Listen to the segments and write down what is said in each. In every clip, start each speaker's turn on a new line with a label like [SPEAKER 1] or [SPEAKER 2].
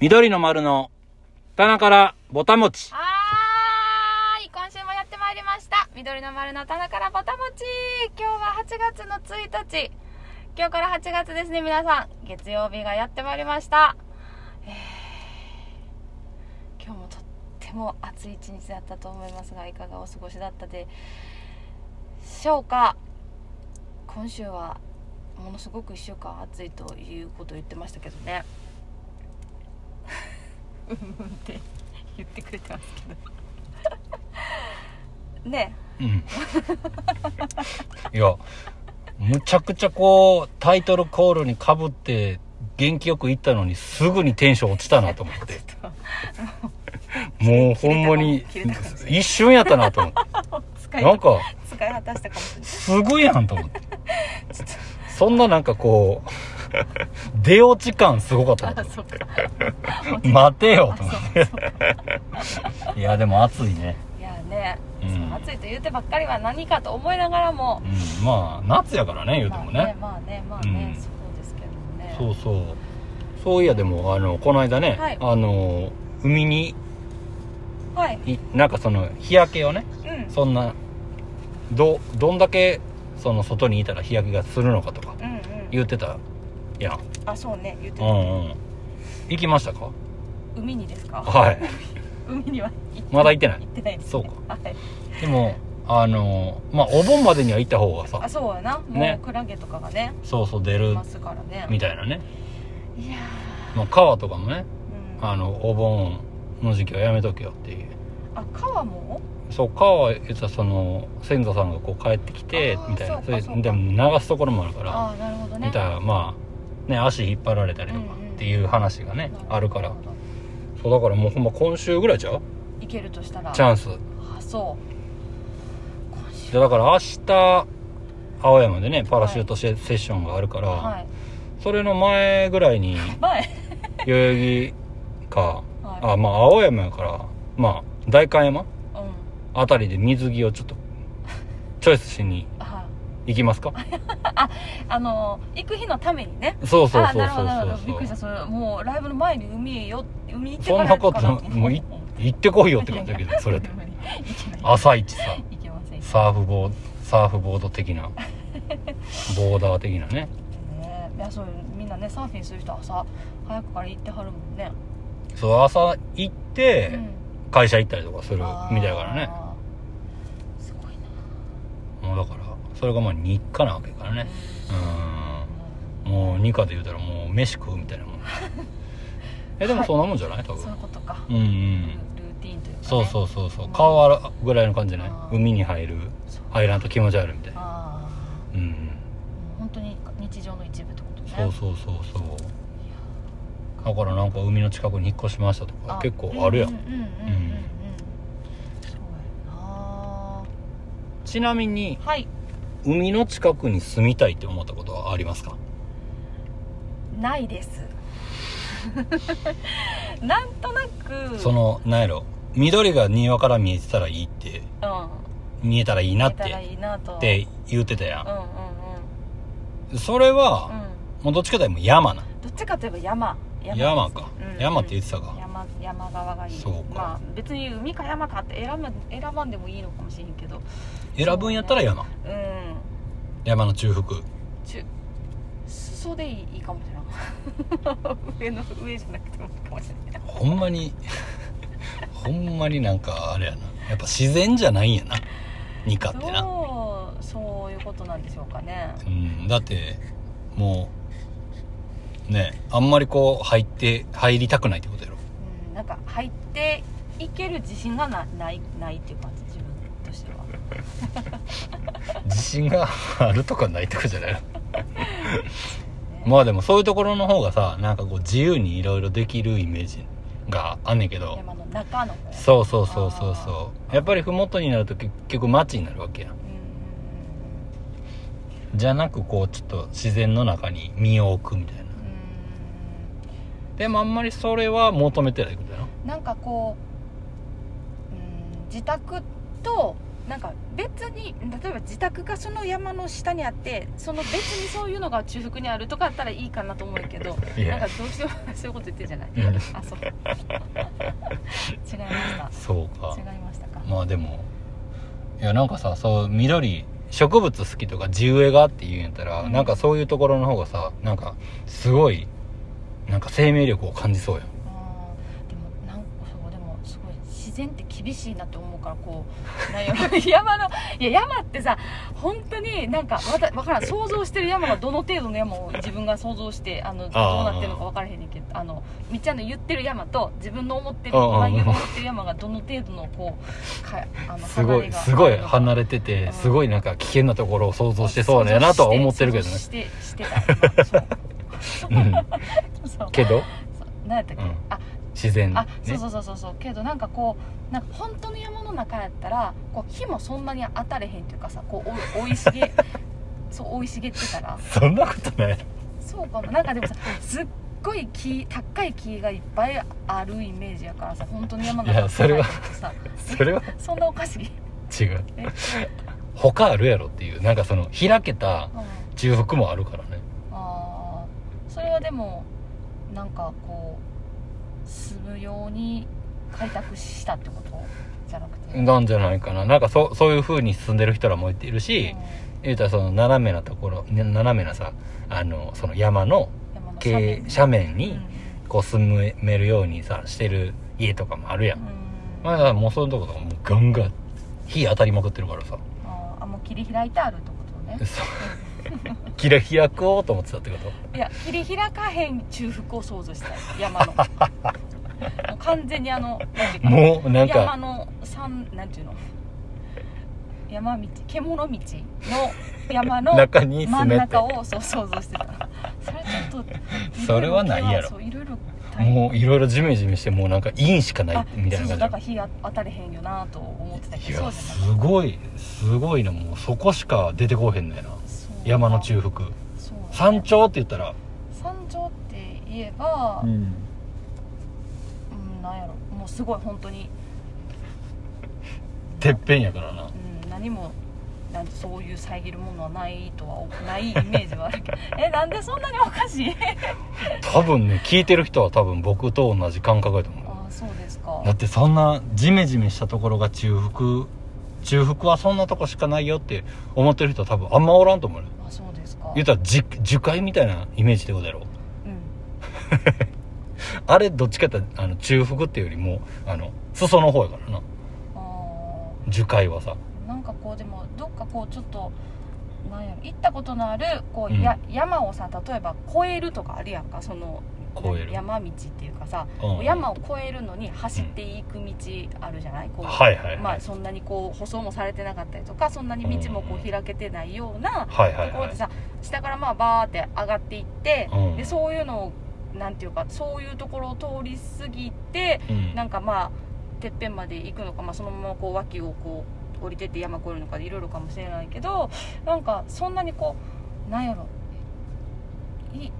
[SPEAKER 1] 緑の丸の棚からぼたもち。
[SPEAKER 2] はーい今週もやってまいりました緑の丸の棚からぼたもち今日は8月の1日今日から8月ですね皆さん月曜日がやってまいりました、えー今日もとっても暑い一日だったと思いますがいかがお過ごしだったでしょうか今週はものすごく1週間暑いということを言ってましたけどねうんうんって言ってくれてますけど ね
[SPEAKER 1] うん。いや、むちゃくちゃこう、タイトルコールにかぶって、元気よく行ったのに、すぐにテンション落ちたなと思 って。もうほんまに
[SPEAKER 2] 切れたかもしれ、
[SPEAKER 1] 一瞬やったなと 思って。
[SPEAKER 2] 使い
[SPEAKER 1] なんか、
[SPEAKER 2] 使い果たしたかもしれない
[SPEAKER 1] すごいやんと思って。そんななんかこ う、出落ち感すごか ったなと思って
[SPEAKER 2] うか
[SPEAKER 1] 待てよと思って。いや、でも暑いね。
[SPEAKER 2] いやね、
[SPEAKER 1] うん
[SPEAKER 2] その暑いと言うてばっかりは何かと思いながらも、
[SPEAKER 1] うん、まあ、夏やからね、言うてもね。
[SPEAKER 2] まあねまあねまあね、
[SPEAKER 1] うん
[SPEAKER 2] そうですけどね
[SPEAKER 1] そうそうそういやでもあのこの間ね、
[SPEAKER 2] はい
[SPEAKER 1] あの海に
[SPEAKER 2] はい
[SPEAKER 1] いなんかその日焼けをね
[SPEAKER 2] うん
[SPEAKER 1] そんなどどんだけその外にいたら日焼けがするのかとか
[SPEAKER 2] うんうん
[SPEAKER 1] 言ってたやん
[SPEAKER 2] あそうね言って
[SPEAKER 1] う
[SPEAKER 2] た、
[SPEAKER 1] んうん行きましたか
[SPEAKER 2] 海にですか
[SPEAKER 1] はい
[SPEAKER 2] 海には行って
[SPEAKER 1] まだ行ってない
[SPEAKER 2] 行ってないです、ね、
[SPEAKER 1] そう
[SPEAKER 2] かはい
[SPEAKER 1] でもあのまあお盆までには行った方が
[SPEAKER 2] あ
[SPEAKER 1] さ
[SPEAKER 2] そうやなもう、
[SPEAKER 1] ね
[SPEAKER 2] クラゲとかがね
[SPEAKER 1] そうそう出
[SPEAKER 2] い
[SPEAKER 1] る
[SPEAKER 2] ますからね
[SPEAKER 1] みたいなね、
[SPEAKER 2] いや
[SPEAKER 1] まあ、川とかもね
[SPEAKER 2] ーうん
[SPEAKER 1] あのお盆の時期はやめとけよっていう
[SPEAKER 2] あ川も
[SPEAKER 1] そう川実はその先祖さんがこう帰ってきて
[SPEAKER 2] あー
[SPEAKER 1] みたいな
[SPEAKER 2] そうか
[SPEAKER 1] それ
[SPEAKER 2] そうか
[SPEAKER 1] でも流すところもあるから、
[SPEAKER 2] ああなるほどね
[SPEAKER 1] みたいなまあね足引っ張られたりとか
[SPEAKER 2] うんうん
[SPEAKER 1] っていう話がね、
[SPEAKER 2] な
[SPEAKER 1] あるから
[SPEAKER 2] なほど
[SPEAKER 1] そうだからもうほんま今週ぐらいちゃう
[SPEAKER 2] 行けるとしたら
[SPEAKER 1] チャンス
[SPEAKER 2] あそう今週
[SPEAKER 1] でだから明日青山でねパラシュートセセッションがあるから、
[SPEAKER 2] はい
[SPEAKER 1] それの前ぐらいに
[SPEAKER 2] 前
[SPEAKER 1] 代々木か
[SPEAKER 2] は
[SPEAKER 1] あまあ青山やからまあ代官山
[SPEAKER 2] いうん
[SPEAKER 1] あたりで水着をちょっとチョイスしに
[SPEAKER 2] はい
[SPEAKER 1] 行きますか
[SPEAKER 2] あの行く日のためにね
[SPEAKER 1] そうそう
[SPEAKER 2] あ
[SPEAKER 1] そう
[SPEAKER 2] なる
[SPEAKER 1] そ
[SPEAKER 2] ほど
[SPEAKER 1] う
[SPEAKER 2] なる
[SPEAKER 1] そ
[SPEAKER 2] ほ
[SPEAKER 1] う
[SPEAKER 2] どびっくりしたそれもうライブの前に海へよ海行って
[SPEAKER 1] そ
[SPEAKER 2] か
[SPEAKER 1] ん
[SPEAKER 2] ら
[SPEAKER 1] な
[SPEAKER 2] やと
[SPEAKER 1] こ
[SPEAKER 2] か
[SPEAKER 1] と
[SPEAKER 2] な
[SPEAKER 1] もうい行ってこいよって感じだ けどそれって
[SPEAKER 2] 無理いけない
[SPEAKER 1] 朝一さ
[SPEAKER 2] いけませんね
[SPEAKER 1] サーフボードサーフボード的なボーダー的なね
[SPEAKER 2] いやそうみんなねサーフィンする人朝早くから行ってはるもんね、
[SPEAKER 1] そう朝行って
[SPEAKER 2] ん、
[SPEAKER 1] 会社行ったりとかするみたいだからね
[SPEAKER 2] あーすごいな、
[SPEAKER 1] もうだからそれがまあ日課なわけやからねうんもう日課で言うたらもう飯食うみたいなもんえでもそんなもんじゃない多
[SPEAKER 2] うん、
[SPEAKER 1] 分、
[SPEAKER 2] そういうことか、
[SPEAKER 1] うんう
[SPEAKER 2] ル
[SPEAKER 1] ん
[SPEAKER 2] ーティーンというか、ね、
[SPEAKER 1] そう
[SPEAKER 2] う
[SPEAKER 1] そうそうそう顔洗うぐらいの感じじゃ
[SPEAKER 2] あ
[SPEAKER 1] ない
[SPEAKER 2] ー
[SPEAKER 1] 海に入る
[SPEAKER 2] そう
[SPEAKER 1] 入らんと気持ち悪いみたいな
[SPEAKER 2] ああ
[SPEAKER 1] うんうん
[SPEAKER 2] もう本当に日常の一部ってことね
[SPEAKER 1] そうそうそうそうだからなんか海の近くに引っ越しましたとか結構あるやん、
[SPEAKER 2] うんうんうんうんうん、うん、そうやな
[SPEAKER 1] ちなみに
[SPEAKER 2] はい
[SPEAKER 1] 海の近くに住みたいって思ったことはありますか
[SPEAKER 2] ないです なんとなく
[SPEAKER 1] そのなんやろ緑が庭から見えてたらいいって
[SPEAKER 2] うん
[SPEAKER 1] 見えたらいいな
[SPEAKER 2] な
[SPEAKER 1] っ
[SPEAKER 2] ったら
[SPEAKER 1] て
[SPEAKER 2] いいなと
[SPEAKER 1] って言ってたや
[SPEAKER 2] うんうんうん
[SPEAKER 1] んそれは
[SPEAKER 2] う
[SPEAKER 1] もうどっちかというと山なん
[SPEAKER 2] どっちかといえば山山です
[SPEAKER 1] 山か
[SPEAKER 2] うんうん
[SPEAKER 1] 山って言ってたか
[SPEAKER 2] 山山側がいい
[SPEAKER 1] そうか
[SPEAKER 2] まあ別に海か山かって選ば選ばんでもいいのかもしれんけど
[SPEAKER 1] 選ぶんやったら山
[SPEAKER 2] うん
[SPEAKER 1] 山の中腹
[SPEAKER 2] ちゅ裾でいいいいかもしれん 上の上じゃなくてもいいかもしれない
[SPEAKER 1] ほんま にほんまになんかあれやなやっぱ自然じゃないんやなニカってな
[SPEAKER 2] どうそういうことなんでしょうかね
[SPEAKER 1] うん、だってもうねあんまりこう入って入りたくないってことやろ
[SPEAKER 2] うんなんか入っていける自信がなないないっていう感じ自分としては
[SPEAKER 1] 自信があるとかないとかじゃ ないのまあでもそういうところの方がさなんかこう自由にいろいろできるイメージがあんねんけど
[SPEAKER 2] 山の中の方
[SPEAKER 1] そうそうそうそうそうやっぱり麓になると結局街になるわけやん
[SPEAKER 2] うんうん
[SPEAKER 1] じゃなくこうちょっと自然の中に身を置くみたいな
[SPEAKER 2] うんうん
[SPEAKER 1] でもあんまりそれは求めてないことやろ
[SPEAKER 2] なんかこう、うん、自宅となんか別に例えば自宅がその山の下にあってその別にそういうのが中腹にあるとかあったらいいかなと思うけど
[SPEAKER 1] い
[SPEAKER 2] なんか
[SPEAKER 1] や
[SPEAKER 2] どう してもそういうこと言ってるじゃない
[SPEAKER 1] うん
[SPEAKER 2] あそう 違いました
[SPEAKER 1] そうか
[SPEAKER 2] 違いましたか
[SPEAKER 1] まあでもいやなんかさそう緑植物好きとか地植えがって言うんやったら、
[SPEAKER 2] うん
[SPEAKER 1] なんかそういうところの方がさなんかすごいなんか生命力を感じそうやん
[SPEAKER 2] あーでもなんかそうでもすごい自然って厳しいなって思うからこうなんや ろ山のいや山ってさ本当になんかわたわからん想像してる山がどの程度の山を自分が想像してあのどうなってるのか分からへんねんけどあのみっちゃんの言ってる山と自分の思ってる
[SPEAKER 1] ああ
[SPEAKER 2] 眉毛の思ってる山がどの程度のこうかあの
[SPEAKER 1] すごいすごい離れてて、
[SPEAKER 2] うん
[SPEAKER 1] すごいなんか危険なところを想像してそうやなとは思ってるけどね
[SPEAKER 2] 想像してしてたそう
[SPEAKER 1] うん
[SPEAKER 2] そう
[SPEAKER 1] けど
[SPEAKER 2] そう何やったっけ、
[SPEAKER 1] うん
[SPEAKER 2] あ
[SPEAKER 1] 自然
[SPEAKER 2] あ
[SPEAKER 1] ね
[SPEAKER 2] そうそうそうそうそうけどなんかこうなんか本当の山の中やったらこう火もそんなに当たれへんというかさこうお生い茂 そう生い茂ってたら
[SPEAKER 1] そんなことない
[SPEAKER 2] そうかもなんかでもさすっごい木高い木がいっぱいあるイメージやからさ本当の山の
[SPEAKER 1] いやそれは
[SPEAKER 2] 高い木ってさ
[SPEAKER 1] それは
[SPEAKER 2] そんなおかしい、
[SPEAKER 1] 違う
[SPEAKER 2] え
[SPEAKER 1] 他あるやろっていうなんかその開けた
[SPEAKER 2] うん、
[SPEAKER 1] 中腹もあるからね
[SPEAKER 2] あーそれはでもなんかこう住むように開拓したってことじゃなくて、
[SPEAKER 1] なんじゃないかななんかそそういう風に進んでる人らもいてるし、
[SPEAKER 2] うん
[SPEAKER 1] 言うたらその斜めなところね斜めなさあのその山の
[SPEAKER 2] 山の
[SPEAKER 1] 傾
[SPEAKER 2] 斜
[SPEAKER 1] 斜面
[SPEAKER 2] 面
[SPEAKER 1] にこう住めるようにさしてる家とかもあるやん、
[SPEAKER 2] うんうん
[SPEAKER 1] まあもうそういうとことかもうガンガン火当たりまくってるから さ
[SPEAKER 2] あーあもう切り開いてあるってことね
[SPEAKER 1] そうキラ開こうと思ってたってこと
[SPEAKER 2] いや切り開かへん中腹を想像したい 山のもう完全にあのなんていうか
[SPEAKER 1] もうなん
[SPEAKER 2] 山
[SPEAKER 1] か
[SPEAKER 2] の山なんていうの山道獣道の山の
[SPEAKER 1] 中に
[SPEAKER 2] 真
[SPEAKER 1] 住
[SPEAKER 2] ん
[SPEAKER 1] めて
[SPEAKER 2] 中をそう想像してたそれちょっと
[SPEAKER 1] それはないやろ
[SPEAKER 2] そういろいろ大変
[SPEAKER 1] もういろいろジメジメしてもうなんか陰しかない
[SPEAKER 2] あ
[SPEAKER 1] みたい
[SPEAKER 2] そうそう
[SPEAKER 1] な
[SPEAKER 2] だか
[SPEAKER 1] 感
[SPEAKER 2] ら火当たれへんよなと思ってた
[SPEAKER 1] じ
[SPEAKER 2] け
[SPEAKER 1] い
[SPEAKER 2] どそう
[SPEAKER 1] や
[SPEAKER 2] じ
[SPEAKER 1] す
[SPEAKER 2] ゃな
[SPEAKER 1] ごいすごいなもうそこしか出てこうへんのやな
[SPEAKER 2] く
[SPEAKER 1] 山の中腹
[SPEAKER 2] そう
[SPEAKER 1] 山頂って言ったら、
[SPEAKER 2] 山頂って言えば、うん
[SPEAKER 1] ん、
[SPEAKER 2] なんやろもうすごい本当に、
[SPEAKER 1] てっぺんやからな
[SPEAKER 2] うん、何もなんそういう遮るものはないとは思 ないイメージはあるけどえなんでそんなにおかしい
[SPEAKER 1] 多分ね聞いてる人は多分僕と同じ感覚やと思
[SPEAKER 2] あそうですか
[SPEAKER 1] うだってそんなジメジメしたところが中腹中腹はそんなとこしかないよって思ってる人は多分あんまおらんと思うね
[SPEAKER 2] あそうですか
[SPEAKER 1] 言うたら樹樹海みたいなイメージってことやろ
[SPEAKER 2] うん
[SPEAKER 1] あれどっちかって言ったらあの中腹っていうよりもあの裾の方やからな
[SPEAKER 2] あー
[SPEAKER 1] 樹海はさ
[SPEAKER 2] なんかこうでもどっかこうちょっとなんやろ行ったことのあるこう、
[SPEAKER 1] うん
[SPEAKER 2] や山をさ例えば越えるとかあるやんかその
[SPEAKER 1] 越える
[SPEAKER 2] 山道っていうかさ、
[SPEAKER 1] うんうん
[SPEAKER 2] 山を越えるのに走っていく道あるじゃない、こう
[SPEAKER 1] はいはいはい、
[SPEAKER 2] まあ、そんなにこう舗装もされてなかったりとかそんなに道もこう開けてないような
[SPEAKER 1] はいは
[SPEAKER 2] と
[SPEAKER 1] い
[SPEAKER 2] こ
[SPEAKER 1] は
[SPEAKER 2] ろで
[SPEAKER 1] い
[SPEAKER 2] さ下からまあバーって上がっていって、
[SPEAKER 1] うん
[SPEAKER 2] でそういうのをなんていうかそういうところを通り過ぎて
[SPEAKER 1] うん
[SPEAKER 2] なんかまあてっぺんまで行くのか、まあ、そのままこう脇をこう降りてって山越えるのかでいろいろかもしれないけどなんかそんなにこうなんやろい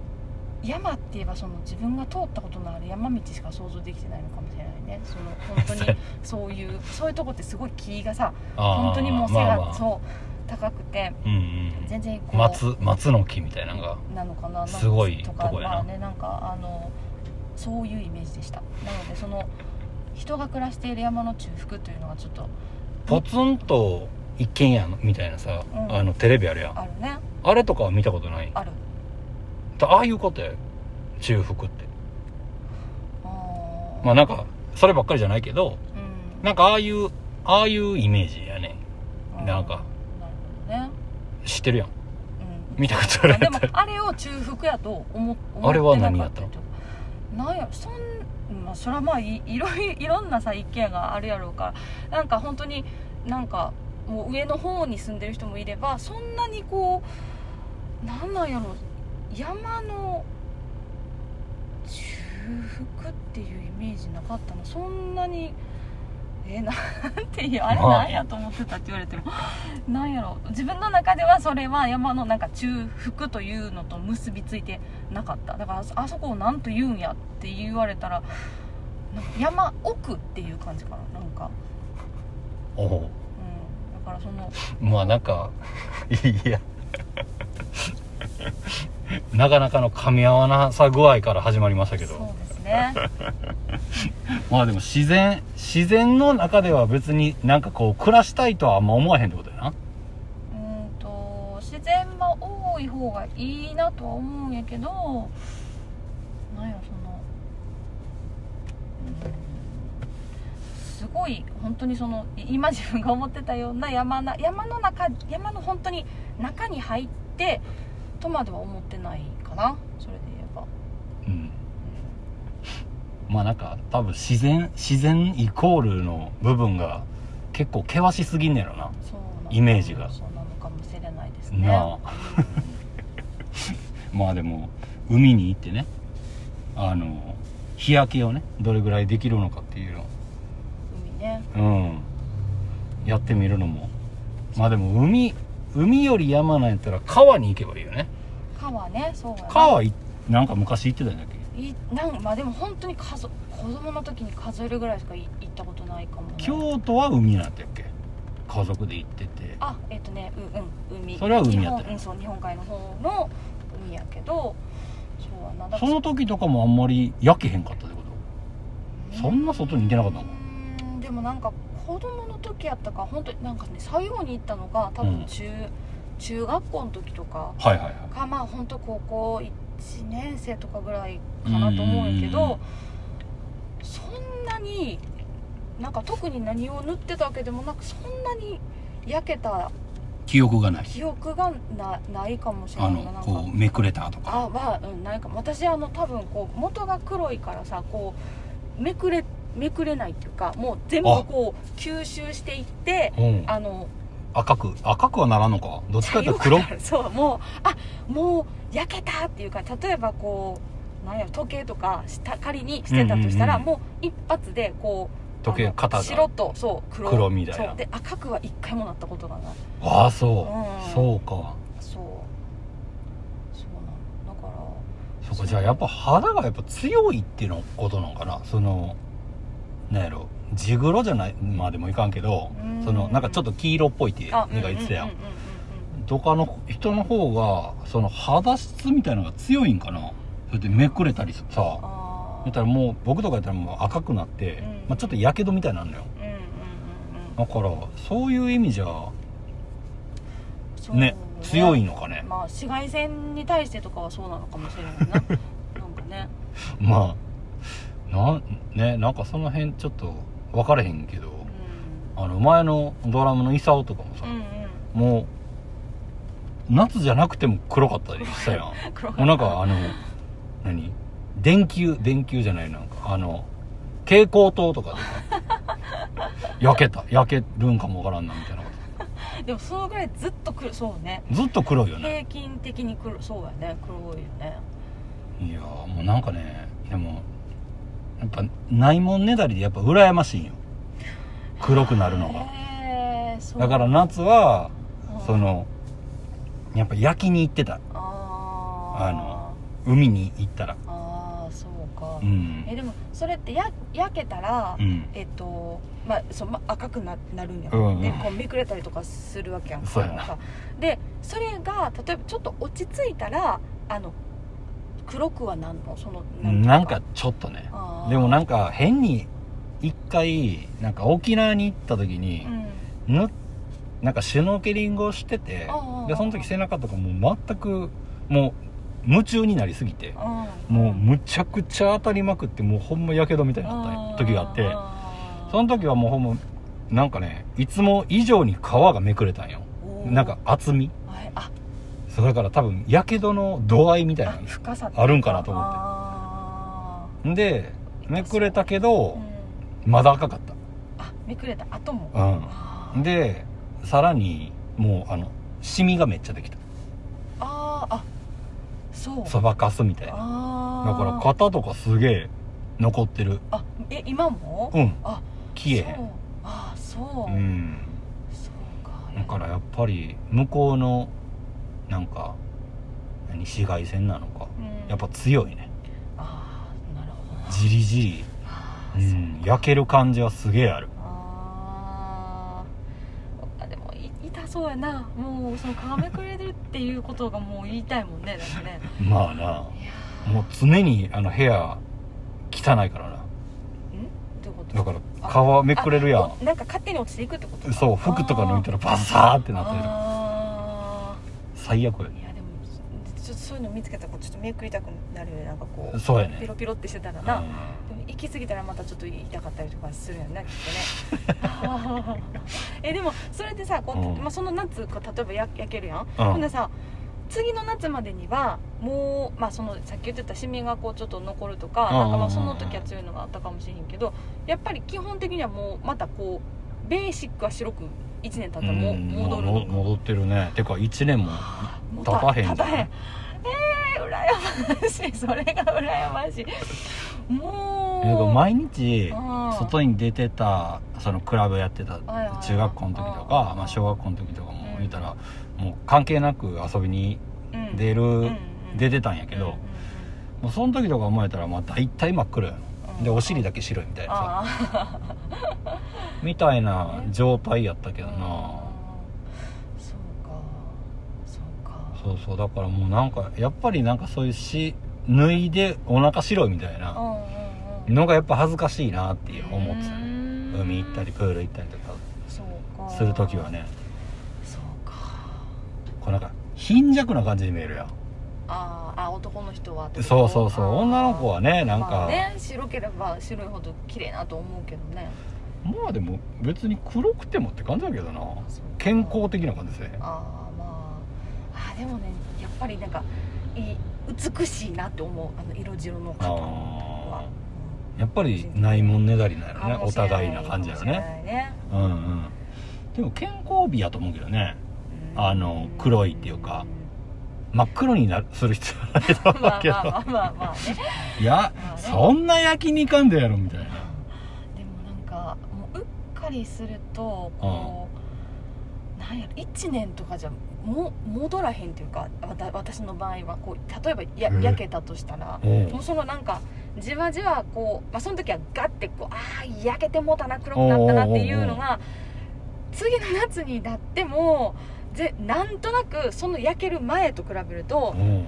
[SPEAKER 2] 山って言えばその自分が通ったことのある山道しか想像できてないのかもしれないねその本当にそういうそういうとこってすごい木がさ
[SPEAKER 1] あー
[SPEAKER 2] 本当にもう背
[SPEAKER 1] ま
[SPEAKER 2] が、
[SPEAKER 1] あまあ
[SPEAKER 2] そう高くて
[SPEAKER 1] うんうん
[SPEAKER 2] 全然こう
[SPEAKER 1] 松松の木みたいなのが
[SPEAKER 2] なのかななんか
[SPEAKER 1] すごい
[SPEAKER 2] とか
[SPEAKER 1] とこやな
[SPEAKER 2] まあねなんかあのそういうイメージでしたなのでその人が暮らしている山の中腹というのがちょっと
[SPEAKER 1] ポツンと一軒家のみたいなさ、
[SPEAKER 2] うん
[SPEAKER 1] あのテレビあるやん
[SPEAKER 2] あるね
[SPEAKER 1] あれとかは見たことない
[SPEAKER 2] ある
[SPEAKER 1] ああいうことやよ中腹って
[SPEAKER 2] あー
[SPEAKER 1] まあなんかそればっかりじゃないけど
[SPEAKER 2] うん
[SPEAKER 1] なんかああいうああいうイメージやね
[SPEAKER 2] うん
[SPEAKER 1] なんか
[SPEAKER 2] なるほどね、
[SPEAKER 1] 知ってるやん
[SPEAKER 2] うん、
[SPEAKER 1] 見たことあるや
[SPEAKER 2] あで
[SPEAKER 1] ん
[SPEAKER 2] もあれを中腹やと思思
[SPEAKER 1] あれは何
[SPEAKER 2] な
[SPEAKER 1] や
[SPEAKER 2] か
[SPEAKER 1] った
[SPEAKER 2] りとかなんやそんまあそれはまあいいろいいろんなさ一軒家があるやろうからなんか本当になんかもう上の方に住んでる人もいればそんなにこうなんなんやろ山の中腹っていうイメージなかったのそんなにえなんていうあれ
[SPEAKER 1] まあ
[SPEAKER 2] なんやと思ってたって言われてもなんやろ自分の中ではそれは山のなんか中腹というのと結びついてなかっただからあそあそこを何と言うんやって言われたらなんか山奥っていう感じかななんか、
[SPEAKER 1] おお
[SPEAKER 2] うん、だからその
[SPEAKER 1] まあなんか いやなかなかの噛み合わなさ具合から始まりましたけど
[SPEAKER 2] そうですね
[SPEAKER 1] まあでも自然自然の中では別になんかこう暮らしたいとはあんま思わへんってことやな
[SPEAKER 2] うーんと自然は多い方がいいなとは思うんやけどなんやろそのうんすごい本当にそのい今自分が思ってたような山な山の中山の本当に中に入ってとまでは思ってないかなそれで言えば
[SPEAKER 1] うんまあなんか多分自然自然イコールの部分が結構険しすぎんねやろな
[SPEAKER 2] そうなの
[SPEAKER 1] イメージが
[SPEAKER 2] そうなのかもしれないですね
[SPEAKER 1] なあまあでも海に行ってねあの日焼けをねどれぐらいできるのかっていうの
[SPEAKER 2] 海ね
[SPEAKER 1] うんやってみるのもまあでも海海より山なんやったら川に行けばいいよね
[SPEAKER 2] 川ねそうやな
[SPEAKER 1] 川いなんか昔行ってたんだっけ
[SPEAKER 2] いなんまあでも本当に数子供の時に数えるぐらいしかい行ったことないかもな
[SPEAKER 1] 京都は海なんてやっけ家族で行ってて
[SPEAKER 2] あえっ、とねううん海
[SPEAKER 1] それは海
[SPEAKER 2] 日
[SPEAKER 1] やった
[SPEAKER 2] 本
[SPEAKER 1] よ
[SPEAKER 2] うんそう日本海の方の海やけどそうやなだ
[SPEAKER 1] その時とかもあんまり焼けへんかったってことそんな外に行けなかったの
[SPEAKER 2] うんでもなんか子供の時やったから本当になんかね最後に行ったのが多
[SPEAKER 1] うん
[SPEAKER 2] 分中、中学校の時とか
[SPEAKER 1] はいはいはい
[SPEAKER 2] かまあ本当高校1年生とかぐらいかなと思うんやけ
[SPEAKER 1] うんうんうんう
[SPEAKER 2] どそんなになんか特に何を塗ってたわけでもなくそんなに焼けた
[SPEAKER 1] 記憶がない
[SPEAKER 2] 記憶がなないかもしれ
[SPEAKER 1] あ
[SPEAKER 2] ない
[SPEAKER 1] の
[SPEAKER 2] ななん
[SPEAKER 1] こ
[SPEAKER 2] か
[SPEAKER 1] うめくれたとか
[SPEAKER 2] あは、うん、ないかも私あの多分こう元が黒いからさこうめくれめくれないっていうかもう全部
[SPEAKER 1] あ
[SPEAKER 2] こう吸収していって
[SPEAKER 1] うん
[SPEAKER 2] あの
[SPEAKER 1] 赤く赤くはならんのかどっちかっていうと黒
[SPEAKER 2] よくそうもうあもう焼けたっていうか例えばこうなんやろ時計とかした仮にしてたとしたら、
[SPEAKER 1] うんう
[SPEAKER 2] もう一発でこう
[SPEAKER 1] 時計
[SPEAKER 2] あの
[SPEAKER 1] 肩が
[SPEAKER 2] 白とそう黒
[SPEAKER 1] 黒みたいな
[SPEAKER 2] そうで赤くは一回もなったことがない
[SPEAKER 1] ああそううんそうか
[SPEAKER 2] そうそうなのだから
[SPEAKER 1] そうかじゃあやっぱ肌がやっぱ強いっていうのことなんかなそのなんやろ地黒じゃないまあでもいかんけど
[SPEAKER 2] うん
[SPEAKER 1] そのなんかちょっと黄色っぽいってなんか言ってたや
[SPEAKER 2] うんんうんうんうんうん
[SPEAKER 1] とかの人の方がその肌質みたいなのが強いんかなそれでめくれたりさだ
[SPEAKER 2] あー
[SPEAKER 1] ったらもう僕とかやったらもう赤くなって、
[SPEAKER 2] うん
[SPEAKER 1] まあ、ちょっとやけどみたいになるのよ
[SPEAKER 2] うんうんうんうん
[SPEAKER 1] だからそういう意味じゃ
[SPEAKER 2] そう
[SPEAKER 1] ね強いのかね
[SPEAKER 2] まあ紫外線に対してとかはそうなのかもしれない ななんかね
[SPEAKER 1] まあなんねなんかその辺ちょっと分かれへんけど
[SPEAKER 2] う
[SPEAKER 1] あの前のドラムのイサオとかもさ、
[SPEAKER 2] んうんうん
[SPEAKER 1] もう夏じゃなくても黒かったりした やんも
[SPEAKER 2] 黒
[SPEAKER 1] うなんかあの何電球電球じゃないなんかあの蛍光灯とか でさ焼けた焼けるんかもわからんなみたいなこ
[SPEAKER 2] でもそのぐらいずっと黒そうね
[SPEAKER 1] とずっと黒いよね
[SPEAKER 2] 平均的に黒そうやね黒いよね
[SPEAKER 1] いやーもうなんかねでもやっぱないもんねだりでやっぱ羨ましいんよ黒くなるのが
[SPEAKER 2] へえそう
[SPEAKER 1] だから夏は
[SPEAKER 2] うん
[SPEAKER 1] そのやっぱ焼きに行ってた
[SPEAKER 2] あー
[SPEAKER 1] あの海に行ったら
[SPEAKER 2] あーそうか、
[SPEAKER 1] うん
[SPEAKER 2] えでもそれってや焼けたら、
[SPEAKER 1] うん
[SPEAKER 2] えっとまあそうま赤くななるんや、
[SPEAKER 1] うんうん
[SPEAKER 2] でこうめくれたりとかするわけやんか
[SPEAKER 1] そうやな
[SPEAKER 2] さでそれが例えばちょっと落ち着いたらあの黒くはなんのその
[SPEAKER 1] なんかちょっとね
[SPEAKER 2] あー
[SPEAKER 1] でもなんか変に一回なんか沖縄に行った時に
[SPEAKER 2] う、ん
[SPEAKER 1] ぬなんかシュノーケリングをしてて
[SPEAKER 2] あー
[SPEAKER 1] でその時背中とかもう全くもう夢中になりすぎて
[SPEAKER 2] うん
[SPEAKER 1] もうむちゃくちゃ当たりまくってもうほんまやけどみたいになった時があってその時はもうほんまなんかねいつも以上に皮がめくれたんよ
[SPEAKER 2] おー
[SPEAKER 1] なんか厚み
[SPEAKER 2] はいあ
[SPEAKER 1] そうだから多分やけどの度合いみたいな
[SPEAKER 2] あ深さ
[SPEAKER 1] あるんかなと思って
[SPEAKER 2] 思
[SPEAKER 1] んでめくれたけど
[SPEAKER 2] うん、
[SPEAKER 1] まだ赤かった
[SPEAKER 2] あめくれた後も
[SPEAKER 1] う
[SPEAKER 2] あ
[SPEAKER 1] ん
[SPEAKER 2] ー
[SPEAKER 1] でさらにもうあのシミがめっちゃできた
[SPEAKER 2] あーあそう
[SPEAKER 1] そばかすみたいな
[SPEAKER 2] あ
[SPEAKER 1] だ
[SPEAKER 2] あ
[SPEAKER 1] から肩とかすげえ残ってる
[SPEAKER 2] あえ今も
[SPEAKER 1] うん
[SPEAKER 2] あ
[SPEAKER 1] 消
[SPEAKER 2] そ
[SPEAKER 1] え
[SPEAKER 2] うあーそう、
[SPEAKER 1] へんうん
[SPEAKER 2] そうか
[SPEAKER 1] だからやっぱり向こうのなんか何紫外線なのか
[SPEAKER 2] うん
[SPEAKER 1] やっぱ強いね
[SPEAKER 2] ああなるほどな
[SPEAKER 1] じりじ
[SPEAKER 2] あ
[SPEAKER 1] り、う、
[SPEAKER 2] ーそうん
[SPEAKER 1] 焼ける感じはすげえある
[SPEAKER 2] あーそっかでもいそうやなもうそのかめくれるっていうことがもう言いたいもんねだってね
[SPEAKER 1] まあない
[SPEAKER 2] や
[SPEAKER 1] もう常にあの部屋汚いからなん
[SPEAKER 2] どういうこと
[SPEAKER 1] だから皮めくれるやん
[SPEAKER 2] あなんか勝手に落ちていくってこと
[SPEAKER 1] そう服とか抜いた
[SPEAKER 2] ら
[SPEAKER 1] らバサーってなってる
[SPEAKER 2] あ
[SPEAKER 1] 最悪や
[SPEAKER 2] ー
[SPEAKER 1] ね
[SPEAKER 2] いやでもちょっとそういうの見つけたらこうちょっと目くりたくなるよねなんかこう
[SPEAKER 1] そうや
[SPEAKER 2] ピ
[SPEAKER 1] ね
[SPEAKER 2] ロピロってしてたら
[SPEAKER 1] う
[SPEAKER 2] な、
[SPEAKER 1] ん
[SPEAKER 2] でも行き過ぎたらまたちょっと痛かったりとかするや んなきっとねえでもそれでさこう、
[SPEAKER 1] うん
[SPEAKER 2] まあ、その夏こう例えばや焼けるやん、
[SPEAKER 1] うん
[SPEAKER 2] ほんでさ次の夏までにはもう、まあ、そのさっき言ってたシミがこうちょっと残るとか,、
[SPEAKER 1] うん
[SPEAKER 2] なんかまあその時は強いのがあったかもしれへんけどやっぱり基本的にはもうまたこうベーシックは白く1年経ったらもう
[SPEAKER 1] うん
[SPEAKER 2] 戻る
[SPEAKER 1] も
[SPEAKER 2] の
[SPEAKER 1] う戻ってるねてか1年も
[SPEAKER 2] も
[SPEAKER 1] 立たへん
[SPEAKER 2] 立たへんえー、羨ましいそれが羨ましいもう
[SPEAKER 1] なんか毎日
[SPEAKER 2] うん
[SPEAKER 1] 外に出てたそのクラブやってた
[SPEAKER 2] はいはい
[SPEAKER 1] 中学校の時とか
[SPEAKER 2] うん
[SPEAKER 1] まあ小学校の時とかも
[SPEAKER 2] うん
[SPEAKER 1] 言うたらもう関係なく遊びに
[SPEAKER 2] うん
[SPEAKER 1] 出る出
[SPEAKER 2] て
[SPEAKER 1] てたんやけどもうその時とか思えたらまあ大体真っ黒やのでお尻だけ白いみたいなさ
[SPEAKER 2] ああ
[SPEAKER 1] みたいな状態やったけどな
[SPEAKER 2] そうかそうか
[SPEAKER 1] そうそうだからもうなんかやっぱりなんかそういうし脱いでお腹白いみたい
[SPEAKER 2] うん
[SPEAKER 1] な
[SPEAKER 2] うんうん
[SPEAKER 1] のがやっぱ恥ずかしいなっていう思ってたね
[SPEAKER 2] ね
[SPEAKER 1] 海行ったりプール行ったりとか
[SPEAKER 2] そうか
[SPEAKER 1] する時はね
[SPEAKER 2] そうか
[SPEAKER 1] こうなんか貧弱な感じに見えるやん
[SPEAKER 2] あーあ男の人はってこと
[SPEAKER 1] そうそうそう
[SPEAKER 2] あー
[SPEAKER 1] 女の子はねなんか、
[SPEAKER 2] まあね白ければ白いほど綺麗なと思うけどね
[SPEAKER 1] まあでも別に黒くてもって感じだけどな
[SPEAKER 2] そうか
[SPEAKER 1] 健康的な感じですね
[SPEAKER 2] あーまああーでもねやっぱりなんかいい美しいなって思うあの色白の方は
[SPEAKER 1] あーやっぱりないもんねだりな
[SPEAKER 2] うん
[SPEAKER 1] よ
[SPEAKER 2] か
[SPEAKER 1] ね
[SPEAKER 2] も
[SPEAKER 1] お
[SPEAKER 2] しれ
[SPEAKER 1] 互いな感じやよ
[SPEAKER 2] かもし
[SPEAKER 1] ね
[SPEAKER 2] れないね
[SPEAKER 1] うんうんでも健康美やと思うけどね
[SPEAKER 2] うん
[SPEAKER 1] あの黒いっていうか真っ黒になるする必要はないと
[SPEAKER 2] ま
[SPEAKER 1] 思う
[SPEAKER 2] あま
[SPEAKER 1] けど
[SPEAKER 2] あまあまあまあね
[SPEAKER 1] いや
[SPEAKER 2] まあね
[SPEAKER 1] そんな焼きにいかんでやろみたいな
[SPEAKER 2] でもなんかもううっかりするとこう、なんやろ1年とかじゃも戻らへんというかわた私の場合はこう例えばや
[SPEAKER 1] うん
[SPEAKER 2] 焼けたとしたら、
[SPEAKER 1] うん
[SPEAKER 2] もうそのなんかじわじわこう、まあ、その時はガッてこうああ焼けてもうたな黒くなったなっていうのが次の夏になってもぜなんとなくその焼ける前と比べると
[SPEAKER 1] うん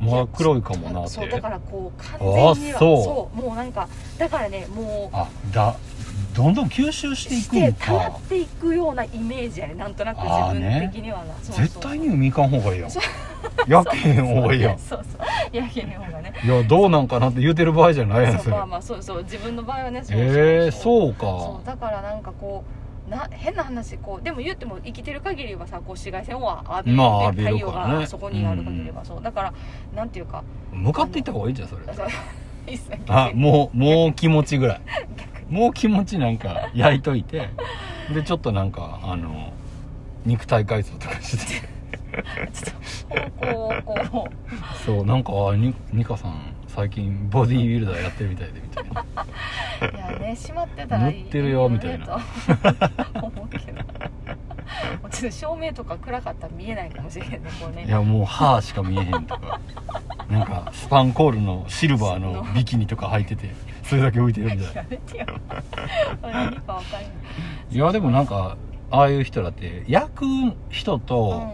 [SPEAKER 1] まあ黒いかもなって
[SPEAKER 2] そうだからこう完
[SPEAKER 1] あ
[SPEAKER 2] 全には
[SPEAKER 1] そう
[SPEAKER 2] そうもうなんかだからねもう
[SPEAKER 1] あだどんどん吸収してい
[SPEAKER 2] し
[SPEAKER 1] くん
[SPEAKER 2] て
[SPEAKER 1] か
[SPEAKER 2] 溜まっていくようなイメージやねなんとなく
[SPEAKER 1] あー
[SPEAKER 2] 自
[SPEAKER 1] ね
[SPEAKER 2] 分的にはな、そうそう
[SPEAKER 1] 絶対に海行かん方がいいやん
[SPEAKER 2] そ
[SPEAKER 1] やけへん方がいいやん
[SPEAKER 2] そうそうやけへん方がね
[SPEAKER 1] いやどうなんかなって言うてる場合じゃないやん
[SPEAKER 2] そ
[SPEAKER 1] そうれ
[SPEAKER 2] まあまあそうそう自分の場合はねそうそう
[SPEAKER 1] えー、そ
[SPEAKER 2] そう
[SPEAKER 1] うか
[SPEAKER 2] そうだからなんかこうな変な話こうでも言っても生きてる限りはさこう紫外線は浴びる,、
[SPEAKER 1] まあ浴びるから
[SPEAKER 2] 太
[SPEAKER 1] ね
[SPEAKER 2] 陽がそこにある限りは、そうだからなんてい うか
[SPEAKER 1] 向かっていった方がいいんじゃんそれ
[SPEAKER 2] そう 一切
[SPEAKER 1] あもうもう気持ちぐらい
[SPEAKER 2] 逆に
[SPEAKER 1] もう気持ちなんか焼いといてでちょっとなんかあの肉体改造とか して
[SPEAKER 2] ちょっと方向をこう
[SPEAKER 1] そうなんかあにニカさん最近ボディービルダーやってるみたいでみたいない
[SPEAKER 2] やね閉まってたらいい
[SPEAKER 1] 塗ってるよみたいな
[SPEAKER 2] と思うけどもうちょっと照明とか暗かったら見えないかもしれないねこうね
[SPEAKER 1] いやもう歯しか見えへんとかなんかスパンコールのシルバーのビキニとか履いててそれだけ浮いてるみたいな
[SPEAKER 2] やめてよ何かわかんない
[SPEAKER 1] いやでもなんかああいう人だって焼く人
[SPEAKER 2] う
[SPEAKER 1] と
[SPEAKER 2] ん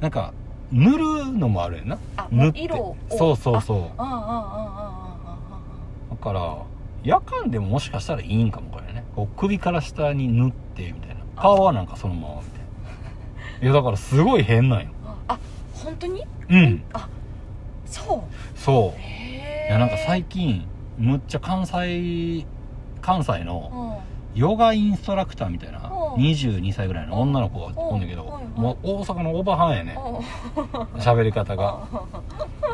[SPEAKER 1] なんか塗るのもあるやんな
[SPEAKER 2] あも
[SPEAKER 1] 塗
[SPEAKER 2] う
[SPEAKER 1] って
[SPEAKER 2] 色を
[SPEAKER 1] そうそう
[SPEAKER 2] う
[SPEAKER 1] そう
[SPEAKER 2] ああああ
[SPEAKER 1] だから夜間でももしかしたらいいんかもこれねこう首から下に縫ってみたいな
[SPEAKER 2] あ
[SPEAKER 1] 顔はなんかそのままみたいないやだからすごい変なんよ
[SPEAKER 2] あああああああ本当に
[SPEAKER 1] うん
[SPEAKER 2] あそう
[SPEAKER 1] そう
[SPEAKER 2] へえ
[SPEAKER 1] いやなんか最近むっちゃ関西関西
[SPEAKER 2] う
[SPEAKER 1] の
[SPEAKER 2] んうん
[SPEAKER 1] ヨガインストラクターみたいな
[SPEAKER 2] うん
[SPEAKER 1] 22歳ぐらいの女の子がおんねんけど
[SPEAKER 2] うんうん
[SPEAKER 1] もう大阪のオーバーハンやね
[SPEAKER 2] うん
[SPEAKER 1] 喋り方が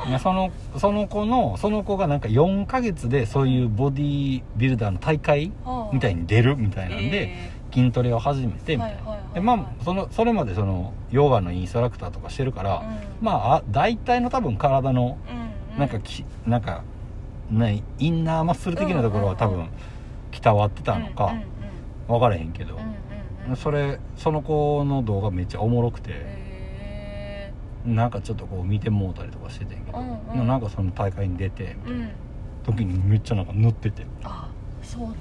[SPEAKER 1] いやそのその子のその子がなんか4ヶ月でそういうボディビルダーの大会
[SPEAKER 2] うん
[SPEAKER 1] みたいに出るみたいなんで、
[SPEAKER 2] え
[SPEAKER 1] 筋トレを始めて
[SPEAKER 2] え
[SPEAKER 1] みた
[SPEAKER 2] はいい
[SPEAKER 1] な、
[SPEAKER 2] はいはいはい
[SPEAKER 1] でまあそのそれまでそのヨガのインストラクターとかしてるから、
[SPEAKER 2] うん
[SPEAKER 1] まああ大体の多分体の
[SPEAKER 2] うんうん
[SPEAKER 1] なんかき、なんかねインナーマッスル的なところは多
[SPEAKER 2] うんうん
[SPEAKER 1] 分伝わってたの
[SPEAKER 2] うん
[SPEAKER 1] か
[SPEAKER 2] うん
[SPEAKER 1] 分からへんけど
[SPEAKER 2] うん、うんうん
[SPEAKER 1] それその子の動画めっちゃおもろくて、
[SPEAKER 2] へ
[SPEAKER 1] なんかちょっとこう見てもうたりとかしててんけ
[SPEAKER 2] え
[SPEAKER 1] ど、
[SPEAKER 2] うんうん
[SPEAKER 1] なんかその大会に出て
[SPEAKER 2] うん
[SPEAKER 1] 時にめっちゃなんか塗ってて
[SPEAKER 2] あそそうなん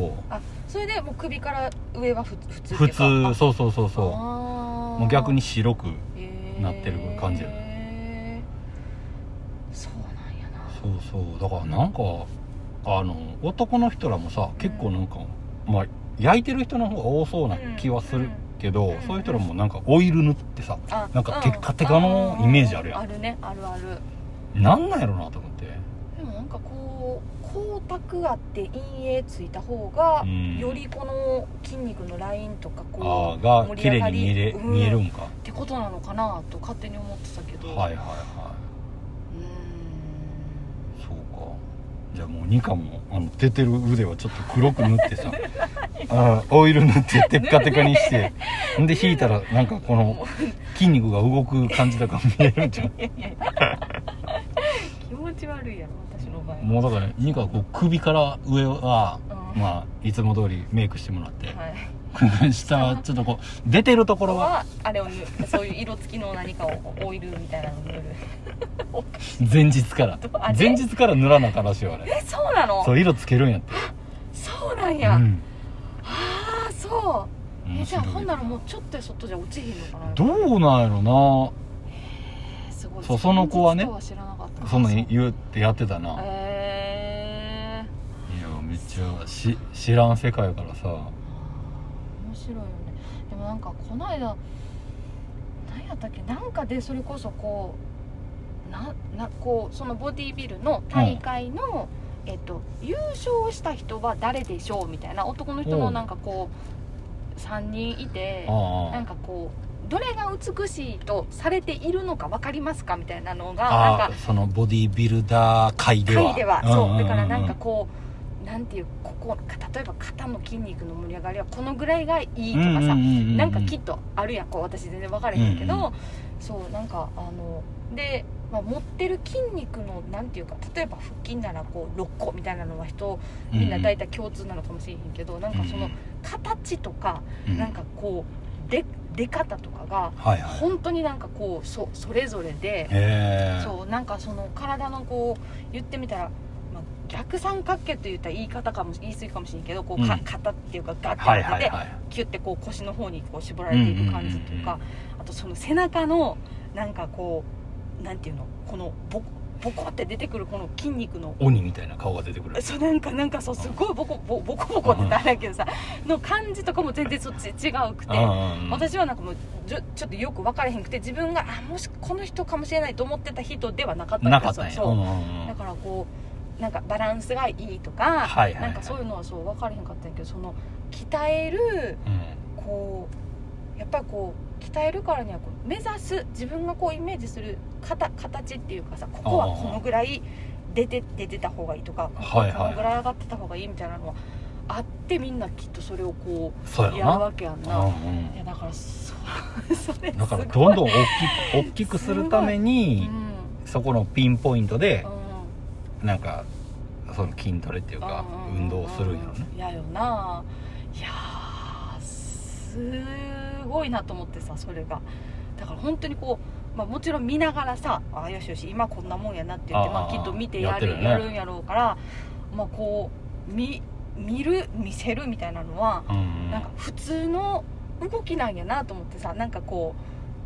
[SPEAKER 1] そ
[SPEAKER 2] あそれでもう首から上はふ普通
[SPEAKER 1] う
[SPEAKER 2] っ
[SPEAKER 1] 普
[SPEAKER 2] ていうか
[SPEAKER 1] 通
[SPEAKER 2] あ
[SPEAKER 1] そうそうそうそ
[SPEAKER 2] あ
[SPEAKER 1] う
[SPEAKER 2] ー
[SPEAKER 1] もう逆に白くなってる感じや
[SPEAKER 2] へーそうなんやな
[SPEAKER 1] そうそうだからなんかあの男の人らもさ結構なんか、まあ焼いてる人の方が多そうな気はするけど、
[SPEAKER 2] うんうん
[SPEAKER 1] そういう人らもなんかオイル塗ってさ
[SPEAKER 2] あ
[SPEAKER 1] なんか
[SPEAKER 2] う
[SPEAKER 1] テッカテカのイメージあるやん
[SPEAKER 2] あるねあるある
[SPEAKER 1] なんなんやろなと思って
[SPEAKER 2] でもなんかこう光沢あって陰影ついた方が、
[SPEAKER 1] うん
[SPEAKER 2] よりこの筋肉のラインとか
[SPEAKER 1] あ
[SPEAKER 2] こ
[SPEAKER 1] ー
[SPEAKER 2] う
[SPEAKER 1] が
[SPEAKER 2] 盛
[SPEAKER 1] 綺
[SPEAKER 2] り上
[SPEAKER 1] 麗
[SPEAKER 2] が
[SPEAKER 1] に
[SPEAKER 2] り
[SPEAKER 1] 見れ、
[SPEAKER 2] うん
[SPEAKER 1] 見えるんか
[SPEAKER 2] ってことなのかなと勝手に思ってたけど、
[SPEAKER 1] はいはい
[SPEAKER 2] うん
[SPEAKER 1] はいそうかじゃあもうニカもあの出てる腕はちょっと黒く塗 ってさあーオイル塗ってテッカテカにしてんで引いたらなんかこの筋肉が動く感じとか見えるんちゃう
[SPEAKER 2] 気持ち悪いやろ私の場合は
[SPEAKER 1] もうだからニカはこう首から上は
[SPEAKER 2] うん
[SPEAKER 1] まあいつも通りメイクしてもらって
[SPEAKER 2] はい、
[SPEAKER 1] 下はちょっとこう出てるとこ
[SPEAKER 2] これ
[SPEAKER 1] ろは
[SPEAKER 2] はあれを塗るそういう色付きの何かをオイルみたいなのを塗る
[SPEAKER 1] 前日から
[SPEAKER 2] あれ
[SPEAKER 1] 前日から塗らなあからしいよあれ
[SPEAKER 2] えそうなの
[SPEAKER 1] そう色つけるんやって
[SPEAKER 2] そうなん
[SPEAKER 1] う
[SPEAKER 2] や、
[SPEAKER 1] ん
[SPEAKER 2] ああそうえ
[SPEAKER 1] 面
[SPEAKER 2] じゃ
[SPEAKER 1] 白
[SPEAKER 2] あ
[SPEAKER 1] い
[SPEAKER 2] ほんならもうちょっとやそっとじゃ落ちひんのかな
[SPEAKER 1] どうなんやろ
[SPEAKER 2] えすごい
[SPEAKER 1] そうその子はね
[SPEAKER 2] 現実と知らなかった
[SPEAKER 1] なそんなん言うってやってたな、
[SPEAKER 2] え
[SPEAKER 1] いやめっちゃし知らん世界やからさ
[SPEAKER 2] ー、面白いよねでもなんかこの間何やったっけなんかでそれこそこうななこうそのボディービルの大会の、えっと、優勝した人は誰でしょうみたいな男の人
[SPEAKER 1] う
[SPEAKER 2] の
[SPEAKER 1] ん
[SPEAKER 2] なんかこう3人いてな
[SPEAKER 1] あ
[SPEAKER 2] んかこうどれが美しいとされているのか分かりますかみたいなのが
[SPEAKER 1] あ
[SPEAKER 2] なん
[SPEAKER 1] あ
[SPEAKER 2] か
[SPEAKER 1] あそのボディービルダー界では
[SPEAKER 2] 回では
[SPEAKER 1] んん
[SPEAKER 2] そ
[SPEAKER 1] ん
[SPEAKER 2] うだからなんかこうなんていうここ例えば肩の筋肉の盛り上がりはこのぐらいがいいとかさ
[SPEAKER 1] うううう
[SPEAKER 2] なんかきっとあるやんこう私全然分かれへんけ
[SPEAKER 1] うんう
[SPEAKER 2] どそうなんかあので、まあ、持ってる筋肉のなんていうか例えば腹筋ならこう6個みたいなのは人みんな大体共通なのかもしれへんけどなんかその形とか
[SPEAKER 1] うんうん
[SPEAKER 2] なんかこうで出方とかが
[SPEAKER 1] はいはい
[SPEAKER 2] 本当になんかこうそそれぞれで。
[SPEAKER 1] へえ
[SPEAKER 2] そうなんかその体のこう言ってみたら、まあ、逆三角形といったら言い方かも言い過ぎかもしれんけどこうか、
[SPEAKER 1] うん
[SPEAKER 2] 肩っていうかガッて当てて、
[SPEAKER 1] はいはいはい
[SPEAKER 2] キュッてこう腰の方にこう絞られていく感じというか、
[SPEAKER 1] うん
[SPEAKER 2] あとその背中のなんかこうなんていうのこのボコボコって出てくるこの筋肉の
[SPEAKER 1] 鬼みたいな顔が出てくる
[SPEAKER 2] そうなんかなんかそうすごいボコボボコボコって言ったらあれやけどさの感じとかも全然そっち違うくて。
[SPEAKER 1] うんうんうん
[SPEAKER 2] 私はなんかもうちょちょっとよく分からへんくて自分があもしこの人かもしれないと思ってた人ではなかった
[SPEAKER 1] なかったんや
[SPEAKER 2] そう、
[SPEAKER 1] うんうんうん
[SPEAKER 2] だからこうなんかバランスがいいとか、
[SPEAKER 1] はいはいはい
[SPEAKER 2] なんかそういうのはそう分からへんかったんやけどその鍛える
[SPEAKER 1] うん
[SPEAKER 2] こうやっぱりこう鍛えるからにはこう目指す自分がこうイメージする形形っていうかさここはこのぐらい出て出てた方がいいとかここ
[SPEAKER 1] はい
[SPEAKER 2] は
[SPEAKER 1] はい
[SPEAKER 2] このぐらい上がってた方がいいみたいなのはあってみんなきっとそれをこ
[SPEAKER 1] そう
[SPEAKER 2] う
[SPEAKER 1] や
[SPEAKER 2] やる
[SPEAKER 1] ろ
[SPEAKER 2] わけやん
[SPEAKER 1] な
[SPEAKER 2] な。
[SPEAKER 1] うんうん
[SPEAKER 2] いやだからそうそれ
[SPEAKER 1] だから
[SPEAKER 2] すごい
[SPEAKER 1] どんどん大きく大きくするために
[SPEAKER 2] うん
[SPEAKER 1] そこのピンポイントで
[SPEAKER 2] うん
[SPEAKER 1] なんかその筋トレっていうか
[SPEAKER 2] うん
[SPEAKER 1] 運動をするんやろね
[SPEAKER 2] いやよないやーすごいなと思ってさそれがだから本当にこう、まあ、もちろん見ながらさ「あよしよし今こんなもんやな」って言って
[SPEAKER 1] あー
[SPEAKER 2] まあ、きっと見て
[SPEAKER 1] や
[SPEAKER 2] やる
[SPEAKER 1] ってるよね
[SPEAKER 2] やるんやろうからまあこう見見る見せるみたいなのは
[SPEAKER 1] うんうん
[SPEAKER 2] なんか普通の動きなんやなと思ってさなんかこ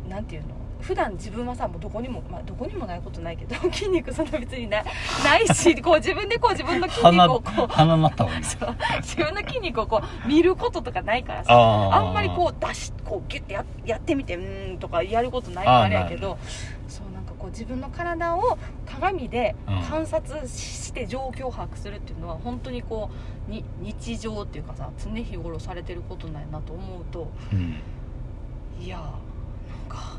[SPEAKER 2] うなんていうの普段自分はさもうどこにも、まあ、どこにもないことないけど 筋肉そんな別にないない しこう自分でこう自分の筋肉をこう
[SPEAKER 1] 鼻になったわね
[SPEAKER 2] そう自分の筋肉をこう見ることとかないからさ
[SPEAKER 1] あ
[SPEAKER 2] あんまりこう出しこうギュッてややってみてうーんとかやることないからあれやけどそうなんかこう自分の体を鏡で
[SPEAKER 1] うん
[SPEAKER 2] 観察しして状況を把握するっていうのは本当にこうに日常っていうかさ常日頃されてることなんやなと思うと
[SPEAKER 1] う、うん、
[SPEAKER 2] いやーなんか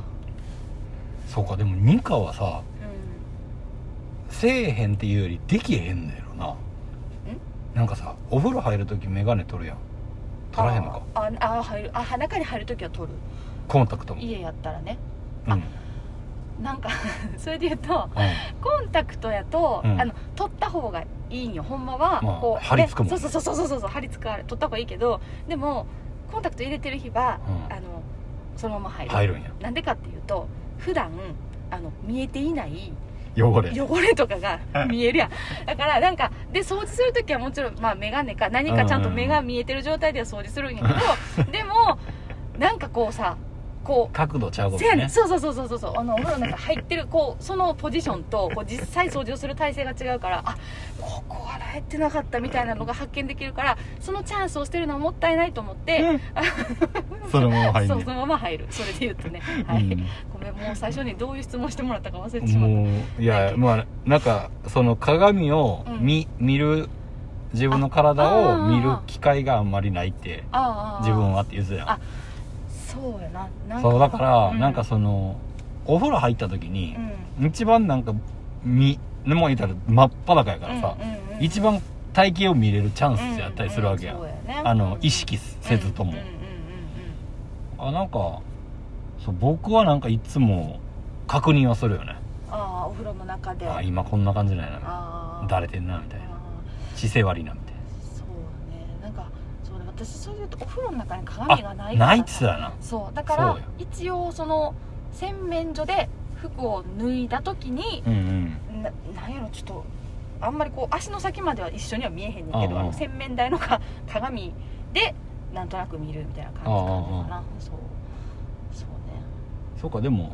[SPEAKER 1] そうかでもニカはさ
[SPEAKER 2] う
[SPEAKER 1] せえへんっていうよりできへんのやろななんかさお風呂入る時メガネ取るやん
[SPEAKER 2] ん
[SPEAKER 1] 取らへんのか
[SPEAKER 2] あああ入るあ中に入るときは取る
[SPEAKER 1] コンタクトも
[SPEAKER 2] 家やったらね
[SPEAKER 1] うんうん
[SPEAKER 2] なんか それで言うとコンタクトやと、
[SPEAKER 1] うん
[SPEAKER 2] あの取った方がいいんよほんまは、
[SPEAKER 1] まあ
[SPEAKER 2] こう
[SPEAKER 1] 張り付くもんね
[SPEAKER 2] ね、そうそうそうそうそうそう張り付くある取った方がいいけどでもコンタクト入れてる日は、
[SPEAKER 1] うん
[SPEAKER 2] あのそのまま入る
[SPEAKER 1] 入るんや
[SPEAKER 2] なんでかっていうと普段あの見えていない
[SPEAKER 1] 汚れ
[SPEAKER 2] 汚れとかが見えるやんだからなんかで掃除するときはもちろん、まあ、眼鏡か何かちゃんと目が見えてる状態では掃除するんやけ どでもなんかこうさこう
[SPEAKER 1] 角度ちゃうこと
[SPEAKER 2] せやね
[SPEAKER 1] ね
[SPEAKER 2] んそうそうそうそうそうそうあのお風呂の中入ってるこうそのポジションとこう実際掃除をする体勢が違うからあここ洗えてなかったみたいなのが発見できるからそのチャンスを捨てるのはもったいないと思って、
[SPEAKER 1] そのまま入んね
[SPEAKER 2] そ
[SPEAKER 1] ん
[SPEAKER 2] うそのまま入るそれで言うとね、はい
[SPEAKER 1] うん
[SPEAKER 2] ごめんもう最初にどういう質問してもらったか忘れてしまった
[SPEAKER 1] もういやまあなんかその鏡を見,、見る自分の体
[SPEAKER 2] あ
[SPEAKER 1] を
[SPEAKER 2] あー
[SPEAKER 1] 見る機会があんまりないって
[SPEAKER 2] ああ
[SPEAKER 1] 自分はって言ってたや
[SPEAKER 2] あそうやななん
[SPEAKER 1] んそうだから、
[SPEAKER 2] う
[SPEAKER 1] なんかそのお風呂入った時に
[SPEAKER 2] う、ん
[SPEAKER 1] 一番なんか見でも言ったら真っ裸やからさ、
[SPEAKER 2] うんうん
[SPEAKER 1] 一番体型を見れるチャンスやったりするわけやん、
[SPEAKER 2] うんうんそうやね
[SPEAKER 1] あの意識せずとも、
[SPEAKER 2] うんうんうん
[SPEAKER 1] あなんかそう僕はなんかいつも確認はするよね、
[SPEAKER 2] うんああお風呂の中で
[SPEAKER 1] あ今こんな感じなんやな
[SPEAKER 2] ああ
[SPEAKER 1] だれてんなみたいな
[SPEAKER 2] あ
[SPEAKER 1] 姿勢悪いなみたいな
[SPEAKER 2] あそうねなんかそうね私それで言うとお風呂の中に鏡が
[SPEAKER 1] あ
[SPEAKER 2] ないから
[SPEAKER 1] ないっつってたな
[SPEAKER 2] そうだか
[SPEAKER 1] そ
[SPEAKER 2] ら
[SPEAKER 1] うよ
[SPEAKER 2] 一応その洗面所で服を脱いだ時に
[SPEAKER 1] うんうん
[SPEAKER 2] ななんやろちょっとあんまりこう足の先までは一緒には見えへんねんけどあ
[SPEAKER 1] うんうん
[SPEAKER 2] の洗面台のか 鏡でなんとなく見るみたいな感じかなそうそうね
[SPEAKER 1] そうかでも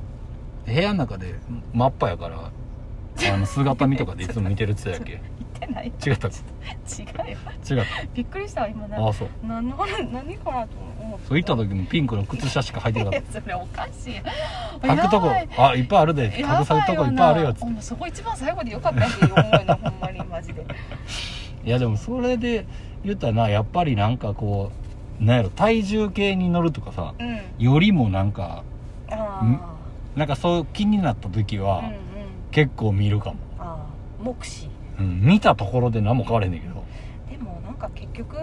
[SPEAKER 1] 部屋の中で真っ裸やからあの姿見とかでいつも見てるっつってたやっ
[SPEAKER 2] 言ってない
[SPEAKER 1] け違った
[SPEAKER 2] 違う
[SPEAKER 1] 違
[SPEAKER 2] よ
[SPEAKER 1] っ
[SPEAKER 2] びっくりしたわ今
[SPEAKER 1] た
[SPEAKER 2] な
[SPEAKER 1] ああそう
[SPEAKER 2] 何の話何かなと思って
[SPEAKER 1] そう行った時もピンクの靴下しか履いてなかっ
[SPEAKER 2] い やそれおかしいや
[SPEAKER 1] た 履くとこ
[SPEAKER 2] やばい
[SPEAKER 1] あいっぱいあるで
[SPEAKER 2] やば
[SPEAKER 1] 隠されるとこいっぱいあ るよっつっ
[SPEAKER 2] い
[SPEAKER 1] て
[SPEAKER 2] わなお前そこ一番最後でよかったって思うなほんまにマジで
[SPEAKER 1] いやでもそれで言ったらなやっぱりなんかこうなんやろ体重計に乗るとかさ
[SPEAKER 2] うん
[SPEAKER 1] よりもなんか
[SPEAKER 2] あ
[SPEAKER 1] なんかそう気になった時
[SPEAKER 2] あ
[SPEAKER 1] は、
[SPEAKER 2] うんうん
[SPEAKER 1] 結構見るかも、
[SPEAKER 2] ああ目視
[SPEAKER 1] うん、見たところで何も変われへんねんけど
[SPEAKER 2] でもなんか結局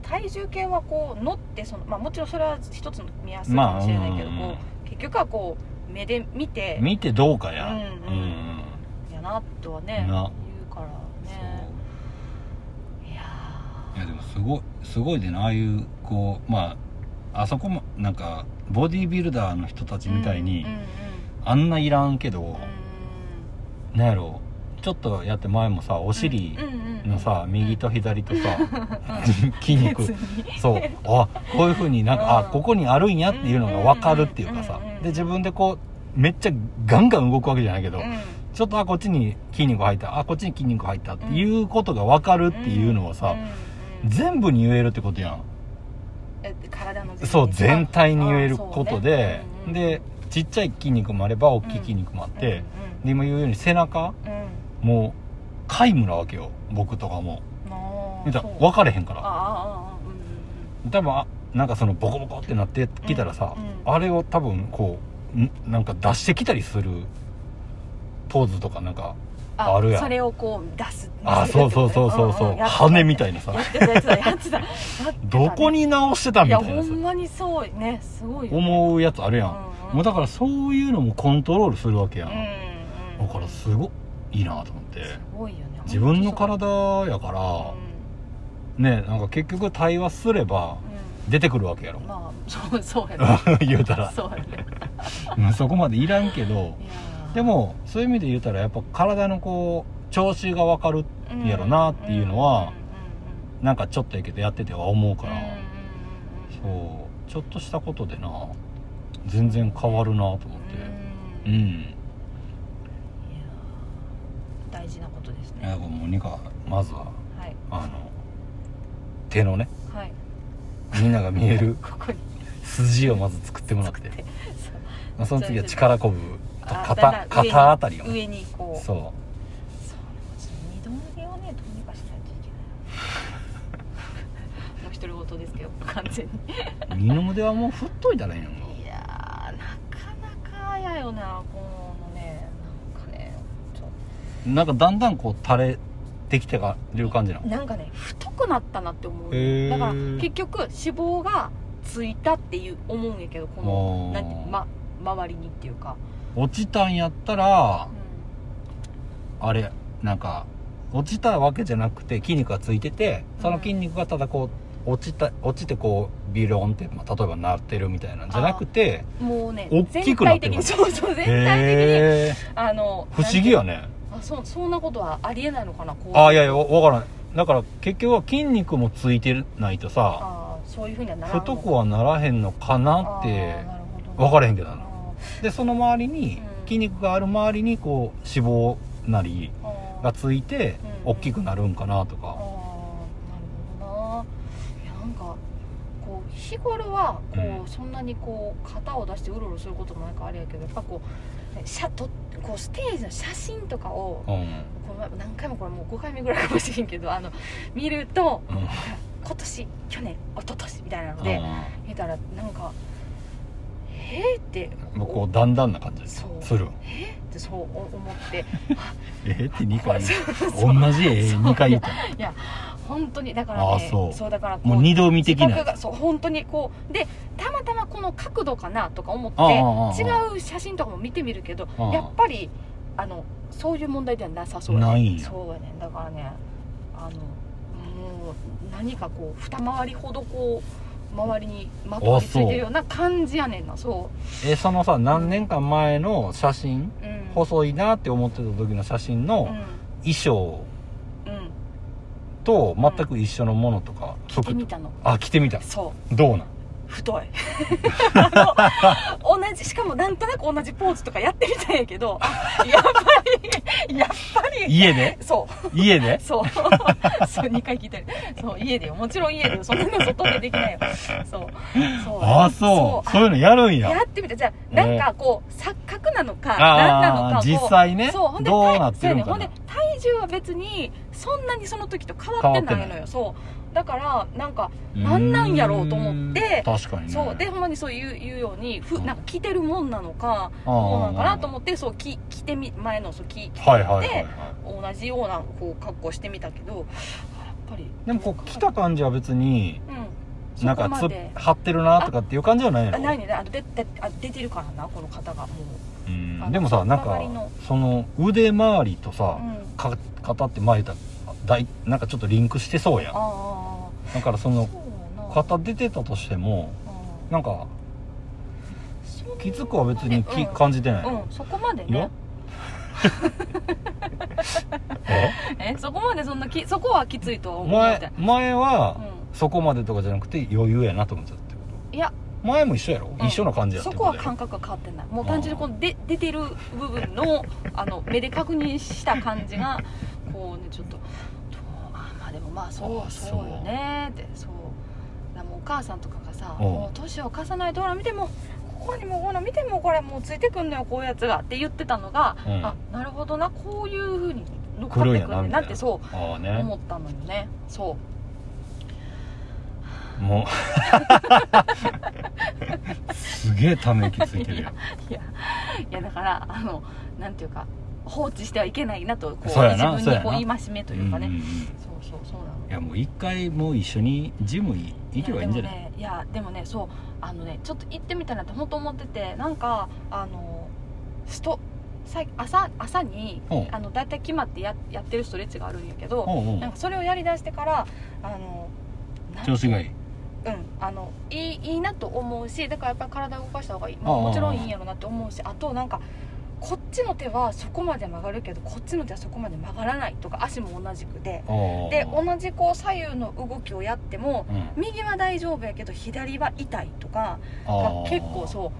[SPEAKER 2] 体重計はこう乗ってその、まあ、もちろんそれは一つの目安かもしれないけど、
[SPEAKER 1] まあうんうんうん
[SPEAKER 2] こう結局はこう目で見て
[SPEAKER 1] 見てどうかや
[SPEAKER 2] うんうん
[SPEAKER 1] うん
[SPEAKER 2] やなとは
[SPEAKER 1] な
[SPEAKER 2] ね言うからね
[SPEAKER 1] そ
[SPEAKER 2] いや
[SPEAKER 1] ういやでもすごいすごいでなああいうこうまああそこもなんかボディービルダーの人たち
[SPEAKER 2] ー
[SPEAKER 1] みたいに、
[SPEAKER 2] うんうんうん
[SPEAKER 1] あんないらんけど、
[SPEAKER 2] う
[SPEAKER 1] なんやろちょっとやって前もさお
[SPEAKER 2] ん
[SPEAKER 1] 尻
[SPEAKER 2] うんうんうん
[SPEAKER 1] のさ、右と左と さ筋
[SPEAKER 2] うん
[SPEAKER 1] 肉
[SPEAKER 2] 別に
[SPEAKER 1] そうあこういうふうになんか、
[SPEAKER 2] うん
[SPEAKER 1] あここにあるんやっていうのが分かるっていうか
[SPEAKER 2] う
[SPEAKER 1] さ
[SPEAKER 2] んうんうんうん
[SPEAKER 1] で自分でこうめっちゃガンガン動くわけじゃないけど、
[SPEAKER 2] うん
[SPEAKER 1] ちょっとあこっちに筋肉入ったあこっちに筋肉入ったっていうことが分かるっていうのはさ、
[SPEAKER 2] うんうん
[SPEAKER 1] 全部に言えるってことやん
[SPEAKER 2] え体の全体
[SPEAKER 1] そう全体に言えることで、
[SPEAKER 2] あーそうね
[SPEAKER 1] でちっちゃい筋肉もあれば大きい筋肉もあって、
[SPEAKER 2] うん
[SPEAKER 1] で今言うように背中
[SPEAKER 2] うんうん
[SPEAKER 1] もう皆無なわけよ僕とかも
[SPEAKER 2] うんあー
[SPEAKER 1] 言うたら
[SPEAKER 2] そう
[SPEAKER 1] 分かれへんか
[SPEAKER 2] あ
[SPEAKER 1] ら
[SPEAKER 2] ーあーあーうんうん
[SPEAKER 1] 多分あなんかそのボコボコってなってきたらさ、
[SPEAKER 2] うん
[SPEAKER 1] あれを多分こうんなんか出してきたりするポーズとかなんか
[SPEAKER 2] あ
[SPEAKER 1] あるやん
[SPEAKER 2] それをこう出す
[SPEAKER 1] あそうそうそうそうそう、羽みたいなさ
[SPEAKER 2] やってたやってたやってたやってた
[SPEAKER 1] どこに直してた
[SPEAKER 2] い
[SPEAKER 1] み
[SPEAKER 2] や
[SPEAKER 1] たい
[SPEAKER 2] ほ
[SPEAKER 1] なさ
[SPEAKER 2] んまにそうねすごいよね
[SPEAKER 1] 思うやつあるやん、
[SPEAKER 2] うんうん
[SPEAKER 1] もうだからそういうのもコントロールするわけやん、
[SPEAKER 2] うんうん
[SPEAKER 1] だからすごいいいなと思って
[SPEAKER 2] すごいよね
[SPEAKER 1] 自分の体やから、ねなんか結局対話すれば
[SPEAKER 2] うん
[SPEAKER 1] 出てくるわけやろ
[SPEAKER 2] うんまあそうそうや ね
[SPEAKER 1] 言うたら
[SPEAKER 2] そうやね
[SPEAKER 1] うんそこまでいらんけど
[SPEAKER 2] いやー
[SPEAKER 1] でもそういう意味で言うたらやっぱ体のこう調子が分かるやろなっていうのはなんかちょっとやけどやってては思う
[SPEAKER 2] うん
[SPEAKER 1] か
[SPEAKER 2] うんうん
[SPEAKER 1] ら、
[SPEAKER 2] うんうんうんうんうん
[SPEAKER 1] そうちょっとしたことでな全然変わるなと思って
[SPEAKER 2] う
[SPEAKER 1] うん
[SPEAKER 2] いや
[SPEAKER 1] ん
[SPEAKER 2] ー大事なことです
[SPEAKER 1] いや
[SPEAKER 2] ね
[SPEAKER 1] もうニカまずは
[SPEAKER 2] はい
[SPEAKER 1] あの手のね
[SPEAKER 2] はい
[SPEAKER 1] みんなが見える
[SPEAKER 2] ここに
[SPEAKER 1] 筋をまず作ってもら って
[SPEAKER 2] そう
[SPEAKER 1] まあその次は力こぶと
[SPEAKER 2] あだんだ
[SPEAKER 1] 肩
[SPEAKER 2] ん上に
[SPEAKER 1] 肩あたりをね
[SPEAKER 2] 上にこう
[SPEAKER 1] そ
[SPEAKER 2] そう二度腕をねどうにかしないといけない もう独り言ですけど完全に
[SPEAKER 1] う二の腕はもう振っといたらいいの
[SPEAKER 2] いやーなかなかやよなこのねなんかねちょっ
[SPEAKER 1] なんかだんだんこう垂れてきてかる感じな
[SPEAKER 2] と
[SPEAKER 1] の
[SPEAKER 2] なんかね太くなったなって思う
[SPEAKER 1] へー
[SPEAKER 2] よだから結局脂肪がついたっていう思うんやけどこの
[SPEAKER 1] あー
[SPEAKER 2] なんていう、ま、周りにっていうか、
[SPEAKER 1] 落ちたんやったら
[SPEAKER 2] う
[SPEAKER 1] あれなんか落ちたわけじゃなくて筋肉がついててその筋肉がただこう落ちた落ちてこうビロンって、まあ、例えばなってるみたいなんじゃなくて
[SPEAKER 2] もうね
[SPEAKER 1] 大きくなってる
[SPEAKER 2] 全体的にそうそう全体的に
[SPEAKER 1] へえ
[SPEAKER 2] あの
[SPEAKER 1] 不思議やね
[SPEAKER 2] あそうそんなことはありえないのかなこう
[SPEAKER 1] あいやいやわわからないだから結局は筋肉もついてないとさ
[SPEAKER 2] あーそういうふうにはならんの
[SPEAKER 1] 太くはならへんのかなっ
[SPEAKER 2] あー
[SPEAKER 1] て
[SPEAKER 2] なるほどね
[SPEAKER 1] 分からへんけどな
[SPEAKER 2] あ
[SPEAKER 1] でその周りに
[SPEAKER 2] うん
[SPEAKER 1] 筋肉がある周りにこう脂肪なり
[SPEAKER 2] ーあー
[SPEAKER 1] がついて
[SPEAKER 2] うん
[SPEAKER 1] 大きくなるんかなと
[SPEAKER 2] あ
[SPEAKER 1] か
[SPEAKER 2] ーなるほどないやなんかこう日頃はこう、
[SPEAKER 1] うん
[SPEAKER 2] そんなにこう肩を出してうろうろすることもないからあれやけどやっぱこうね写とこうステージの写真とかを
[SPEAKER 1] うん、
[SPEAKER 2] この前何回もこれもう5回目ぐらいかもしれんけどあの見ると
[SPEAKER 1] うん
[SPEAKER 2] 今年去年一昨年みたいなので見たらなんか「えっ?」って
[SPEAKER 1] うんこうだんだんな感じです
[SPEAKER 2] そう
[SPEAKER 1] する
[SPEAKER 2] えっ?」ってそう思って
[SPEAKER 1] えーって2回
[SPEAKER 2] そうそうそう
[SPEAKER 1] 同じ絵
[SPEAKER 2] そう
[SPEAKER 1] 2回言った
[SPEAKER 2] 本当にだから
[SPEAKER 1] あ
[SPEAKER 2] ね
[SPEAKER 1] そう
[SPEAKER 2] だからこ
[SPEAKER 1] もう二度見的
[SPEAKER 2] 自
[SPEAKER 1] な
[SPEAKER 2] 覚がそう本当にこうでたまたまこの角度かなとか思って
[SPEAKER 1] ああああ
[SPEAKER 2] 違う写真とかも見てみるけど
[SPEAKER 1] ああ
[SPEAKER 2] やっぱりあのそういう問題ではなさそうや
[SPEAKER 1] ないんや
[SPEAKER 2] そうやねだからねあのもう何かこう二回りほどこう周りにまとわりついてるような感じやねんなそ
[SPEAKER 1] えそのさ何年か前の写真
[SPEAKER 2] う、うん、
[SPEAKER 1] 細いなって思ってた時の写真
[SPEAKER 2] うん
[SPEAKER 1] の衣装
[SPEAKER 2] うん
[SPEAKER 1] と全く一緒のものとか
[SPEAKER 2] 着て
[SPEAKER 1] 服
[SPEAKER 2] み
[SPEAKER 1] と
[SPEAKER 2] たの
[SPEAKER 1] あ着てみた
[SPEAKER 2] そう
[SPEAKER 1] どうなん
[SPEAKER 2] 太い あの同じしかもなんとなく同じポーズとかやってみたんやけどあやっぱりやっぱり
[SPEAKER 1] 家で
[SPEAKER 2] そ
[SPEAKER 1] 家で
[SPEAKER 2] うそうそう2回聞 いてるそう家でよもちろん家でよそんなの外でできないよそうそう
[SPEAKER 1] あそうそういうのやるん
[SPEAKER 2] あや
[SPEAKER 1] や
[SPEAKER 2] ってみたじゃあなんかこう、錯覚なのか何なの
[SPEAKER 1] あ
[SPEAKER 2] か
[SPEAKER 1] あ
[SPEAKER 2] こう
[SPEAKER 1] 実際ね
[SPEAKER 2] そうほんで
[SPEAKER 1] どうなってるん
[SPEAKER 2] そう
[SPEAKER 1] か
[SPEAKER 2] や
[SPEAKER 1] な
[SPEAKER 2] ねほんで体重は別にそんなにその時と変わってないのよそうだからなんかなんなんやろうと思って
[SPEAKER 1] うーん確かにね
[SPEAKER 2] そうでほんまにそう言う言うようにふ
[SPEAKER 1] うん
[SPEAKER 2] なんか着てるもんなのか
[SPEAKER 1] あー
[SPEAKER 2] どうなのかなと思ってそうき着てみ前のそうき着て
[SPEAKER 1] はいはいはいはい
[SPEAKER 2] 同じようなこう格好してみたけどあやっぱり
[SPEAKER 1] でもこう着た感じは別に
[SPEAKER 2] うん
[SPEAKER 1] なんか
[SPEAKER 2] そ
[SPEAKER 1] つ
[SPEAKER 2] こまで
[SPEAKER 1] 張ってるなとかっていう感じはないや
[SPEAKER 2] あ
[SPEAKER 1] ろ
[SPEAKER 2] ないねあのでであ出てるからなこの方がも
[SPEAKER 1] う
[SPEAKER 2] う
[SPEAKER 1] ん
[SPEAKER 2] あの
[SPEAKER 1] でもさなんか
[SPEAKER 2] 周りの
[SPEAKER 1] その腕周りとさ、
[SPEAKER 2] うん
[SPEAKER 1] か肩って前だだいなんかちょっとリンクしてそうやん
[SPEAKER 2] あ
[SPEAKER 1] だからそ
[SPEAKER 2] あ
[SPEAKER 1] の
[SPEAKER 2] そうやな
[SPEAKER 1] 肩出てたとしても
[SPEAKER 2] うん
[SPEAKER 1] なんか
[SPEAKER 2] そんな
[SPEAKER 1] きつくは別にき、
[SPEAKER 2] うん
[SPEAKER 1] 感じてない、
[SPEAKER 2] うんそこまで
[SPEAKER 1] よ
[SPEAKER 2] ね
[SPEAKER 1] え
[SPEAKER 2] えそこまでそんなきそこはきついとは 思って
[SPEAKER 1] 前前
[SPEAKER 2] う
[SPEAKER 1] は
[SPEAKER 2] ん
[SPEAKER 1] そこまでとかじゃなくて余裕やなと思っちゃったってこ
[SPEAKER 2] いや
[SPEAKER 1] と前も一緒やろ、
[SPEAKER 2] うん
[SPEAKER 1] 一緒の感じやって
[SPEAKER 2] そ
[SPEAKER 1] こ
[SPEAKER 2] こと
[SPEAKER 1] や
[SPEAKER 2] は
[SPEAKER 1] ろ
[SPEAKER 2] 感覚は変わってないもう単純にこので出てる部 分のあの目で確認した感じがこうねちょっとどうあまあでもまあそ
[SPEAKER 1] ああそう
[SPEAKER 2] うそうよねってそうだからもうお母さんとかがさ
[SPEAKER 1] うん
[SPEAKER 2] もう年を重ねてほら見てもここにもほら見てもこれもうついてくんのよこういうやつがって言ってたのが、
[SPEAKER 1] うん
[SPEAKER 2] あなるほどなこういうふうに乗っかってく
[SPEAKER 1] 来るん
[SPEAKER 2] る
[SPEAKER 1] やなみたいな
[SPEAKER 2] なってそ
[SPEAKER 1] ああ
[SPEAKER 2] う
[SPEAKER 1] ね
[SPEAKER 2] 思ったのよねそう
[SPEAKER 1] もうすげえため息ついてるやん
[SPEAKER 2] いやいやだからあのなんていうか放置してはいけないなとこう
[SPEAKER 1] そうやな
[SPEAKER 2] 自
[SPEAKER 1] そう
[SPEAKER 2] 分
[SPEAKER 1] や
[SPEAKER 2] にこう
[SPEAKER 1] な
[SPEAKER 2] 戒め というか
[SPEAKER 1] ん
[SPEAKER 2] ね
[SPEAKER 1] んん
[SPEAKER 2] そうそうそうなの
[SPEAKER 1] いやもう一回もう一緒にジムい行けばいいんじゃない
[SPEAKER 2] いやでもねいやでもねそうあのねちょっと行ってみたいなって本当思っててなんかあのストさ朝朝に
[SPEAKER 1] うん
[SPEAKER 2] あの大体決まってややってるストレッチがあるんやけど
[SPEAKER 1] おうおう
[SPEAKER 2] なんかそれをやりだしてからあのなん
[SPEAKER 1] 調子がいい
[SPEAKER 2] うん、あのいいいいなと思うしだからやっぱり体を動かした方がいい、まあ
[SPEAKER 1] ああ
[SPEAKER 2] もちろんいいんやろなって思うしあとなんかこっちの手はそこまで曲がるけどこっちの手はそこまで曲がらないとか足も同じくで
[SPEAKER 1] おうおう
[SPEAKER 2] で同じこう左右の動きをやっても
[SPEAKER 1] うん
[SPEAKER 2] 右は大丈夫やけど左は痛いとかが
[SPEAKER 1] ああ
[SPEAKER 2] 結構そう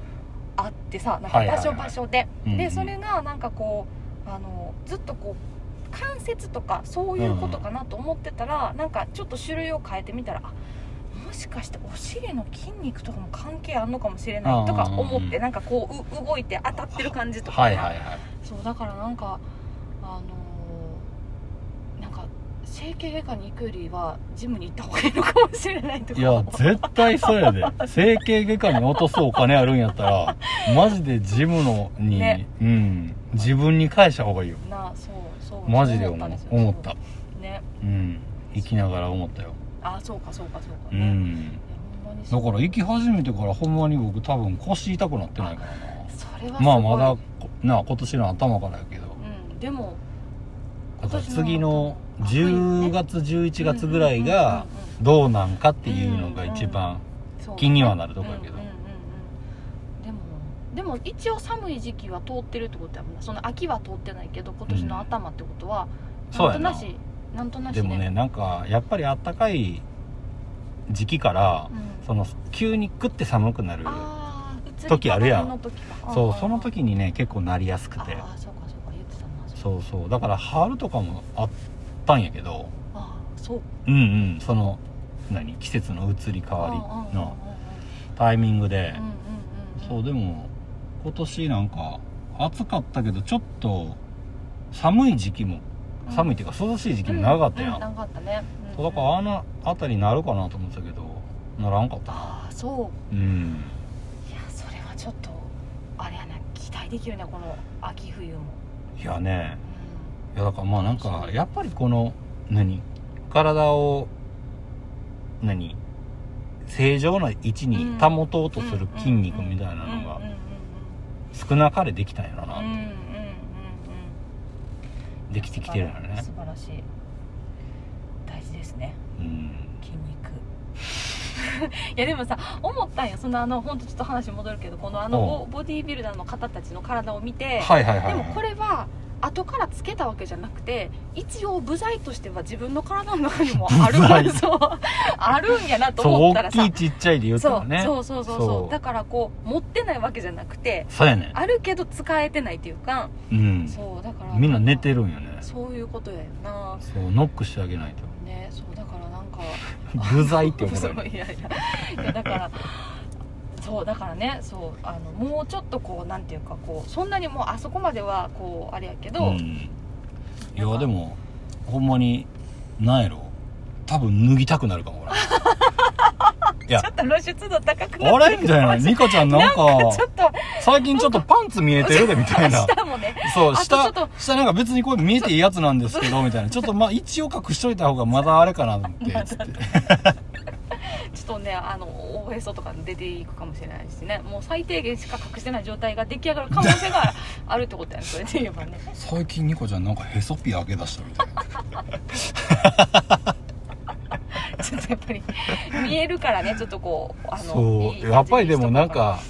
[SPEAKER 2] あってさな
[SPEAKER 1] は
[SPEAKER 2] んか
[SPEAKER 1] いはいは
[SPEAKER 2] 場
[SPEAKER 1] い
[SPEAKER 2] 所場所で、
[SPEAKER 1] うんうん
[SPEAKER 2] でそれがなんかこうあのずっとこう関節とかそういうことかなと思ってたら、なんかちょっと種類を変えてみたらあもしかしてお尻の筋肉とかも関係あるのかもしれないとか思って、
[SPEAKER 1] うん
[SPEAKER 2] なんかこうう動いて当たってる感じとか、
[SPEAKER 1] はいはいはい
[SPEAKER 2] そうだからなんかあのーなんか整形外科に行くよりはジムに行った方がいいのかもしれないとか
[SPEAKER 1] いや絶対そうやで整形外科に落とすお金あるんやったらマジでジムのに、
[SPEAKER 2] ね
[SPEAKER 1] うん自分に返した方がいいよ
[SPEAKER 2] なそうそう
[SPEAKER 1] マジで
[SPEAKER 2] た
[SPEAKER 1] 思
[SPEAKER 2] ん
[SPEAKER 1] う
[SPEAKER 2] すよ
[SPEAKER 1] 思った
[SPEAKER 2] ね
[SPEAKER 1] うん生きながら思ったよ
[SPEAKER 2] あそうかそうかそう
[SPEAKER 1] う
[SPEAKER 2] かね、いや
[SPEAKER 1] ん
[SPEAKER 2] ほんまにそ
[SPEAKER 1] だ
[SPEAKER 2] う
[SPEAKER 1] から行き始めてからほんまに僕多分腰痛くなってないからな
[SPEAKER 2] それは
[SPEAKER 1] まあ
[SPEAKER 2] すごい
[SPEAKER 1] まだこな今年の頭からやけど
[SPEAKER 2] うんでも
[SPEAKER 1] だから次の
[SPEAKER 2] 今
[SPEAKER 1] 10
[SPEAKER 2] 年の頭
[SPEAKER 1] 月11月ぐらいが
[SPEAKER 2] うんうんうんうん
[SPEAKER 1] どうなんかっていうのが一番
[SPEAKER 2] うんそう
[SPEAKER 1] 気にはなるとこやけど
[SPEAKER 2] うんうんうんうんでもでも一応寒い時期は通ってるってことやもんなその秋は通ってないけど今年の頭ってことは、
[SPEAKER 1] そう
[SPEAKER 2] な
[SPEAKER 1] や
[SPEAKER 2] んとな
[SPEAKER 1] な
[SPEAKER 2] しなんとなし
[SPEAKER 1] でもねなんかやっぱりあったかい時期から
[SPEAKER 2] う、ん
[SPEAKER 1] その急にグッて寒くなる
[SPEAKER 2] あー移り
[SPEAKER 1] 時あるやん
[SPEAKER 2] 変わりの時か
[SPEAKER 1] そ
[SPEAKER 2] ん
[SPEAKER 1] うん
[SPEAKER 2] ん
[SPEAKER 1] その時にね結構なりやすくて
[SPEAKER 2] ああそうかそうか言ってたなう
[SPEAKER 1] そうそうだから春とかもあったんやけど
[SPEAKER 2] ああそう
[SPEAKER 1] うんうんその何季節の移り変わりのタイミングで
[SPEAKER 2] うんうんうんうん
[SPEAKER 1] そうでも今年なんか暑かったけどちょっと寒い時期も
[SPEAKER 2] うん
[SPEAKER 1] 寒いっていうか涼しい時期も長かったやん、
[SPEAKER 2] うんうん長かったね
[SPEAKER 1] そうだからあの辺りになるかなと思ってたけどならんかったな
[SPEAKER 2] ああそう
[SPEAKER 1] うん
[SPEAKER 2] いやそれはちょっとあれやな期待できるねこの秋冬も、
[SPEAKER 1] いやね
[SPEAKER 2] う
[SPEAKER 1] いやだからまあなんかやっぱりこの何体を何正常な位置に保とうとする筋肉みたいなのが
[SPEAKER 2] うんうんうん
[SPEAKER 1] 少なかれできたんやろ
[SPEAKER 2] うんうんうんうん
[SPEAKER 1] な
[SPEAKER 2] うんうん
[SPEAKER 1] できてきてるよね
[SPEAKER 2] 素晴らしい大事ですね
[SPEAKER 1] うん
[SPEAKER 2] 筋肉 いやでもさ思ったんよそのあの本当ちょっと話戻るけどこのあのボボディービルダーの方たちの体を見て、
[SPEAKER 1] はいはいはい
[SPEAKER 2] でもこ
[SPEAKER 1] れ
[SPEAKER 2] れは後からつけたわけじゃなくて一応部材としては自分の体の中にもある
[SPEAKER 1] 部材
[SPEAKER 2] そうあるんやなと
[SPEAKER 1] そ
[SPEAKER 2] 思
[SPEAKER 1] う
[SPEAKER 2] ったら
[SPEAKER 1] 大
[SPEAKER 2] さ
[SPEAKER 1] きいちっちゃいで言った
[SPEAKER 2] そ
[SPEAKER 1] ら
[SPEAKER 2] う
[SPEAKER 1] ね
[SPEAKER 2] そうそうそうそう
[SPEAKER 1] そう
[SPEAKER 2] だからこう持ってないわけじゃなくて
[SPEAKER 1] そうやね
[SPEAKER 2] あるけど使えてないっていうか、
[SPEAKER 1] うん
[SPEAKER 2] そうだから
[SPEAKER 1] みんな寝て
[SPEAKER 2] る
[SPEAKER 1] るんよね
[SPEAKER 2] そういうことやよな
[SPEAKER 1] そうノックしてあげないと
[SPEAKER 2] ねそうだからなんか
[SPEAKER 1] 具材ってこと
[SPEAKER 2] そ
[SPEAKER 1] や
[SPEAKER 2] う
[SPEAKER 1] ね
[SPEAKER 2] いやいやいやだからそうだからねそうあのもうちょっとこうなんていうかこうそんなにもうあそこまではこうあれやけ
[SPEAKER 1] う
[SPEAKER 2] ど、
[SPEAKER 1] んいやでもほんまになんやろ多分脱ぎたくなるかも俺 いや
[SPEAKER 2] ちょっと露出度高くな
[SPEAKER 1] あ
[SPEAKER 2] って
[SPEAKER 1] れ
[SPEAKER 2] る
[SPEAKER 1] みたいなニカちゃんなんか
[SPEAKER 2] ちょっと
[SPEAKER 1] 最近ちょっとパンツ見えてるでみた いな
[SPEAKER 2] 下もね
[SPEAKER 1] そう
[SPEAKER 2] あとちょ
[SPEAKER 1] 下
[SPEAKER 2] っと
[SPEAKER 1] 下なんか別にこれ見えていいやつなんですけどみたいなちょっとまあ一応隠しといた方がまだあれかなと 思ってつって
[SPEAKER 2] ちょっとねあのおへそとか出ていくかもしれないしねもう最低限しか隠してない状態が出来上がる可能性があるってことやねそれで言えばね
[SPEAKER 1] 最近ニコちゃんなんかへそピ開け出したみたいな
[SPEAKER 2] ちょっとやっぱり見えるからねちょっとこうあの
[SPEAKER 1] そうやっぱりでもなんか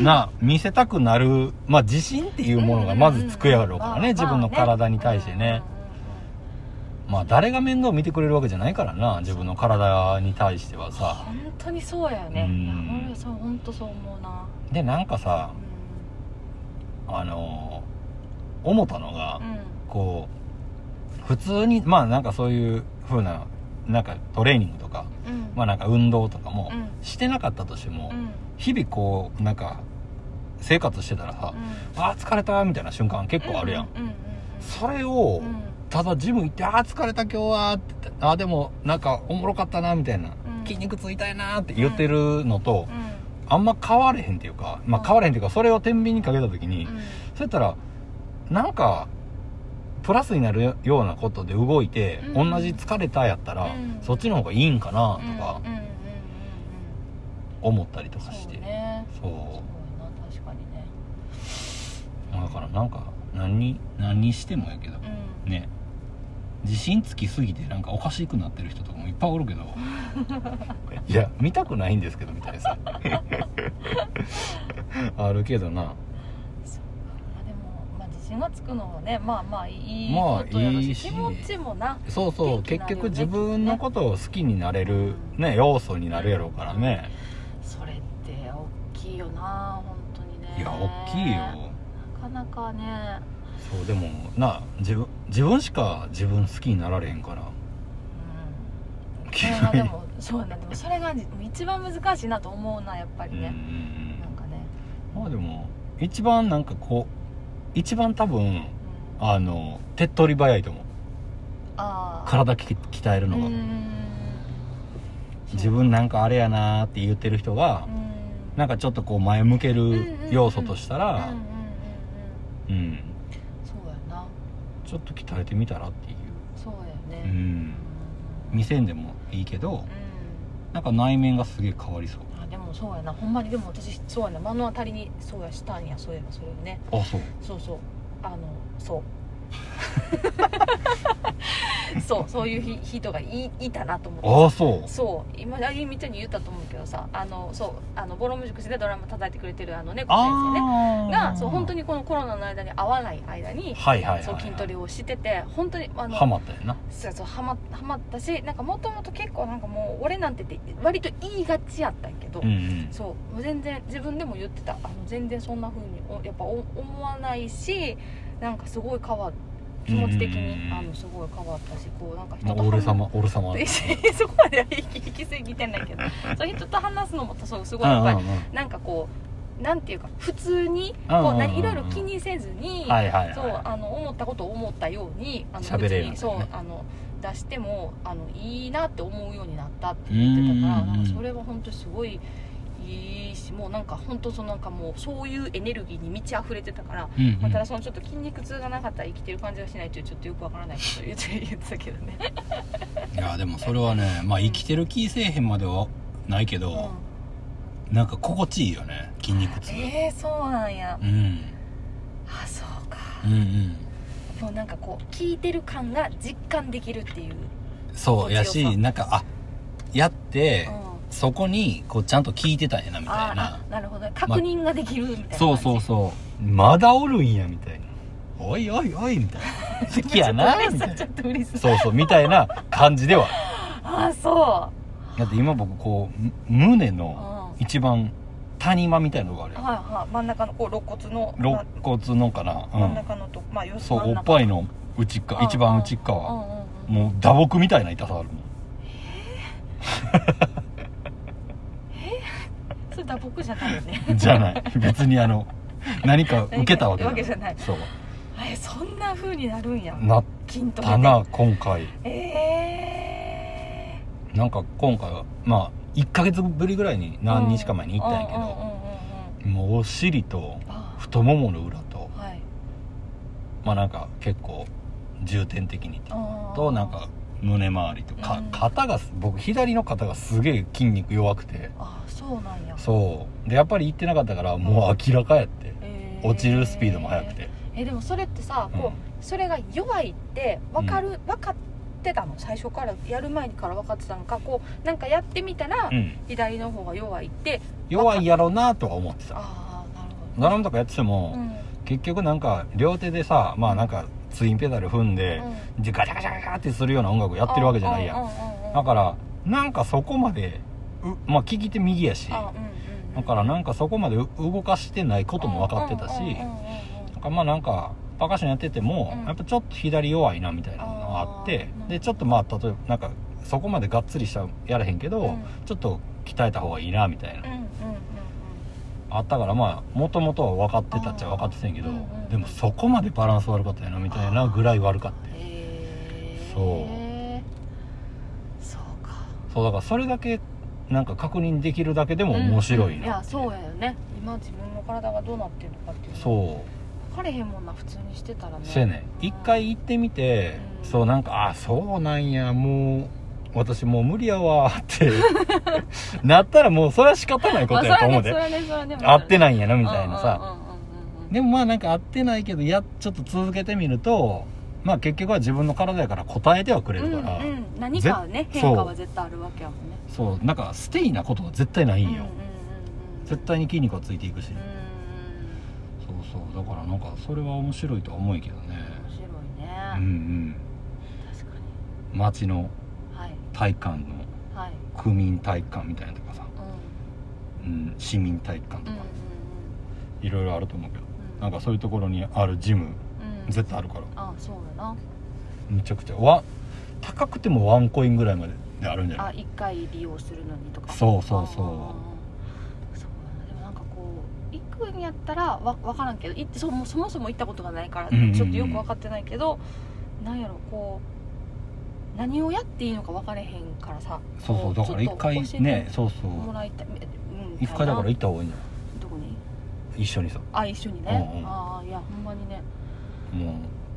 [SPEAKER 1] な見せたくなるまあ自信っていうものがまずつくやろうからね自分の体に対してね、まあ誰が面倒見てくれるわけじゃないからな自分の体に対しては
[SPEAKER 2] さ
[SPEAKER 1] さ
[SPEAKER 2] 本当にそうやよね
[SPEAKER 1] うん
[SPEAKER 2] いや俺はそう本当そう思うな
[SPEAKER 1] でなんかさあのー思ったのが、
[SPEAKER 2] うんうん
[SPEAKER 1] こう普通にまあなんかそういう風ななんかトレーニングとか
[SPEAKER 2] うん
[SPEAKER 1] まあなんか運動とかも
[SPEAKER 2] うん
[SPEAKER 1] してなかったとしても、
[SPEAKER 2] うん
[SPEAKER 1] 日々こうなんか生活してたらさ、あー疲れたみたいな瞬間結構あるやん、
[SPEAKER 2] うんうんうん
[SPEAKER 1] それを、
[SPEAKER 2] うん
[SPEAKER 1] ただジム行って「あー疲れた今日は」って言って「あーでもなんかおもろかったな」みたいな「
[SPEAKER 2] うん
[SPEAKER 1] 筋肉ついたいな」って言ってるのと
[SPEAKER 2] うんうん
[SPEAKER 1] あんま変われへんっていうかまあ変われへんっていうかそれを天秤にかけた時にそうやったらなんかプラスになるようなことで動いて同
[SPEAKER 2] うん
[SPEAKER 1] じ疲れたやったら
[SPEAKER 2] うん
[SPEAKER 1] そっちの方がいいんかなとか
[SPEAKER 2] うんうんうんうん
[SPEAKER 1] 思ったりとかし
[SPEAKER 2] そう
[SPEAKER 1] て
[SPEAKER 2] ねそう
[SPEAKER 1] そ
[SPEAKER 2] やな確かにね
[SPEAKER 1] うだからなんか何に何にしてもやけど
[SPEAKER 2] うん
[SPEAKER 1] ね自信つきすぎてなんかおかしくなってる人とかもいっぱいおるけど いや見たくないんですけどみたいなさ あるけどな
[SPEAKER 2] そうまあでもまあ自信がつくのはねまあまあいい
[SPEAKER 1] まあ
[SPEAKER 2] ことやろ
[SPEAKER 1] いい
[SPEAKER 2] し
[SPEAKER 1] し
[SPEAKER 2] 気持ちもな
[SPEAKER 1] そうそう
[SPEAKER 2] 元気に
[SPEAKER 1] 結
[SPEAKER 2] なるよね
[SPEAKER 1] 局自分のことを好きになれる、ね、要素になるやろうからね
[SPEAKER 2] それって大きいよな本当にね
[SPEAKER 1] いや大きいよ
[SPEAKER 2] なかなかね
[SPEAKER 1] そうでもな自分自分しか自分好きになられへんから
[SPEAKER 2] うんそ
[SPEAKER 1] 急
[SPEAKER 2] れ
[SPEAKER 1] に
[SPEAKER 2] がでもそうなんでもそれが一番難しいなと思うなやっぱ
[SPEAKER 1] う
[SPEAKER 2] り
[SPEAKER 1] んうんう
[SPEAKER 2] ね
[SPEAKER 1] ん
[SPEAKER 2] なんかね
[SPEAKER 1] まあでも一番なんかこう一番多分
[SPEAKER 2] うん
[SPEAKER 1] あの手っ取り早いと思う
[SPEAKER 2] あー
[SPEAKER 1] 体き鍛えるのが、
[SPEAKER 2] うん
[SPEAKER 1] 自分なんかあれやなーって言ってる人が、
[SPEAKER 2] うん
[SPEAKER 1] なんかちょっとこう前向ける要素としたら
[SPEAKER 2] うんうんうんう
[SPEAKER 1] う
[SPEAKER 2] ん
[SPEAKER 1] ん、
[SPEAKER 2] そうやな
[SPEAKER 1] ちょっと鍛えてみたらっていう、
[SPEAKER 2] そうや
[SPEAKER 1] う
[SPEAKER 2] ね
[SPEAKER 1] ん、見せんでもいいけど
[SPEAKER 2] う
[SPEAKER 1] なんか内面がすげえ変わりそうん
[SPEAKER 2] あでもそうやなほんまにでも私そうやな目の当たりにそうやしたんやそういえばそれをね
[SPEAKER 1] あそう
[SPEAKER 2] そうそうあのそうそうそういうひ人がいいたなと思って
[SPEAKER 1] ああそう
[SPEAKER 2] そう今あゆみちゃんに言ったと思うけどさあのそうあのボロム塾でドラマ叩いてくれてるあの猫先生ね
[SPEAKER 1] あー
[SPEAKER 2] がそう本当にこのコロナの間に会わない間に、
[SPEAKER 1] はいはいはいはい
[SPEAKER 2] そう筋トレをしてて本当にあの
[SPEAKER 1] ハマったよな
[SPEAKER 2] そうそうハマハマったしなんかもともと結構なんかもう俺なんてって割と言いがちやったんやけど、
[SPEAKER 1] うんうん
[SPEAKER 2] そうもう全然自分でも言ってたあの全然そんな風におやっぱお思わないしなんかすごい変わ気持ち的
[SPEAKER 1] うんうんう
[SPEAKER 2] に
[SPEAKER 1] ん
[SPEAKER 2] あのすごい変わったしこうなんか人
[SPEAKER 1] まあ
[SPEAKER 2] と
[SPEAKER 1] 俺
[SPEAKER 2] 話
[SPEAKER 1] 様俺様
[SPEAKER 2] そこまでは引き引きすぎてないけどそう人と話すのもそうすごいやっぱり
[SPEAKER 1] は
[SPEAKER 2] なんかこうなんていうか普通に
[SPEAKER 1] うんうんうん
[SPEAKER 2] こう何いろいろ気にせずに、
[SPEAKER 1] いはいはい
[SPEAKER 2] そうあの思ったことを思ったようにあの
[SPEAKER 1] 喋れるようになったね
[SPEAKER 2] 別にそうあの出してもあのいいなって思うようになったって言ってたから
[SPEAKER 1] うんうんう
[SPEAKER 2] なんんかそれは本当すごいいいしもうなんか本当そのなんかもうそういうエネルギーに満ち溢れてたから、
[SPEAKER 1] うんうん
[SPEAKER 2] まあ、ただそのちょっと筋肉痛がなかったら生きてる感じがしないというちょっとよくわからないことを言って言ってたけどね。
[SPEAKER 1] いやでもそれはねまあ生きてる気せえへんまではないけ
[SPEAKER 2] うん
[SPEAKER 1] ど、なんか心地いいよね筋肉痛、
[SPEAKER 2] えー、そうなんや、
[SPEAKER 1] うん、
[SPEAKER 2] あそうか
[SPEAKER 1] うんうん
[SPEAKER 2] もうなんかこう聞いてる感が実感できるっていう、
[SPEAKER 1] そうや
[SPEAKER 2] 心地よ
[SPEAKER 1] し
[SPEAKER 2] さ
[SPEAKER 1] なんかあやって
[SPEAKER 2] うん、
[SPEAKER 1] そこにこうちゃんと聞いてたんやなみたい
[SPEAKER 2] あ
[SPEAKER 1] な
[SPEAKER 2] あなるほどね確認ができるみたいな感じ、
[SPEAKER 1] そうそうそうまだおるんやみたいなおいおいおいみたいな好きやなみたい
[SPEAKER 2] ち
[SPEAKER 1] な
[SPEAKER 2] ょっと嬉しそう
[SPEAKER 1] そうそうみたいな感じでは
[SPEAKER 2] ああそ
[SPEAKER 1] だって今僕こうむ胸
[SPEAKER 2] う、うん、
[SPEAKER 1] の
[SPEAKER 2] は
[SPEAKER 1] 一番谷間みたいなのがある
[SPEAKER 2] い
[SPEAKER 1] よ
[SPEAKER 2] はい真ん中のこう肋骨の
[SPEAKER 1] 肋骨のかな、
[SPEAKER 2] 真
[SPEAKER 1] うんん、
[SPEAKER 2] 中のとまあよ
[SPEAKER 1] そ
[SPEAKER 2] そ
[SPEAKER 1] うおっ
[SPEAKER 2] い
[SPEAKER 1] ぱいの内っ
[SPEAKER 2] うん
[SPEAKER 1] 側一番内っ
[SPEAKER 2] う
[SPEAKER 1] 側
[SPEAKER 2] んうんうん
[SPEAKER 1] もう打撲みたいな痛さあるもん
[SPEAKER 2] それ打撲じゃないよね
[SPEAKER 1] じゃない別にあの何か 受けたわけ
[SPEAKER 2] 何か受けたわけ
[SPEAKER 1] そう
[SPEAKER 2] えそんな風になるんや
[SPEAKER 1] なっ
[SPEAKER 2] 筋トレで
[SPEAKER 1] たな今回
[SPEAKER 2] ええ
[SPEAKER 1] なんか今回はまあ1ヶ月ぶりぐらいに何日か前に行ったんやけ
[SPEAKER 2] うんうん
[SPEAKER 1] ど、
[SPEAKER 2] うんうんうん
[SPEAKER 1] もうお尻と
[SPEAKER 2] あ
[SPEAKER 1] 太ももの裏と
[SPEAKER 2] ーはい
[SPEAKER 1] まあなんか結構重点的にっていう
[SPEAKER 2] あー
[SPEAKER 1] となんか胸周りとか、
[SPEAKER 2] うん
[SPEAKER 1] 肩が僕左の肩がすげえ筋肉弱くて
[SPEAKER 2] あーそうなんや
[SPEAKER 1] そうでやっぱり行ってなかったからもう明らかやって
[SPEAKER 2] えー
[SPEAKER 1] 落ちるスピードも速くて、
[SPEAKER 2] えでもそれってさ
[SPEAKER 1] うん
[SPEAKER 2] こう、それが弱いって分かる、分かってたの最初からやる前から分かってたのかこうなんかやってみたら、
[SPEAKER 1] うん
[SPEAKER 2] 左の方が弱いって
[SPEAKER 1] 弱いやろうなとは思ってた
[SPEAKER 2] ああなるほど
[SPEAKER 1] ドラムとかやってても、
[SPEAKER 2] うん
[SPEAKER 1] 結局なんか両手でさまあなんかツインペダル踏んで、でガチャガチャガチャってするような音楽をやってるわけじゃないやんだ
[SPEAKER 2] ら
[SPEAKER 1] からなんかそこまでうまあ聞き手右やしだからなんかそこまでう動かしてないことも分かってたしなんかまあなんかパーカッションやってても、
[SPEAKER 2] うん
[SPEAKER 1] やっぱちょっと左弱いなみたいなのがあって
[SPEAKER 2] あー
[SPEAKER 1] でちょっとまあ例えばなんかそこまでがっつりしたやらへんけど、ちょっと鍛えた方がいいなみたいな、あったからまあもともとは分かってたっちゃ分かってたんやけど、
[SPEAKER 2] うんうんうん
[SPEAKER 1] でもそこまでバランス悪かったよなみたいなぐらい悪かったよそう
[SPEAKER 2] そうか
[SPEAKER 1] そうだからそれだけなんか確認できるだけでも面白い
[SPEAKER 2] うん
[SPEAKER 1] な、
[SPEAKER 2] いやそうやよね今自分の体がどうなってるのかっていうの
[SPEAKER 1] そ
[SPEAKER 2] 分かれへんもんな普通にしてたらね
[SPEAKER 1] うせやねん一回行ってみて、
[SPEAKER 2] うん
[SPEAKER 1] そうなんかあそうなんやもう私もう無理やわって なったらもうそれは仕方ないことやと思うで、
[SPEAKER 2] まあそれはねそれはねそれは
[SPEAKER 1] 合
[SPEAKER 2] ね
[SPEAKER 1] ってないんやなみ
[SPEAKER 2] み
[SPEAKER 1] たいなさ、でもまあなんか合ってないけどやちょっと続けてみるとまあ結局は自分の体やから答えてはくれるから、
[SPEAKER 2] うんうん、何かね
[SPEAKER 1] ぜ
[SPEAKER 2] 変化は絶対あるわけやもんね
[SPEAKER 1] そうなんかステイなことは絶対ないんよ、絶対
[SPEAKER 2] に
[SPEAKER 1] に筋肉はついていくし、
[SPEAKER 2] うんうんうん
[SPEAKER 1] そうそうだからなんかそれは面白いとは思うけどね
[SPEAKER 2] 面白いね
[SPEAKER 1] う、んうん
[SPEAKER 2] 確かに
[SPEAKER 1] 街の
[SPEAKER 2] はい
[SPEAKER 1] 体育館の
[SPEAKER 2] はい
[SPEAKER 1] 区民体育館みたいなのとかさ、
[SPEAKER 2] うん
[SPEAKER 1] うん、市民体育館
[SPEAKER 2] う
[SPEAKER 1] と
[SPEAKER 2] んうん
[SPEAKER 1] かいろいろあると思うけど、
[SPEAKER 2] うん
[SPEAKER 1] なんかそういうところにあるジム
[SPEAKER 2] うん
[SPEAKER 1] 絶対あるから
[SPEAKER 2] あそうだな
[SPEAKER 1] めちゃくちゃわ高くてもワンコインぐらいまでであるんじゃない
[SPEAKER 2] あ一回利用するのにとか
[SPEAKER 1] そうそうそう
[SPEAKER 2] あーそうだなでもなんかこう行くんやったらわ分からんけど行ってそうもうそもそも行ったことがないから
[SPEAKER 1] うんうんうん
[SPEAKER 2] ちょっとよく分かってないけど、なんやろこう何をやっていいのか分かれへんからさ
[SPEAKER 1] そうそう
[SPEAKER 2] こ
[SPEAKER 1] だから一
[SPEAKER 2] ちょっと教
[SPEAKER 1] 回
[SPEAKER 2] え
[SPEAKER 1] ね
[SPEAKER 2] て
[SPEAKER 1] そうそ
[SPEAKER 2] も
[SPEAKER 1] う
[SPEAKER 2] らいたい、うん、
[SPEAKER 1] 一回だから
[SPEAKER 2] ど
[SPEAKER 1] 行った方がいいんじゃな
[SPEAKER 2] こに
[SPEAKER 1] い一緒にさ
[SPEAKER 2] あ一緒にね、
[SPEAKER 1] うんうん
[SPEAKER 2] ああいやほんまにね
[SPEAKER 1] も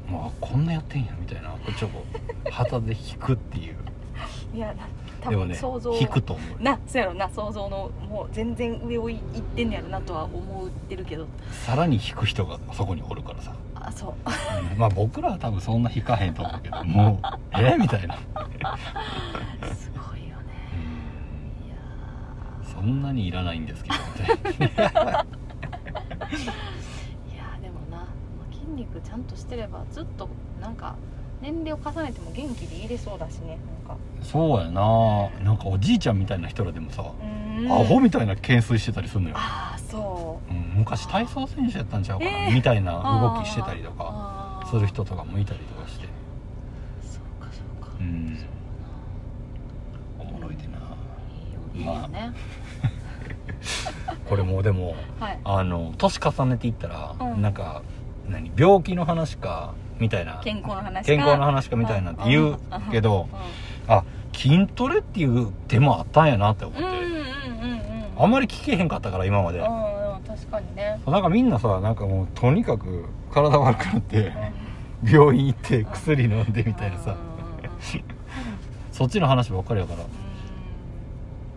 [SPEAKER 1] うまあこんなやってんやみたいなこうちょっと旗で引くっていう
[SPEAKER 2] いやな多
[SPEAKER 1] でも
[SPEAKER 2] 分
[SPEAKER 1] ね
[SPEAKER 2] 想像、
[SPEAKER 1] 引くと思う
[SPEAKER 2] なそうやろな想像のもう全然上をい行ってんねやろなとは思ってるけど
[SPEAKER 1] さらに引く人がそこにおるからさ
[SPEAKER 2] あそう
[SPEAKER 1] うんまあ僕らは多分そんな引かへんと思うけどもう えみたいな、
[SPEAKER 2] すごいよね
[SPEAKER 1] うん
[SPEAKER 2] いや
[SPEAKER 1] そんなにいらないんですけどみたい
[SPEAKER 2] ーいやーでもな、まあ筋肉ちゃんとしてればずっとなんか年齢を重ねても元気でいれそうだしねなんか
[SPEAKER 1] な そうやななんかおじいちゃんみたいな人らでもさ、
[SPEAKER 2] うーん
[SPEAKER 1] アホみたいな懸垂してたりするのよ、
[SPEAKER 2] ああそう
[SPEAKER 1] うん、昔体操選手やったんちゃうかな、
[SPEAKER 2] えー
[SPEAKER 1] みたいな動きしてたりとか
[SPEAKER 2] あー
[SPEAKER 1] する人とかもいたりとかして
[SPEAKER 2] そうかそうか
[SPEAKER 1] うん
[SPEAKER 2] そう
[SPEAKER 1] おもろいでな
[SPEAKER 2] ないいよいいよね、
[SPEAKER 1] これもうでも
[SPEAKER 2] はい
[SPEAKER 1] あの年重ねていったら、
[SPEAKER 2] うん
[SPEAKER 1] なんか何病気の話かみたいな
[SPEAKER 2] 健康の話か
[SPEAKER 1] 健康の話かみたいなって言うけど
[SPEAKER 2] う
[SPEAKER 1] 筋トレっていう手もあったんやなって思っ
[SPEAKER 2] んうんうん
[SPEAKER 1] て、
[SPEAKER 2] うんうん
[SPEAKER 1] あんまり聞けへんかったから今まで、
[SPEAKER 2] うんうん確かにね
[SPEAKER 1] なんかみんなさなんかもうとにかく体悪くなって
[SPEAKER 2] うん
[SPEAKER 1] 病院行って薬飲んで みたいなさ
[SPEAKER 2] うんうんうんうん
[SPEAKER 1] そっちの話ばっかりやから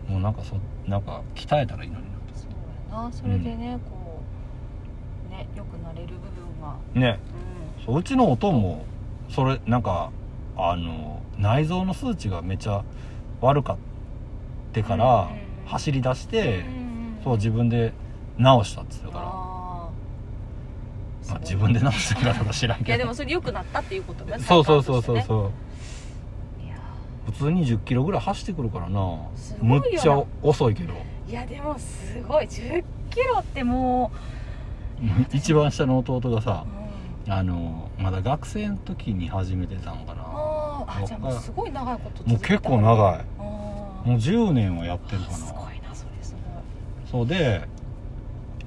[SPEAKER 2] うん
[SPEAKER 1] もうなんかそなんか鍛えたらいいのにな
[SPEAKER 2] そうやなそれでね、こうね良くなれる部分が
[SPEAKER 1] ね
[SPEAKER 2] う
[SPEAKER 1] そううちのおとんもそれなんかあの内臓の数値がめちゃ悪かってから
[SPEAKER 2] うんうんうん
[SPEAKER 1] 走り出して
[SPEAKER 2] ん、んん
[SPEAKER 1] そう自分で治したっつってたから、
[SPEAKER 2] あー
[SPEAKER 1] まあ、自分で治したからとか知らん
[SPEAKER 2] いや
[SPEAKER 1] け
[SPEAKER 2] でも
[SPEAKER 1] ど
[SPEAKER 2] それ良くなったっていうこと が
[SPEAKER 1] そうそうそうそう
[SPEAKER 2] う
[SPEAKER 1] そう
[SPEAKER 2] いや
[SPEAKER 1] 普通に1 0キロぐらい走ってくるからな
[SPEAKER 2] すご
[SPEAKER 1] む
[SPEAKER 2] いよな
[SPEAKER 1] っちゃ遅いけど
[SPEAKER 2] いやでもすごい1 0キロっても
[SPEAKER 1] 一番下の弟がさ
[SPEAKER 2] う、うん
[SPEAKER 1] あのまだ学生の時に始めてたのかな
[SPEAKER 2] あーあじゃあもうすごい長いこと
[SPEAKER 1] もう結構長い
[SPEAKER 2] あー
[SPEAKER 1] もう10年はやってるか
[SPEAKER 2] す
[SPEAKER 1] な
[SPEAKER 2] ごいなそれすごい
[SPEAKER 1] そうで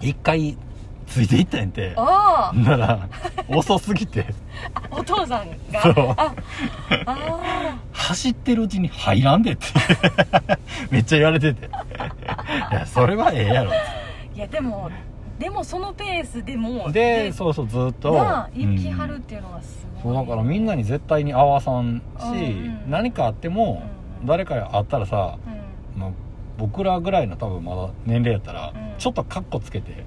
[SPEAKER 1] 一回ついていったんやて
[SPEAKER 2] あー
[SPEAKER 1] なら遅すぎて
[SPEAKER 2] あお父さんが
[SPEAKER 1] そう
[SPEAKER 2] ああ
[SPEAKER 1] 走ってるうちに入らんでって めっちゃ言われてていやそれはええやろっつっ
[SPEAKER 2] ーいやでもでもそのペースでも
[SPEAKER 1] てでそうそうずっと
[SPEAKER 2] なあ行き
[SPEAKER 1] うん
[SPEAKER 2] はるっていうのがす
[SPEAKER 1] そ
[SPEAKER 2] ご
[SPEAKER 1] う
[SPEAKER 2] い、
[SPEAKER 1] だからみんなに絶対に合わさんし、
[SPEAKER 2] うんうん
[SPEAKER 1] 何かあっても
[SPEAKER 2] うん
[SPEAKER 1] 誰かに会ったらさ、
[SPEAKER 2] うんうん
[SPEAKER 1] まあ、僕らぐらいの多分まだ年齢やったら、
[SPEAKER 2] うん
[SPEAKER 1] ちょっとカッコつけて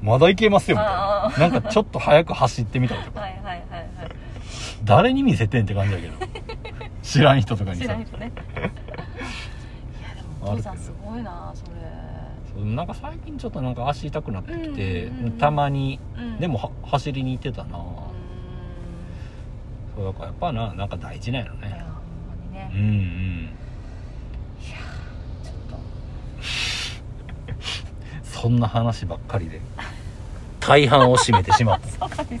[SPEAKER 1] まだいけますよみたい
[SPEAKER 2] あ
[SPEAKER 1] ななんかちょっと早く走ってみたりとか
[SPEAKER 2] はいはいはいはい
[SPEAKER 1] 誰に見せてんって感じやけ ど知らん人とかに
[SPEAKER 2] 知
[SPEAKER 1] さ
[SPEAKER 2] らん 人ねいやでもお父さんすごいなそれ
[SPEAKER 1] そうなんか最近ちょっとなんか足痛くなってきて、
[SPEAKER 2] うんうんうん
[SPEAKER 1] たまに、
[SPEAKER 2] うん
[SPEAKER 1] でもは走りに行ってたな、
[SPEAKER 2] うーん
[SPEAKER 1] そうだからやっぱななんか大事なんやろ
[SPEAKER 2] いや
[SPEAKER 1] ね
[SPEAKER 2] ほんまにね
[SPEAKER 1] うんうん
[SPEAKER 2] いやちょっと
[SPEAKER 1] そんな話ばっかりで大半を占めてしまった
[SPEAKER 2] そうですね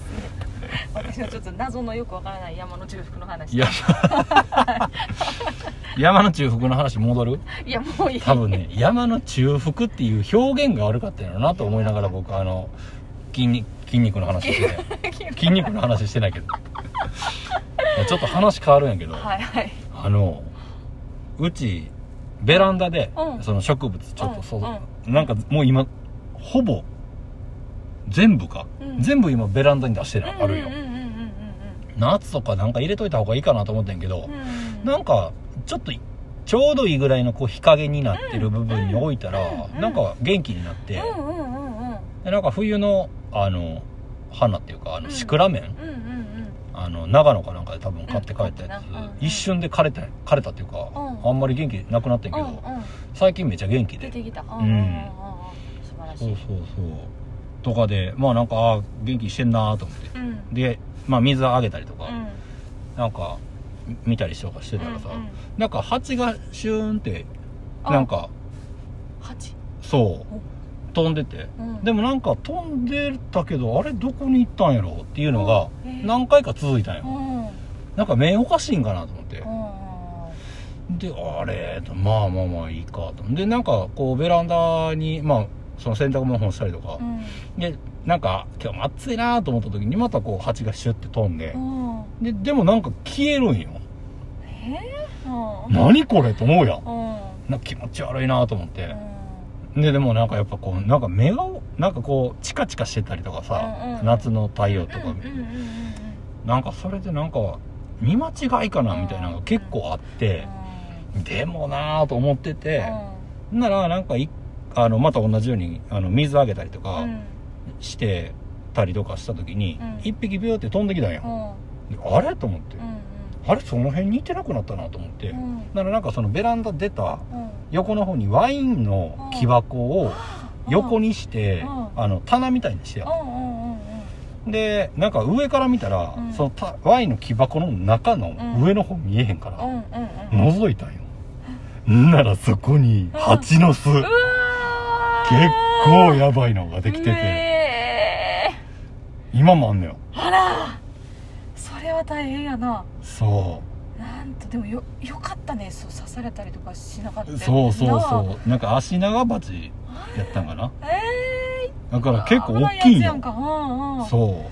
[SPEAKER 2] 私のちょっと謎のよくわからない山の中腹の話
[SPEAKER 1] いや山の中腹の話戻る
[SPEAKER 2] いやもういい
[SPEAKER 1] 多分 ね山の中腹っていう表現が悪かったんやろなと思いながら僕あの筋肉筋肉の話してて筋肉の話してないけどいやちょっと話変わるんやけど、
[SPEAKER 2] はいはい
[SPEAKER 1] あのうちベランダで、
[SPEAKER 2] うん
[SPEAKER 1] その植物ちょっとそう、
[SPEAKER 2] うん
[SPEAKER 1] なんかもう今ほぼ全部か、
[SPEAKER 2] うん
[SPEAKER 1] 全部今ベランダに出してる、あるよ
[SPEAKER 2] うんうんうんうん
[SPEAKER 1] 夏とかなんか入れといた方がいいかなと思ってんけど、
[SPEAKER 2] うんうんうんうん
[SPEAKER 1] なんかちょっとちょうどいいぐらいのこう日陰になってる部分に置いたら、
[SPEAKER 2] うんうん
[SPEAKER 1] なんか元気になって、
[SPEAKER 2] うんうんうんうん
[SPEAKER 1] でなんか冬のあの花っていうかあ
[SPEAKER 2] う
[SPEAKER 1] の
[SPEAKER 2] ん
[SPEAKER 1] シクラメン、
[SPEAKER 2] うんうん
[SPEAKER 1] あの長野かなんかで多分買って帰ったやつ、
[SPEAKER 2] うん買ったなうん
[SPEAKER 1] 一瞬で枯れた枯れたっていうか、
[SPEAKER 2] うん
[SPEAKER 1] あんまり元気なくなってんけ
[SPEAKER 2] う
[SPEAKER 1] ど、
[SPEAKER 2] んうんうん
[SPEAKER 1] 最近めっちゃ元気
[SPEAKER 2] 出
[SPEAKER 1] で
[SPEAKER 2] てきた
[SPEAKER 1] ん
[SPEAKER 2] うんうんうんうん素晴らし
[SPEAKER 1] そう
[SPEAKER 2] い
[SPEAKER 1] そうそうとかでまあなんかあー元気してんなーと思って
[SPEAKER 2] うん
[SPEAKER 1] で、まあ、水あげたりと
[SPEAKER 2] う
[SPEAKER 1] か、
[SPEAKER 2] ん
[SPEAKER 1] なんかみ見たりとかしてたらさ、
[SPEAKER 2] うんうん
[SPEAKER 1] なんか蜂がシューンって
[SPEAKER 2] あ
[SPEAKER 1] なんか
[SPEAKER 2] 蜂
[SPEAKER 1] そう飛んでて
[SPEAKER 2] うん
[SPEAKER 1] でもなんか飛んでたけどあれどこに行ったんやろっていうのが
[SPEAKER 2] うんへー
[SPEAKER 1] 何回か続いたん
[SPEAKER 2] う
[SPEAKER 1] よ
[SPEAKER 2] んうん
[SPEAKER 1] なんか目おかしいんかなと思って
[SPEAKER 2] うん
[SPEAKER 1] であれとまあまあまあいいかとでなんかこうベランダにまあその洗濯物干したりとか、
[SPEAKER 2] うん
[SPEAKER 1] でなんか今日も暑いなと思った時にまたこう蜂がシュッて飛んで
[SPEAKER 2] う、ん
[SPEAKER 1] ででもなんか消えるんよ、
[SPEAKER 2] えーうん
[SPEAKER 1] 何これと思うやん
[SPEAKER 2] うん
[SPEAKER 1] なんか気持ち悪いなと思って
[SPEAKER 2] うん、
[SPEAKER 1] ででもなんかやっぱこうなんか目がなんかこうチカチカしてたりとかさ、
[SPEAKER 2] うんうん
[SPEAKER 1] 夏の太陽とか、
[SPEAKER 2] うんうんうんうんうん
[SPEAKER 1] なんかそれでなんか見間違いかなみたいなのが結構あって、でもなぁと思ってて、ならなんかいあのまた同じようにあの水あげたりと
[SPEAKER 2] うん
[SPEAKER 1] か
[SPEAKER 2] うん
[SPEAKER 1] して、たりとかした時に
[SPEAKER 2] うん
[SPEAKER 1] 一匹ビューって飛んできたんや、
[SPEAKER 2] うん
[SPEAKER 1] であれと思って、
[SPEAKER 2] うん
[SPEAKER 1] あれその辺にいてなくなったなと思って、
[SPEAKER 2] うんうん
[SPEAKER 1] だからなんかそのベランダ出た
[SPEAKER 2] うん
[SPEAKER 1] 横の方にワインの木箱を横にして、
[SPEAKER 2] うん
[SPEAKER 1] あの棚みたいにしてや
[SPEAKER 2] う
[SPEAKER 1] っ
[SPEAKER 2] んうんうんうん
[SPEAKER 1] でなんか上から見たら、
[SPEAKER 2] うん
[SPEAKER 1] そのたワインの木箱の中の上の方見えへんか
[SPEAKER 2] うん
[SPEAKER 1] ら、
[SPEAKER 2] うんうん
[SPEAKER 1] 覗いたんよ、ん、ならそこに蜂の巣、
[SPEAKER 2] う
[SPEAKER 1] 結
[SPEAKER 2] わー
[SPEAKER 1] 構やばいのができてて、
[SPEAKER 2] うえ
[SPEAKER 1] 今もあんのよ
[SPEAKER 2] ーあらそれは大変やな
[SPEAKER 1] そ
[SPEAKER 2] なんとでもよよかったねそう刺されたりとかしなかった
[SPEAKER 1] うそうそう
[SPEAKER 2] な
[SPEAKER 1] そうなんか足長鉢やったんかな
[SPEAKER 2] あえ
[SPEAKER 1] だか
[SPEAKER 2] ー、
[SPEAKER 1] ら結構大
[SPEAKER 2] 危な
[SPEAKER 1] きい
[SPEAKER 2] やつや
[SPEAKER 1] よ
[SPEAKER 2] んかうんうん
[SPEAKER 1] そ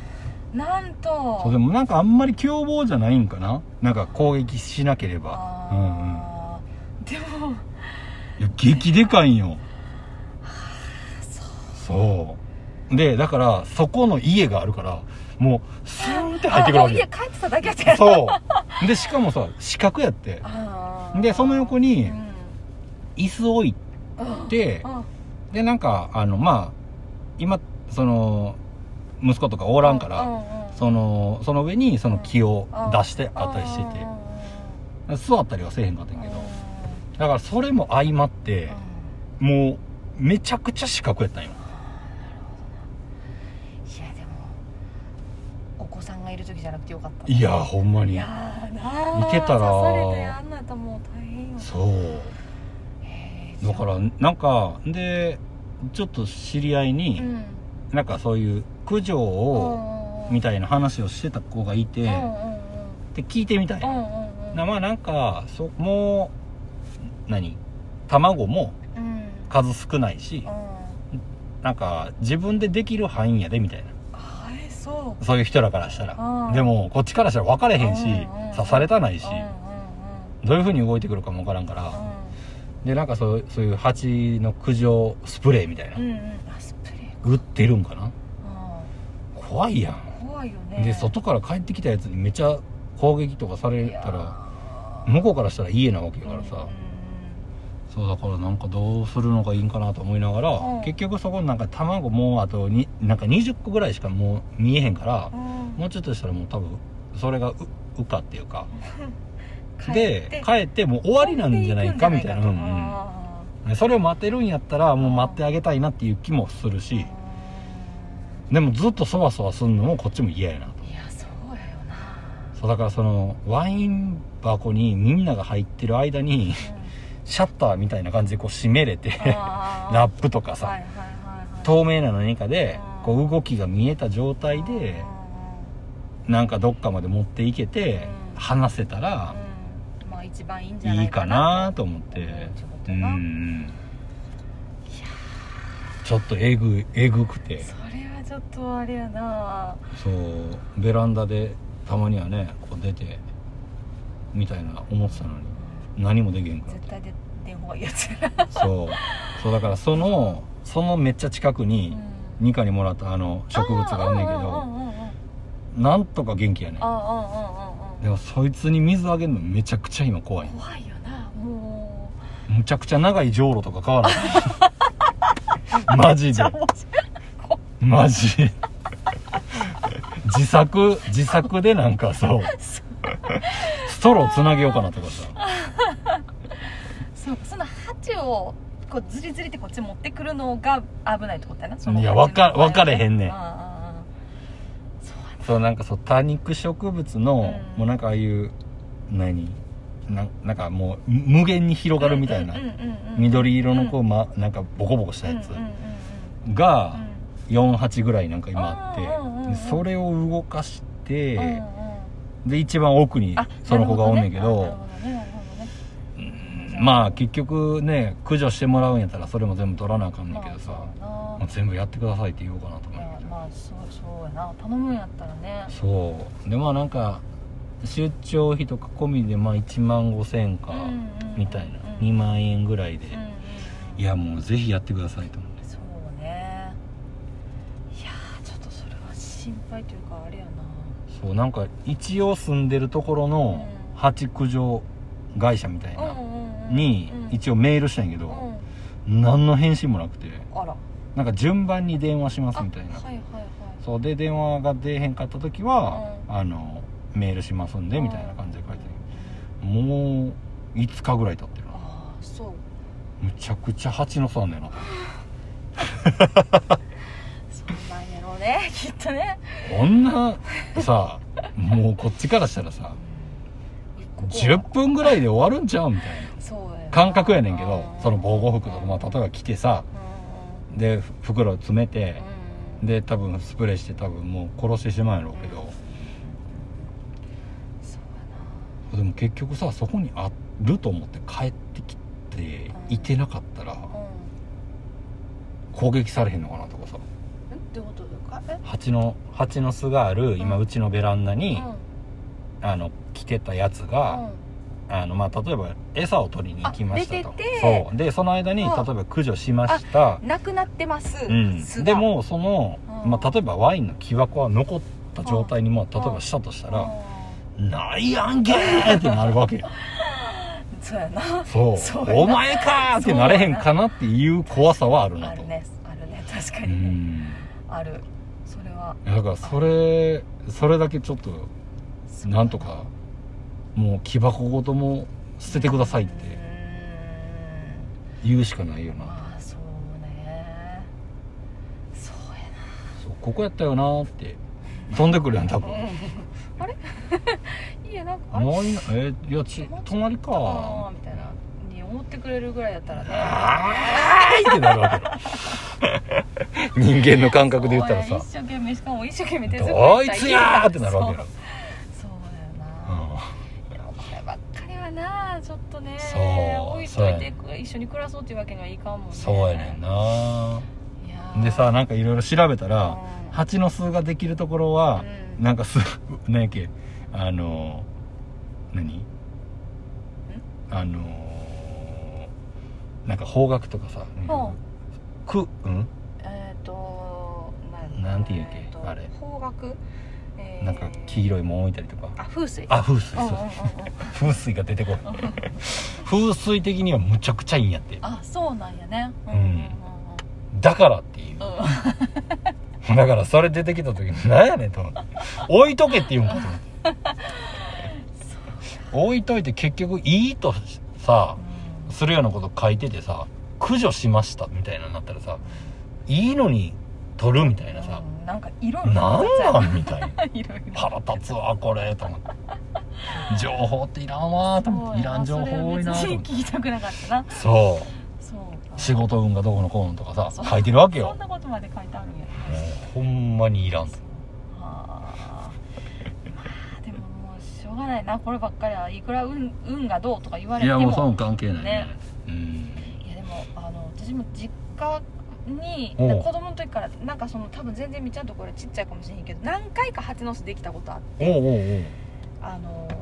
[SPEAKER 1] う
[SPEAKER 2] なんと
[SPEAKER 1] そうでもなんかあんまり凶暴じゃないんかななんか攻撃しなければうんうん
[SPEAKER 2] あー、でも
[SPEAKER 1] いや激でかいんよ
[SPEAKER 2] そ
[SPEAKER 1] そうでだからそこの家があるからもうスーンって入ってくる
[SPEAKER 2] あ
[SPEAKER 1] わ
[SPEAKER 2] もう
[SPEAKER 1] け
[SPEAKER 2] 家
[SPEAKER 1] よ
[SPEAKER 2] 帰ってただけやったう
[SPEAKER 1] そうでしかもさ四角やってでその横に椅子置いてでなんかあのまあ今その息子とかおらんからそのその上にその木を出してあったりしてて座ったりはせえへんかったんやけどだからそれも相まってもうめちゃくちゃ四角やったんよ
[SPEAKER 2] いやでもお子さんがいる時じゃなくてよかった
[SPEAKER 1] いやほんま
[SPEAKER 2] い
[SPEAKER 1] に
[SPEAKER 2] やーなあ
[SPEAKER 1] 見てたら
[SPEAKER 2] 刺されてあんなともう大変よ
[SPEAKER 1] そう
[SPEAKER 2] へー
[SPEAKER 1] だからなんかでちょっと知り合いに、
[SPEAKER 2] うん
[SPEAKER 1] なんかそういう駆除をみたいな話をしてた子がいて、
[SPEAKER 2] うん
[SPEAKER 1] で聞いてみたい、
[SPEAKER 2] うんうん
[SPEAKER 1] な
[SPEAKER 2] うんうん
[SPEAKER 1] まあなんかそもう何卵も
[SPEAKER 2] うんうん
[SPEAKER 1] 数少ないし、なんか自分でできる範囲やでみたいな
[SPEAKER 2] あーえそ
[SPEAKER 1] そういう人らからしたら、
[SPEAKER 2] ううん
[SPEAKER 1] でもこっちからしたら分かれへんし、
[SPEAKER 2] うんうん
[SPEAKER 1] 刺されたないし、
[SPEAKER 2] うんうんうん
[SPEAKER 1] どういう風に動いてくるかも分からんから、
[SPEAKER 2] う
[SPEAKER 1] でなんかそうそういう蜂の駆除スプレーみたいな、
[SPEAKER 2] んうんうんあスプレー
[SPEAKER 1] 売ってるんかな
[SPEAKER 2] う
[SPEAKER 1] 怖いやん、
[SPEAKER 2] ん怖いよね
[SPEAKER 1] で外から帰ってきたやつにめっちゃ攻撃とかされ
[SPEAKER 2] い
[SPEAKER 1] た
[SPEAKER 2] や
[SPEAKER 1] ら
[SPEAKER 2] ー
[SPEAKER 1] 向こうからしたら家なわけやからさ、
[SPEAKER 2] う
[SPEAKER 1] そうだからなんかどうするのがいいんかなと思いながら、
[SPEAKER 2] うん
[SPEAKER 1] 結局そこなんか卵もうあとになんか20個ぐらいしかもう見えへんから、
[SPEAKER 2] んうんうん
[SPEAKER 1] もうちょっとしたらもう多分それがう羽化っていうか
[SPEAKER 2] 帰っ
[SPEAKER 1] で
[SPEAKER 2] て
[SPEAKER 1] 帰ってもう終わりなんじゃないかみたいな、うんうん
[SPEAKER 2] あ
[SPEAKER 1] それを待てるんやったらもう待ってあげたいなっていう気もする
[SPEAKER 2] ー
[SPEAKER 1] し、でもずっとそわそわすんのもこっちも嫌やなと
[SPEAKER 2] いやそうやよな
[SPEAKER 1] そうだからそのワイン箱にみんなが入ってる間にシャッターみたいな感じでこう閉めれて ラッ
[SPEAKER 2] ラ
[SPEAKER 1] プとかさ、
[SPEAKER 2] はいはいはいはい
[SPEAKER 1] 透明な何かで
[SPEAKER 2] うん
[SPEAKER 1] こう動きが見えた状態
[SPEAKER 2] うんうん
[SPEAKER 1] でなんかどっかまで持っていけて
[SPEAKER 2] うん
[SPEAKER 1] 話せたら
[SPEAKER 2] うんまあ一番いいんじゃない
[SPEAKER 1] いかなと思っ
[SPEAKER 2] うん
[SPEAKER 1] て
[SPEAKER 2] ちょっ
[SPEAKER 1] う
[SPEAKER 2] と
[SPEAKER 1] んう
[SPEAKER 2] なん
[SPEAKER 1] ちょっとえぐいえぐくて
[SPEAKER 2] それはちょっとあれやな
[SPEAKER 1] そうベランダでたまにはねこう出てみたいな思ってたのに何もできへんから
[SPEAKER 2] 絶対で電話がいいやつ
[SPEAKER 1] そうそうだからそのそのめっちゃ近くにニカにもらったあの植物があんねんけ
[SPEAKER 2] あ
[SPEAKER 1] どなんとか元気やねん
[SPEAKER 2] あ
[SPEAKER 1] でもそいつに水あげるのめちゃくちゃ今怖い
[SPEAKER 2] 怖いよなもう
[SPEAKER 1] むちゃくちゃ長いじょうろとか買わ ないマジでマジで自作自作でなんかそうストローつなげようかなとかさ
[SPEAKER 2] そうその鉢をこうずりずりってこっち持ってくるのが危ないってことやなその
[SPEAKER 1] いや
[SPEAKER 2] こっちの
[SPEAKER 1] わか分かれへんねん
[SPEAKER 2] ああああそうや
[SPEAKER 1] そうなんかそう多肉植物の、
[SPEAKER 2] うん
[SPEAKER 1] もうなんかああいう何ななんかもうむ無限に広がるみたいな、
[SPEAKER 2] うんうんうんうん
[SPEAKER 1] 緑色のこう、
[SPEAKER 2] うん
[SPEAKER 1] ま、なんかボコボコしたやつ
[SPEAKER 2] うんうんうん
[SPEAKER 1] が48ぐらいなんか今あって、
[SPEAKER 2] うんうんうんうん
[SPEAKER 1] でそれを動かして、
[SPEAKER 2] うんうんうん
[SPEAKER 1] で一番奥に
[SPEAKER 2] あ
[SPEAKER 1] その子がおんねんけ
[SPEAKER 2] なる
[SPEAKER 1] ど
[SPEAKER 2] ほねなるほどね
[SPEAKER 1] うんまあ結局ね駆除してもらうんやったらそれも全部取らなあかんねんけどさ、
[SPEAKER 2] まあそうやな
[SPEAKER 1] もう全部やってくださいって言おうかなと思うんや
[SPEAKER 2] まあ
[SPEAKER 1] けど、
[SPEAKER 2] まあそうそうやな頼むんやったらね
[SPEAKER 1] そうでまあなんか出張費とか込みでまあ1万5千か、
[SPEAKER 2] うんうんうん
[SPEAKER 1] みたいな
[SPEAKER 2] うん
[SPEAKER 1] 2万円ぐらいで、
[SPEAKER 2] うんうん
[SPEAKER 1] いやもうぜひやってくださいと思って
[SPEAKER 2] そうねいやーちょっとそれは心配というかあれやな
[SPEAKER 1] そうなんか一応住んでるところの
[SPEAKER 2] うん
[SPEAKER 1] 蜂駆除会社みたいなに一
[SPEAKER 2] 応
[SPEAKER 1] 応メールしたんやけど、何の返信もなくて
[SPEAKER 2] あら
[SPEAKER 1] なんか順番に電話します
[SPEAKER 2] あ
[SPEAKER 1] みたいな
[SPEAKER 2] はいはいはい
[SPEAKER 1] そうで電話が出えへんかった時は、
[SPEAKER 2] う
[SPEAKER 1] あのメールしますんでみたいな感じで書いてる、もう5日ぐらい経ってるな
[SPEAKER 2] ああそう
[SPEAKER 1] むちゃくちゃ蜂の巣あんねんな
[SPEAKER 2] そうなんやろうね きっとね
[SPEAKER 1] こんな さもうこっちからしたらさ
[SPEAKER 2] ここは
[SPEAKER 1] 10分ぐらいで終わるんちゃうみたい
[SPEAKER 2] そうやな
[SPEAKER 1] な感覚やねんけど
[SPEAKER 2] うん
[SPEAKER 1] その防護服とか、まあ、例えば着てさ
[SPEAKER 2] う
[SPEAKER 1] でふ袋詰めて、
[SPEAKER 2] んうん
[SPEAKER 1] で多分スプレーして多分もう殺してしまうんやろうけど、
[SPEAKER 2] そう
[SPEAKER 1] でも結局さそこにあると思って帰ってきて
[SPEAKER 2] うん
[SPEAKER 1] いてなかったら
[SPEAKER 2] やなう
[SPEAKER 1] 攻撃されへんのかなとかさ
[SPEAKER 2] んえってことだかえ
[SPEAKER 1] 蜂の蜂の巣がある今
[SPEAKER 2] うん
[SPEAKER 1] うちのベランダ
[SPEAKER 2] うん
[SPEAKER 1] に、あの来てたやつ
[SPEAKER 2] う
[SPEAKER 1] が、
[SPEAKER 2] ん
[SPEAKER 1] あのまあ、例えば餌を取りに行きました
[SPEAKER 2] あ
[SPEAKER 1] と
[SPEAKER 2] 出てて
[SPEAKER 1] そうでその間に
[SPEAKER 2] う
[SPEAKER 1] 例
[SPEAKER 2] ん
[SPEAKER 1] えば駆除しました、
[SPEAKER 2] なくなってます、
[SPEAKER 1] うん
[SPEAKER 2] 巣、が
[SPEAKER 1] でもその、
[SPEAKER 2] うん
[SPEAKER 1] まあ、例えばワインの木箱は残った状態にも例えばしたとしたら「ないやんけ!」ってなるわけや
[SPEAKER 2] うんそうやな
[SPEAKER 1] そう
[SPEAKER 2] そうやな
[SPEAKER 1] お前かーってなれへんかなっていう怖さはあるな
[SPEAKER 2] あ
[SPEAKER 1] と
[SPEAKER 2] るねあるね確か
[SPEAKER 1] う
[SPEAKER 2] にね、
[SPEAKER 1] ん
[SPEAKER 2] あるそれはい
[SPEAKER 1] やだからそれそれだけちょっとなんとかもう木箱ごとも捨ててくださいっ
[SPEAKER 2] う
[SPEAKER 1] て
[SPEAKER 2] ーん
[SPEAKER 1] 言うしかないよな
[SPEAKER 2] まあそうねそうや
[SPEAKER 1] そうここやったよなーって飛んでくるやん多分
[SPEAKER 2] な、あれいやなんかあれ
[SPEAKER 1] 周りのえいやち隣か
[SPEAKER 2] あー
[SPEAKER 1] ー
[SPEAKER 2] みたいなに思ってくれるぐらいやったらね
[SPEAKER 1] あーいってなるわけよ人間の感覚で言ったら
[SPEAKER 2] そう
[SPEAKER 1] さ
[SPEAKER 2] や一生懸命しかも一生懸命手作りした
[SPEAKER 1] どいつやーってなるわけよ
[SPEAKER 2] そうそうや
[SPEAKER 1] う
[SPEAKER 2] な、
[SPEAKER 1] ん
[SPEAKER 2] いやこればっかりはなちょっとね
[SPEAKER 1] そう
[SPEAKER 2] 置いとい
[SPEAKER 1] そうや
[SPEAKER 2] て一緒に暮らそうっていうわけにはいかんもんね
[SPEAKER 1] そうやねんない
[SPEAKER 2] やー
[SPEAKER 1] でさなんかいろいろ調べた
[SPEAKER 2] う
[SPEAKER 1] ら
[SPEAKER 2] ん
[SPEAKER 1] 蜂の巣ができるところは、
[SPEAKER 2] うん
[SPEAKER 1] なんかす何やっけあのー何あのーなんか方角とかさ、
[SPEAKER 2] ほ
[SPEAKER 1] くうん
[SPEAKER 2] えっ、と
[SPEAKER 1] なんていうんやっけ
[SPEAKER 2] えーと
[SPEAKER 1] あれ
[SPEAKER 2] 方角、えー
[SPEAKER 1] なんか黄色いもん置いたりとか
[SPEAKER 2] あ風水
[SPEAKER 1] あ風水
[SPEAKER 2] うん
[SPEAKER 1] そう
[SPEAKER 2] うんうんう
[SPEAKER 1] そ
[SPEAKER 2] ん
[SPEAKER 1] う風水が出てこい風水的にはむちゃくちゃいいんやって
[SPEAKER 2] あそうなんやねうん
[SPEAKER 1] だからっていう
[SPEAKER 2] うんうんうん
[SPEAKER 1] だからそれ出てきた時に何やねんと思って置いとけって言うんかと思 って置いといて結局いいとさするようなこと書いててさ駆除しましたみたいなのになったらさいいのに取るみたいなさ
[SPEAKER 2] うんなんか色
[SPEAKER 1] なんな
[SPEAKER 2] なん
[SPEAKER 1] みたいな
[SPEAKER 2] 色 々
[SPEAKER 1] 腹立つわこれと思って情報っていらんわと思っていらん情報多いな
[SPEAKER 2] そ
[SPEAKER 1] と
[SPEAKER 2] れ
[SPEAKER 1] 思って
[SPEAKER 2] は別に聞きたくなかったな
[SPEAKER 1] そう
[SPEAKER 2] そうか
[SPEAKER 1] 仕事運がどうのこうのとか
[SPEAKER 2] そ
[SPEAKER 1] さ
[SPEAKER 2] う
[SPEAKER 1] 書いてるわけ
[SPEAKER 2] そ
[SPEAKER 1] よ
[SPEAKER 2] んなことまで書いてあるんや
[SPEAKER 1] もうほんまにいらん
[SPEAKER 2] あーまあでももうしょうがないなこればっかりはいくら運運がどうとか言われ
[SPEAKER 1] い
[SPEAKER 2] ても
[SPEAKER 1] やもうそん関係ないね
[SPEAKER 2] ね
[SPEAKER 1] うん
[SPEAKER 2] いやでもあの私も実家に
[SPEAKER 1] おう
[SPEAKER 2] 子供の時からなんかその多分全然みっちゃんとこれちっちゃいかもしれへんけど何回か蜂の巣できたことあって
[SPEAKER 1] おうおう
[SPEAKER 2] あの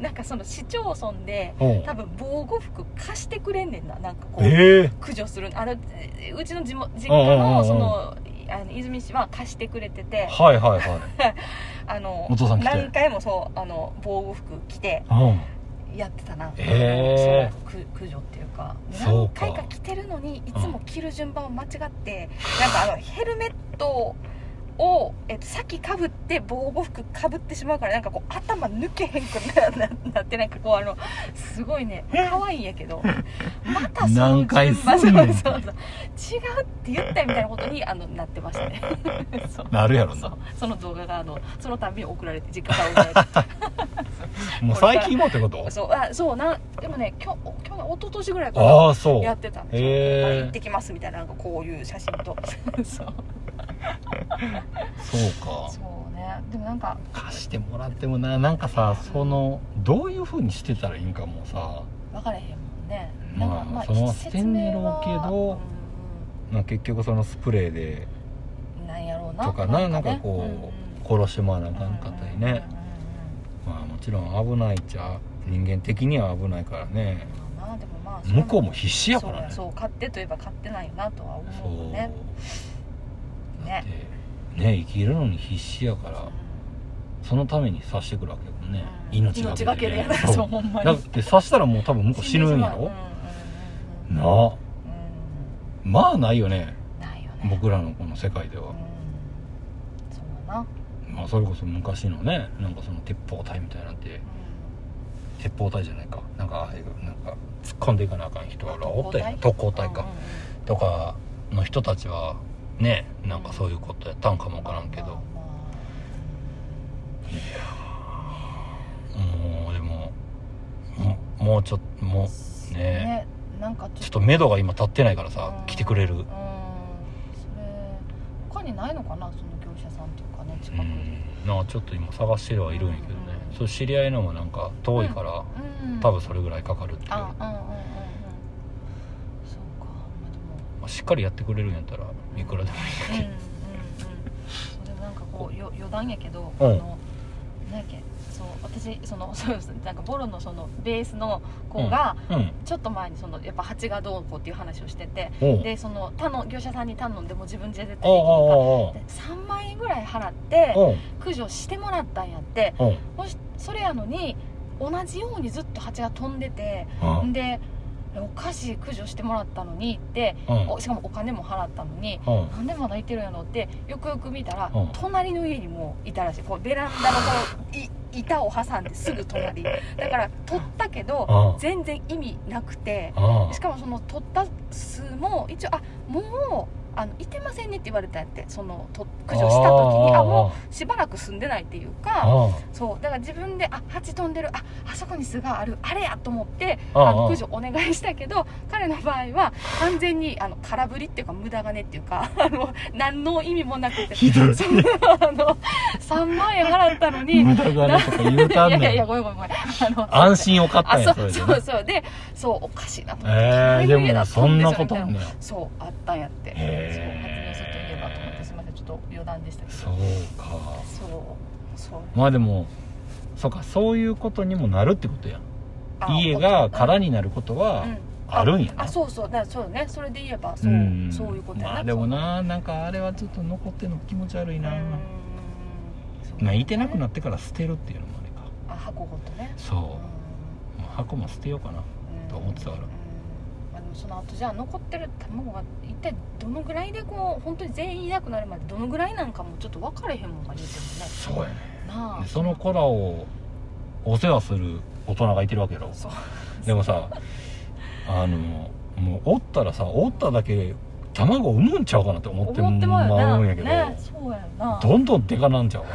[SPEAKER 2] なんかその市町村で
[SPEAKER 1] おうおう
[SPEAKER 2] 多分防護服貸してくれんねんななんかこう
[SPEAKER 1] ええ
[SPEAKER 2] 駆除するあのえうちの地も実家
[SPEAKER 1] うんうんうんう
[SPEAKER 2] の
[SPEAKER 1] ん
[SPEAKER 2] そのあの泉市は貸してくれてて
[SPEAKER 1] はいはいはい
[SPEAKER 2] あの
[SPEAKER 1] お父さん来て
[SPEAKER 2] 何回もそうあの防護服着て
[SPEAKER 1] うん
[SPEAKER 2] やってたな、
[SPEAKER 1] へー
[SPEAKER 2] そのく駆除っていうか
[SPEAKER 1] そう
[SPEAKER 2] 何
[SPEAKER 1] か
[SPEAKER 2] 回か着てるのにいつも着る順番を間違って、なんかあのヘルメットを、えっと、先かぶって防護服かぶってしまうからなんかこう頭抜けへんくなななってなんかこうあのすごいね可愛いんやけどまたその順
[SPEAKER 1] 何回
[SPEAKER 2] 番
[SPEAKER 1] すんねん
[SPEAKER 2] そうそうそう違うって言ったよみたいなことにあのなってまし たねそう
[SPEAKER 1] なるやろ
[SPEAKER 2] そ
[SPEAKER 1] な
[SPEAKER 2] うその動画があのそのたびに送られて実家から送られて
[SPEAKER 1] もう最近もってこと
[SPEAKER 2] そうあそうなんでもねきょ去年一昨年ぐらいか
[SPEAKER 1] あ
[SPEAKER 2] な
[SPEAKER 1] あそう
[SPEAKER 2] やってたんですよ
[SPEAKER 1] へ
[SPEAKER 2] 行っ
[SPEAKER 1] え
[SPEAKER 2] てきますみたいななんかこういう写真 とそ
[SPEAKER 1] そう
[SPEAKER 2] う
[SPEAKER 1] か
[SPEAKER 2] そうねでもなんか
[SPEAKER 1] 貸してもらってもななんかさそのどういうふうにしてたらいいんかもさ
[SPEAKER 2] 分かれへんもんね
[SPEAKER 1] まあ
[SPEAKER 2] なん
[SPEAKER 1] そ
[SPEAKER 2] か
[SPEAKER 1] のまま捨て
[SPEAKER 2] 説
[SPEAKER 1] んねやろ
[SPEAKER 2] 明
[SPEAKER 1] う
[SPEAKER 2] は
[SPEAKER 1] けどまあ結局そのスプレーで
[SPEAKER 2] うんうんなんやろうな
[SPEAKER 1] とかななん
[SPEAKER 2] ね
[SPEAKER 1] かこう殺してもらわなあかんかったりねまあもちろん危ないっちゃ人間的には危ないからね
[SPEAKER 2] うんうんうんまあなでもまあそれ
[SPEAKER 1] 向こうも必死やからね
[SPEAKER 2] そうやそう買ってといえば買ってないよなとは
[SPEAKER 1] そ
[SPEAKER 2] 思う
[SPEAKER 1] う
[SPEAKER 2] よね
[SPEAKER 1] だってね生きるのに必死やからそのために刺してくるわけやもんね
[SPEAKER 2] うん
[SPEAKER 1] 命
[SPEAKER 2] 命
[SPEAKER 1] が
[SPEAKER 2] が
[SPEAKER 1] け
[SPEAKER 2] け
[SPEAKER 1] で
[SPEAKER 2] で
[SPEAKER 1] ね
[SPEAKER 2] やな
[SPEAKER 1] そ
[SPEAKER 2] そううほんまに
[SPEAKER 1] だって刺したらもう多分向こう死ぬんやろ
[SPEAKER 2] うんうんうんうん
[SPEAKER 1] なあ
[SPEAKER 2] うん
[SPEAKER 1] まあないよね
[SPEAKER 2] ないよね
[SPEAKER 1] 僕らのこの世界では
[SPEAKER 2] うんな、
[SPEAKER 1] まあそれこそ昔のねなんかその鉄砲隊みたいなんて鉄砲隊じゃないかなんかああいうなんか突っ込んでいかなあかん人は
[SPEAKER 2] 特攻
[SPEAKER 1] おった
[SPEAKER 2] 隊
[SPEAKER 1] やん特攻
[SPEAKER 2] う
[SPEAKER 1] 隊か、
[SPEAKER 2] うんうんうん
[SPEAKER 1] とかの人たちはねなんかそういうことやったんかもわからんけど
[SPEAKER 2] ま、あま
[SPEAKER 1] もうでもももうちょっとも
[SPEAKER 2] あ
[SPEAKER 1] うね
[SPEAKER 2] ねなんか
[SPEAKER 1] ちょっ
[SPEAKER 2] ちょ
[SPEAKER 1] と
[SPEAKER 2] っと
[SPEAKER 1] 目処が今立ってないからさ、
[SPEAKER 2] うん
[SPEAKER 1] 来てくれる
[SPEAKER 2] うんそれ他にないのかなその業者さんっていうかね
[SPEAKER 1] う
[SPEAKER 2] 近くに
[SPEAKER 1] んなんかちょっと今探してはいるんやけどね、そう知り合いのもなんか遠いから、
[SPEAKER 2] うん
[SPEAKER 1] 多分それぐらいかかるっていう、
[SPEAKER 2] あ
[SPEAKER 1] ま
[SPEAKER 2] うんうんうんうんそうかまあでも
[SPEAKER 1] あ、しっかりやってくれるんやったらいくらでもいい
[SPEAKER 2] うんうんうんでもなんかこうよ余談やけど、
[SPEAKER 1] うん
[SPEAKER 2] あの何やっけそう私その そうですなんかボロのそのベースの子が、
[SPEAKER 1] うん
[SPEAKER 2] ちょっと前にそのやっぱ蜂がどうこうっていう話をしてて
[SPEAKER 1] おう
[SPEAKER 2] でその頼業者さんに頼んでもう自分じゃ絶対できないから
[SPEAKER 1] おう
[SPEAKER 2] で3万円ぐらい払って
[SPEAKER 1] おうおう
[SPEAKER 2] 駆除してもらったんやって
[SPEAKER 1] おう
[SPEAKER 2] もしそれやのに同じようにずっと蜂が飛んでて
[SPEAKER 1] おうん
[SPEAKER 2] でお菓子駆除してもらったのにって
[SPEAKER 1] うん
[SPEAKER 2] おしかもお金も払ったのに
[SPEAKER 1] うん
[SPEAKER 2] なんでまだいてるんやろってよくよく見たら、
[SPEAKER 1] うん
[SPEAKER 2] 隣の家にもいたらしいこうベランダのこうい板を挟んですぐ隣だから取ったけど
[SPEAKER 1] うん
[SPEAKER 2] 全然意味なくて
[SPEAKER 1] うん
[SPEAKER 2] しかもその取った巣も一応あもうあのいてませんねって言われたんやってそのと駆除した時にあもうしばらく住んでないっていうか
[SPEAKER 1] あ
[SPEAKER 2] そうだから自分であ蜂飛んでるああそこに巣があるあれやと思って
[SPEAKER 1] あ
[SPEAKER 2] あの駆除お願いしたけど彼の場合は完全にあの空振りっていうか無駄金っていうかあの何の意味もなくて
[SPEAKER 1] ひどい
[SPEAKER 2] そのあの3万円払ったのに
[SPEAKER 1] 無駄金とか言うたんね
[SPEAKER 2] いや
[SPEAKER 1] ん
[SPEAKER 2] いやいやごめんごめんごめんあの
[SPEAKER 1] 安心を買った
[SPEAKER 2] あ
[SPEAKER 1] んや
[SPEAKER 2] そう
[SPEAKER 1] れで
[SPEAKER 2] そうそうでそうおかしいなと思って、
[SPEAKER 1] ええ
[SPEAKER 2] 隣
[SPEAKER 1] で
[SPEAKER 2] の家だ
[SPEAKER 1] も
[SPEAKER 2] った
[SPEAKER 1] そんなこと
[SPEAKER 2] で
[SPEAKER 1] あ
[SPEAKER 2] すよ
[SPEAKER 1] ん
[SPEAKER 2] み
[SPEAKER 1] のよ
[SPEAKER 2] たいなそうあったんやってそう
[SPEAKER 1] へ
[SPEAKER 2] 初め
[SPEAKER 1] ー
[SPEAKER 2] ずっと言えばと思ってすみませんちょっと余談でしたけど
[SPEAKER 1] そうか
[SPEAKER 2] そうそう
[SPEAKER 1] まあでもそうかそういうことにもなるってことやん
[SPEAKER 2] あ
[SPEAKER 1] 家が空になること
[SPEAKER 2] う
[SPEAKER 1] は
[SPEAKER 2] ん
[SPEAKER 1] あるんやな
[SPEAKER 2] あそうそうだからそうねそれで言えばそう、
[SPEAKER 1] ん
[SPEAKER 2] そういうことやな、
[SPEAKER 1] まあでもななんかあれはちょっと残ってんの気持ち悪いな、まあいてなくな
[SPEAKER 2] っ
[SPEAKER 1] ってから捨てるっていうのもあれか
[SPEAKER 2] あ箱ごとね
[SPEAKER 1] そうう、
[SPEAKER 2] ん
[SPEAKER 1] もう箱も捨てようかな
[SPEAKER 2] うん
[SPEAKER 1] と思ってたから
[SPEAKER 2] うんまあ、でもその後じゃあ残ってる卵が一体どのぐらいでこう本当に全員いなくなるまでどのぐらいなんかもちょっと分かれへんもんが言うて
[SPEAKER 1] そうやね
[SPEAKER 2] もねなあ
[SPEAKER 1] でその子らをお世話する大人がいてるわけやろ
[SPEAKER 2] そう
[SPEAKER 1] でもさあのもうおったらさおっただけ卵産むんちゃうかなって思って
[SPEAKER 2] 思ってまうよ
[SPEAKER 1] ま
[SPEAKER 2] な
[SPEAKER 1] うんやけど、
[SPEAKER 2] ねそうやんな
[SPEAKER 1] どんどんでかなんちゃうか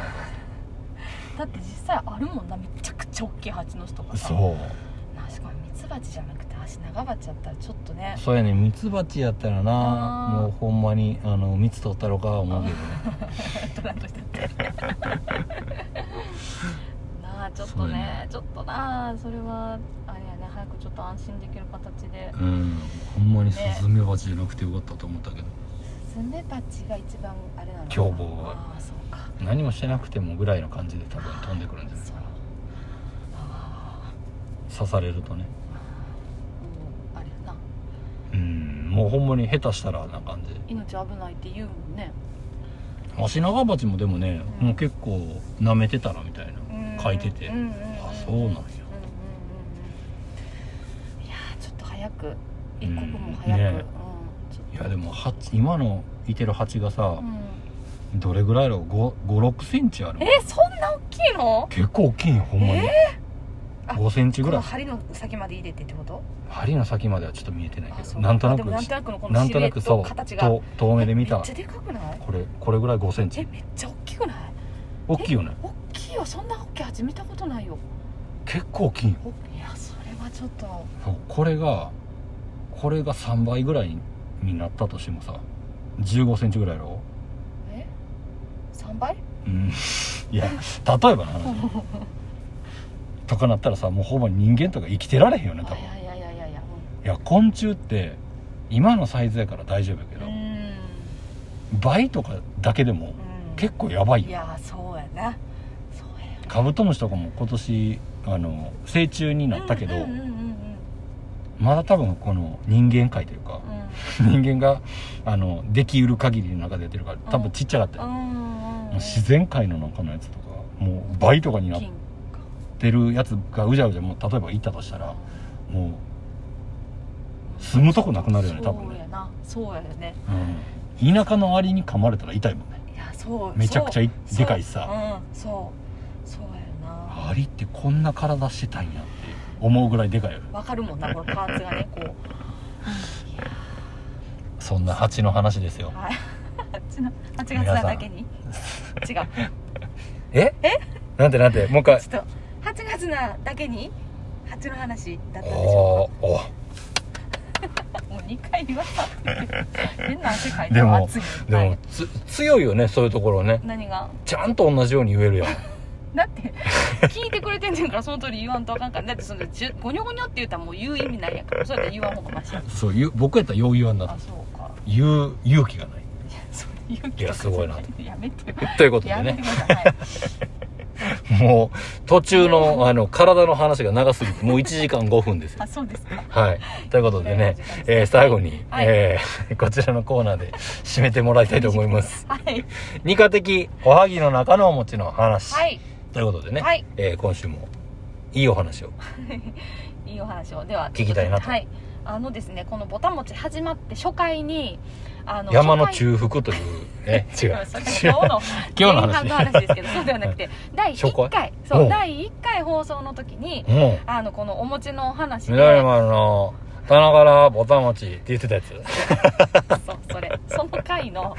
[SPEAKER 2] だって実際あるもんなめちゃくちゃ大きい蜂の巣とか
[SPEAKER 1] な
[SPEAKER 2] さ
[SPEAKER 1] そう
[SPEAKER 2] なしかもミツバチじゃなくて足長鉢やったらちょっとね
[SPEAKER 1] そうやねミツバチやったらな
[SPEAKER 2] あー
[SPEAKER 1] もうほんまにあの蜜取ったろか思うけどね
[SPEAKER 2] トランとしてってなあちょっと
[SPEAKER 1] そうや
[SPEAKER 2] ね
[SPEAKER 1] ね
[SPEAKER 2] ちょっとなあそれはあれやね早くちょっと安心できる形で
[SPEAKER 1] うんほんまにスズメバチじゃなくてよかったと思ったけど、
[SPEAKER 2] スズメバチが一番あれなのかな
[SPEAKER 1] 凶暴は
[SPEAKER 2] ああそうか
[SPEAKER 1] 何もしてなくてもぐらいの感じで多分飛んでくるんじゃない
[SPEAKER 2] そうああ
[SPEAKER 1] 刺されるとね
[SPEAKER 2] もうあれやな
[SPEAKER 1] うんもうほんまに下手したらあんな感じ
[SPEAKER 2] 命危ないって言うもんね
[SPEAKER 1] アシナガバチもでもね、
[SPEAKER 2] うん
[SPEAKER 1] もう結構舐めてたらみたいな、書いてて、
[SPEAKER 2] うんうんうんうん
[SPEAKER 1] あそうなんや
[SPEAKER 2] うんうんうんいやーちょっと早く一刻も早く、
[SPEAKER 1] うん
[SPEAKER 2] うん
[SPEAKER 1] ねいやでも蜂今のいてる蜂がさ
[SPEAKER 2] う、ん、
[SPEAKER 1] どれぐらいやろ56センチある
[SPEAKER 2] えそんな大きいの
[SPEAKER 1] 結構大きいんよほんまに、
[SPEAKER 2] あ
[SPEAKER 1] 5センチぐ
[SPEAKER 2] こ
[SPEAKER 1] らい
[SPEAKER 2] の針の先まで入れてってこと
[SPEAKER 1] 針の先まではちょっと見えてない
[SPEAKER 2] あ
[SPEAKER 1] け
[SPEAKER 2] そ
[SPEAKER 1] ど
[SPEAKER 2] う
[SPEAKER 1] なんとな
[SPEAKER 2] で
[SPEAKER 1] く
[SPEAKER 2] もなんとなくのこの
[SPEAKER 1] なん
[SPEAKER 2] シ
[SPEAKER 1] と
[SPEAKER 2] ルエ
[SPEAKER 1] なく
[SPEAKER 2] ッ
[SPEAKER 1] そ
[SPEAKER 2] ト
[SPEAKER 1] う
[SPEAKER 2] 形が
[SPEAKER 1] 遠遠目で見
[SPEAKER 2] め
[SPEAKER 1] た
[SPEAKER 2] っちゃでかくない
[SPEAKER 1] これこれぐらい5セン
[SPEAKER 2] え
[SPEAKER 1] チ
[SPEAKER 2] めっちゃ大きくない
[SPEAKER 1] 大きいよね
[SPEAKER 2] 大きいよそんな大きい蜂見たことないよ
[SPEAKER 1] 結構大きいんよ
[SPEAKER 2] おいやそれはちょっと
[SPEAKER 1] そうこれがこれが3倍ぐらいになったとしてもさ1 5センチぐらいやろ
[SPEAKER 2] え3倍
[SPEAKER 1] うんいや例えばなとかなったらさもうほぼ人間とか生きてられへんよね多
[SPEAKER 2] あ
[SPEAKER 1] 分
[SPEAKER 2] い
[SPEAKER 1] い
[SPEAKER 2] やいやいやいやいやう
[SPEAKER 1] や昆虫って今のサイズやから大丈夫やけ
[SPEAKER 2] ん
[SPEAKER 1] ど、
[SPEAKER 2] うん
[SPEAKER 1] 倍とかだけでも
[SPEAKER 2] うん
[SPEAKER 1] 結構やばい
[SPEAKER 2] い
[SPEAKER 1] よ
[SPEAKER 2] やそうやなそうやよ
[SPEAKER 1] カブトムシとかも今年あの成虫になったけど、
[SPEAKER 2] うんうんうんうん
[SPEAKER 1] まだ多分この人間界というか
[SPEAKER 2] う、ん
[SPEAKER 1] 人間があのできうる限りの中でやってるから多分ちっちゃかったよ、
[SPEAKER 2] うんうん
[SPEAKER 1] もう自然界の中のやつとかもう倍とかになっ
[SPEAKER 2] 金
[SPEAKER 1] てるやつがうじゃうじゃもう例えばいたとしたらも住むとこなくなるよね多分ね
[SPEAKER 2] そうやなそうやよね
[SPEAKER 1] う、うん田舎のアリに噛まれたら痛いもんね
[SPEAKER 2] いやあそう
[SPEAKER 1] めちゃくちゃい
[SPEAKER 2] そう
[SPEAKER 1] でかいさ
[SPEAKER 2] うんそうそうやな
[SPEAKER 1] アリってこんな体してたんやって思うぐらいでかいよ
[SPEAKER 2] わかるもんなこのパー ツがねこう
[SPEAKER 1] そんな蜂の話ですよ
[SPEAKER 2] ああっちの8月なだけに違うちょっ
[SPEAKER 1] ええなんてなんてもう一回
[SPEAKER 2] と8月なだけに蜂の話だったんでし
[SPEAKER 1] お
[SPEAKER 2] ょ
[SPEAKER 1] ーお
[SPEAKER 2] うかもう2回言わさ変な汗かいて
[SPEAKER 1] でも
[SPEAKER 2] 暑い
[SPEAKER 1] で
[SPEAKER 2] は
[SPEAKER 1] も
[SPEAKER 2] い
[SPEAKER 1] つ強いよねそういうところね
[SPEAKER 2] 何が
[SPEAKER 1] ちゃんと同じように言えるやん
[SPEAKER 2] だって聞いてくれてんねんからその通り言わんとあかんからだってそのじゅゴニョゴニョって言ったらもう言う意味ないやんからそうやって言わんほうがマシや
[SPEAKER 1] そうゆ僕やったらよう言わんな
[SPEAKER 2] あそうか
[SPEAKER 1] 言う勇気がない
[SPEAKER 2] いやそれ勇気とか
[SPEAKER 1] いやすごいな
[SPEAKER 2] じゃやめてよ
[SPEAKER 1] ということで
[SPEAKER 2] やめて
[SPEAKER 1] ね
[SPEAKER 2] ください、はい
[SPEAKER 1] もう途中のあの体の話が長すぎてもう1時間5分ですよ
[SPEAKER 2] あそうですか
[SPEAKER 1] はいということでね、えー最後に、
[SPEAKER 2] はい
[SPEAKER 1] えー こちらのコーナーで締めてもらいたいと思います
[SPEAKER 2] はい
[SPEAKER 1] 二課的おはぎの中のお餅の話、
[SPEAKER 2] はい
[SPEAKER 1] ということでね、
[SPEAKER 2] はい
[SPEAKER 1] えー今週もいいお話を
[SPEAKER 2] いいお話をでは
[SPEAKER 1] 聞きたいなと
[SPEAKER 2] はいあのですねこのぼたもち始まって初回にあの
[SPEAKER 1] 山の
[SPEAKER 2] 初回
[SPEAKER 1] 中腹というね違う違う
[SPEAKER 2] それ今日の
[SPEAKER 1] 今日の
[SPEAKER 2] 前半の話
[SPEAKER 1] 話
[SPEAKER 2] ですけどそうではな くて第
[SPEAKER 1] 初回
[SPEAKER 2] 1回
[SPEAKER 1] う
[SPEAKER 2] そ
[SPEAKER 1] ん
[SPEAKER 2] う第1回放送の時に
[SPEAKER 1] も
[SPEAKER 2] あのこのお餅のお話
[SPEAKER 1] う
[SPEAKER 2] で
[SPEAKER 1] 緑丸の棚からぼたもちって言ってたやつうん
[SPEAKER 2] そうそれその回の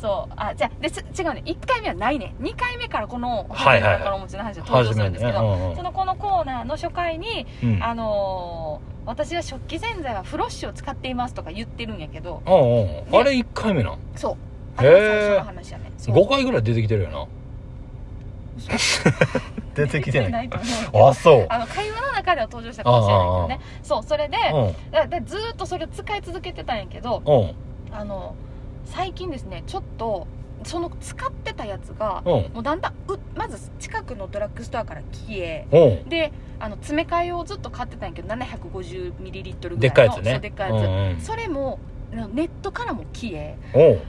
[SPEAKER 2] そうあじゃあでち違うね1回目はないね2回目からこの「
[SPEAKER 1] はいはいはい
[SPEAKER 2] このお餅の話」を登場するんですけど、
[SPEAKER 1] 初めにねうんうん
[SPEAKER 2] そのこのコーナーの初回に、
[SPEAKER 1] うん
[SPEAKER 2] あのー私は食器洗剤はフロッシュを使っていますとか言ってるんやけど
[SPEAKER 1] うんうんあれ1回目なん
[SPEAKER 2] そうあ
[SPEAKER 1] へ
[SPEAKER 2] れ
[SPEAKER 1] ー
[SPEAKER 2] が最初の話やねそう
[SPEAKER 1] 5回ぐらい出てきてるよな 出てきてない
[SPEAKER 2] と思うけど
[SPEAKER 1] あそう
[SPEAKER 2] あの会話の中では登場したかもしれないけどねそうそれで
[SPEAKER 1] う
[SPEAKER 2] だだずーっとそれを使い続けてたんやけど
[SPEAKER 1] んうん
[SPEAKER 2] あの最近ですねちょっとその使ってたやつが
[SPEAKER 1] うん
[SPEAKER 2] もうだんだんうまず近くのドラッグストアから消え
[SPEAKER 1] うん
[SPEAKER 2] であの詰め替えをずっと買ってたんやけど 750ml ぐ
[SPEAKER 1] で
[SPEAKER 2] ら
[SPEAKER 1] っかい
[SPEAKER 2] い
[SPEAKER 1] や
[SPEAKER 2] の
[SPEAKER 1] つ
[SPEAKER 2] そう
[SPEAKER 1] ね
[SPEAKER 2] でっかいやつ、それもなネットからも消え
[SPEAKER 1] うんうんうん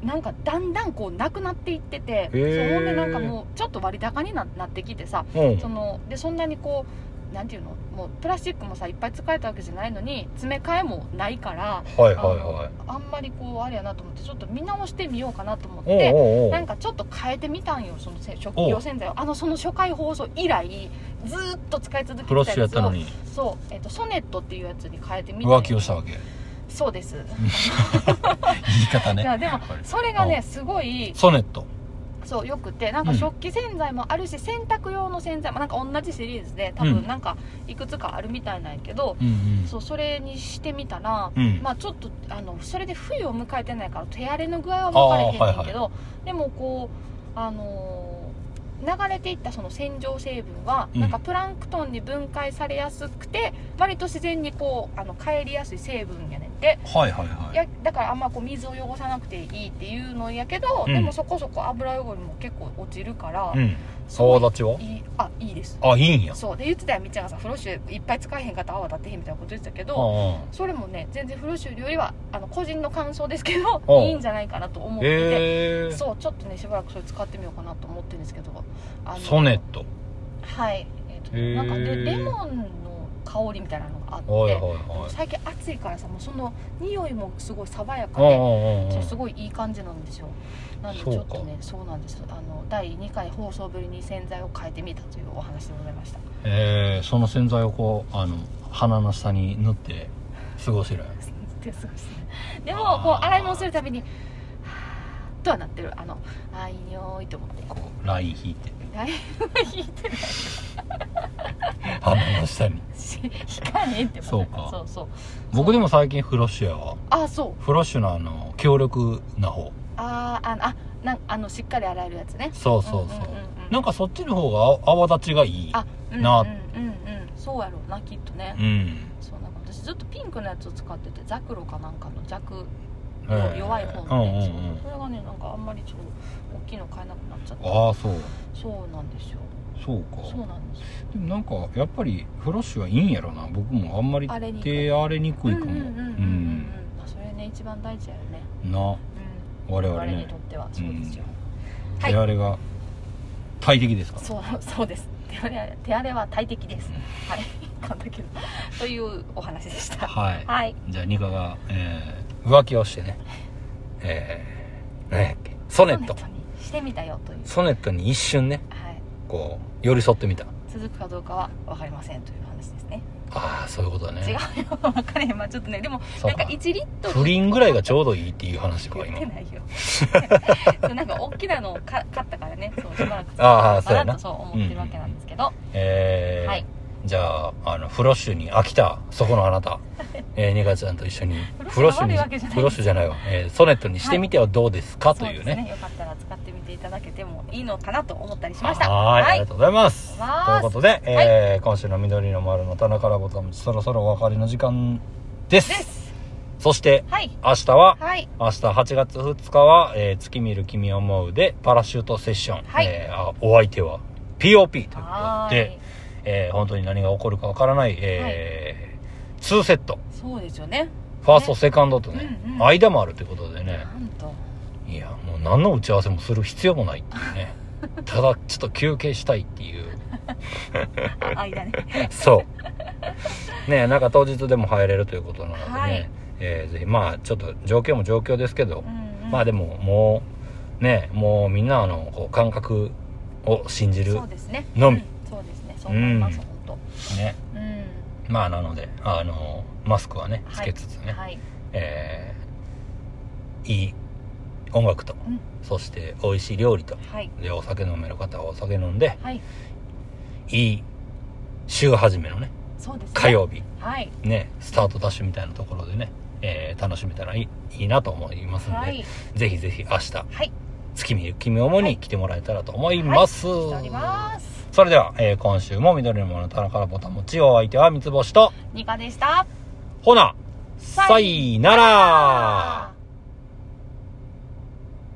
[SPEAKER 2] なんかだんだんこうなくなっていってて
[SPEAKER 1] へ
[SPEAKER 2] そう
[SPEAKER 1] ー
[SPEAKER 2] ほんでなんかもうちょっと割高にななってきてさ
[SPEAKER 1] うん
[SPEAKER 2] そのでそんなにこうなんていうのもうプラスチックもさいっぱい使えたわけじゃないのに詰め替えもないから
[SPEAKER 1] はいはいは
[SPEAKER 2] あんまりこうあれやなと思ってちょっと見直してみようかなと思っ
[SPEAKER 1] い
[SPEAKER 2] て。
[SPEAKER 1] おうおうおう
[SPEAKER 2] なんかちょっと変えてみたんよそのせ食器用洗剤をあのその初回放送以来ずーっと使い続け
[SPEAKER 1] フロ
[SPEAKER 2] て
[SPEAKER 1] ッシュ
[SPEAKER 2] た
[SPEAKER 1] やったの
[SPEAKER 2] やつを
[SPEAKER 1] に
[SPEAKER 2] そう、えっとソネットっていうやつに変えてみたんよ
[SPEAKER 1] 浮気をしたわけ
[SPEAKER 2] そうです、
[SPEAKER 1] 言い方
[SPEAKER 2] い
[SPEAKER 1] ね
[SPEAKER 2] やでもそれがねすごい
[SPEAKER 1] ソネット
[SPEAKER 2] そうよくてなんか
[SPEAKER 1] うん
[SPEAKER 2] 食器洗剤もあるし、洗濯用の洗剤もなんか同じシリーズで多
[SPEAKER 1] うん
[SPEAKER 2] 分なんかいくつかあるみたいなんやけど、
[SPEAKER 1] うん
[SPEAKER 2] そうそれにしてみたら、
[SPEAKER 1] うんうん
[SPEAKER 2] まあちょっとあのそれで冬を迎えてないから手荒れの具合は分かれてんねんけど、でもこうあのー流れていったその洗浄成分は、
[SPEAKER 1] うん
[SPEAKER 2] なんかプランクトンに分解されやすくて割と自然にこうあの帰りやすい成分やねんて
[SPEAKER 1] はいはいはい
[SPEAKER 2] いやだからあんまこう水を汚さなくていいっていうのやけど、
[SPEAKER 1] うん
[SPEAKER 2] でもそこそこ油汚れも結構落ちるから、
[SPEAKER 1] うん
[SPEAKER 2] すご
[SPEAKER 1] 泡
[SPEAKER 2] い
[SPEAKER 1] 立ちはい
[SPEAKER 2] いあいいです
[SPEAKER 1] あいいんや
[SPEAKER 2] そうで言ってたよみっちゃんがさフロッシュいっぱい使えへんかったら泡立ってへんみたいなこと言ってたけど、
[SPEAKER 1] ああ
[SPEAKER 2] それもね全然フロッシュよりはあの個人の感想ですけど、
[SPEAKER 1] うん
[SPEAKER 2] いいんじゃないかなと思ってて、
[SPEAKER 1] へえ
[SPEAKER 2] そうちょっとねしばらくそれ使ってみようかなと思ってるんですけどあの
[SPEAKER 1] ソネット
[SPEAKER 2] はいえっと
[SPEAKER 1] へー
[SPEAKER 2] なんかねレモンの香りみたいなのがあって、
[SPEAKER 1] はいはいはい
[SPEAKER 2] 最近暑いからさもうその匂いもすごい爽やか
[SPEAKER 1] あああ
[SPEAKER 2] で、
[SPEAKER 1] あ
[SPEAKER 2] そう
[SPEAKER 1] あ
[SPEAKER 2] すごいいい感じなんですよなんでち
[SPEAKER 1] そう
[SPEAKER 2] ょ
[SPEAKER 1] か
[SPEAKER 2] っとねそうなんですあの第2回放送ぶりに洗剤を変えてみたというお話でございました
[SPEAKER 1] えーその洗剤をこうあの鼻の下に塗って過ごせる
[SPEAKER 2] でそうですねで
[SPEAKER 1] あ
[SPEAKER 2] も
[SPEAKER 1] ー
[SPEAKER 2] こう洗い物するたびにはーとはなってるあのあーいいよーいと思って
[SPEAKER 1] こうライン引いて
[SPEAKER 2] だいぶ引いてる
[SPEAKER 1] 鼻の下に
[SPEAKER 2] し引かねえって
[SPEAKER 1] そうか
[SPEAKER 2] そうそう
[SPEAKER 1] 僕でも最近フロッシュやわ
[SPEAKER 2] あそう
[SPEAKER 1] フロッシュのあの強力な方
[SPEAKER 2] あーあのあなんあのしっかり洗えるやつね
[SPEAKER 1] そうそうそう,、
[SPEAKER 2] んんんうん
[SPEAKER 1] なんかそっちの方が泡泡立ちがいい
[SPEAKER 2] あうん
[SPEAKER 1] な
[SPEAKER 2] うんうんうんそうやろうなきっとね
[SPEAKER 1] うん、
[SPEAKER 2] そうなんか私ずっとピンクのやつを使っててザクロかなんかの弱
[SPEAKER 1] えー
[SPEAKER 2] 弱い方のね、
[SPEAKER 1] うんうんうん
[SPEAKER 2] そうそうそれがねなんかあんまりちょっと大きいの買えなくなっちゃって
[SPEAKER 1] ああそう
[SPEAKER 2] そうなんですよ
[SPEAKER 1] そうか
[SPEAKER 2] そうなんですよ
[SPEAKER 1] でもなんかやっぱりフロッシュはいいんやろな僕もあんまり
[SPEAKER 2] あれに
[SPEAKER 1] 手荒れにくいかも
[SPEAKER 2] うんうんうんうんうん
[SPEAKER 1] う
[SPEAKER 2] うん
[SPEAKER 1] ん、
[SPEAKER 2] まあ、それね一番大事だよね、
[SPEAKER 1] な
[SPEAKER 2] うん、
[SPEAKER 1] 我々
[SPEAKER 2] 我々に
[SPEAKER 1] ね
[SPEAKER 2] とってはそうですよ、はい
[SPEAKER 1] 手荒れが大敵ですから
[SPEAKER 2] そうそうです手荒れは手荒れは大敵です、
[SPEAKER 1] うん
[SPEAKER 2] はい簡単だけどというお話でした
[SPEAKER 1] はい
[SPEAKER 2] はい
[SPEAKER 1] じゃあニカが、えー浮気をしてねえー、何やっけソネット
[SPEAKER 2] ソにしてみたよという、
[SPEAKER 1] ソネットに一瞬ね
[SPEAKER 2] はい、
[SPEAKER 1] こう寄り添ってみた
[SPEAKER 2] 続くかどうかは分かりませんという話ですね
[SPEAKER 1] ああそういうことだね
[SPEAKER 2] 違うよ分かれへんまあちょっとねでも
[SPEAKER 1] そう
[SPEAKER 2] なん
[SPEAKER 1] か
[SPEAKER 2] か1リットル
[SPEAKER 1] 不倫ぐらいがちょうどいいっていう話か
[SPEAKER 2] 言っ
[SPEAKER 1] 今
[SPEAKER 2] てないよそうなんか大きなのをか買ったからねそうしばらく使
[SPEAKER 1] ああ
[SPEAKER 2] おう
[SPEAKER 1] そうや
[SPEAKER 2] か
[SPEAKER 1] な
[SPEAKER 2] なとそう思ってるわけなんですけど、
[SPEAKER 1] えー
[SPEAKER 2] はい
[SPEAKER 1] じゃああのフロッシュに飽きたそこのあな た、えー、ニカちゃんと一緒に
[SPEAKER 2] フロッシュ
[SPEAKER 1] に
[SPEAKER 2] が悪いわけじゃない
[SPEAKER 1] フロッシュじゃないわ、えーソネットにしてみてはどうですか、
[SPEAKER 2] そう
[SPEAKER 1] とい
[SPEAKER 2] で
[SPEAKER 1] う
[SPEAKER 2] す
[SPEAKER 1] ね
[SPEAKER 2] ねよかったら使ってみていただけてもいいのかなと思ったりしました
[SPEAKER 1] はいあり
[SPEAKER 2] は
[SPEAKER 1] が
[SPEAKER 2] い
[SPEAKER 1] とうございます
[SPEAKER 2] あ
[SPEAKER 1] という
[SPEAKER 2] りがと
[SPEAKER 1] こ
[SPEAKER 2] う
[SPEAKER 1] と
[SPEAKER 2] ご
[SPEAKER 1] で、えー今週の「緑の丸の棚からぼたもち」そろそろお別れの時間です
[SPEAKER 2] です
[SPEAKER 1] そして
[SPEAKER 2] はい
[SPEAKER 1] 明日は
[SPEAKER 2] はい
[SPEAKER 1] 明日8月2日は「えー月見る君を思う」でパラシュートセッション、
[SPEAKER 2] はい
[SPEAKER 1] えーあお相手は POP ということ
[SPEAKER 2] はー
[SPEAKER 1] でえ
[SPEAKER 2] い、
[SPEAKER 1] ー本当に何が起こるかわからない、えー2セット
[SPEAKER 2] そうですよね
[SPEAKER 1] ファースト、セカンドとね、
[SPEAKER 2] うんうん
[SPEAKER 1] 間もあるということでね
[SPEAKER 2] なんと
[SPEAKER 1] いやもう何の打ち合わせもする必要もないっていう ねただちょっと休憩したいっていう
[SPEAKER 2] あ間ね
[SPEAKER 1] そうねなんか当日でも入れるということなのでね、
[SPEAKER 2] はい
[SPEAKER 1] えーぜひまあちょっと状況も状況ですけど、
[SPEAKER 2] うん、うん、
[SPEAKER 1] まあでももうねもうみんなあのこう感覚を信じる
[SPEAKER 2] そうですね
[SPEAKER 1] のみ
[SPEAKER 2] うんそうですねそう思いま
[SPEAKER 1] う
[SPEAKER 2] す、
[SPEAKER 1] ん
[SPEAKER 2] 本当
[SPEAKER 1] ね
[SPEAKER 2] うん
[SPEAKER 1] まあなのであのマスクはねつ
[SPEAKER 2] はい
[SPEAKER 1] けつつね、
[SPEAKER 2] はい
[SPEAKER 1] えーいい音楽と、
[SPEAKER 2] うん
[SPEAKER 1] そして美味しい料理と
[SPEAKER 2] はい
[SPEAKER 1] でお酒飲める方はお酒飲んで
[SPEAKER 2] はい
[SPEAKER 1] いい週初めのね
[SPEAKER 2] そうですね
[SPEAKER 1] 火曜日
[SPEAKER 2] はい
[SPEAKER 1] ね、スタートダッシュみたいなところでね、えー楽しめたらいいいいなと思いますので、
[SPEAKER 2] はい
[SPEAKER 1] ぜひぜひ明日、
[SPEAKER 2] はい
[SPEAKER 1] 月見る君を主
[SPEAKER 2] は
[SPEAKER 1] に
[SPEAKER 2] い
[SPEAKER 1] 来てもらえたらと思います。
[SPEAKER 2] しております
[SPEAKER 1] それでは、えー今週も緑のもの田中らぼたもちお相手は三つ星と、
[SPEAKER 2] ニカでした
[SPEAKER 1] ほな、
[SPEAKER 2] さい
[SPEAKER 1] さいなら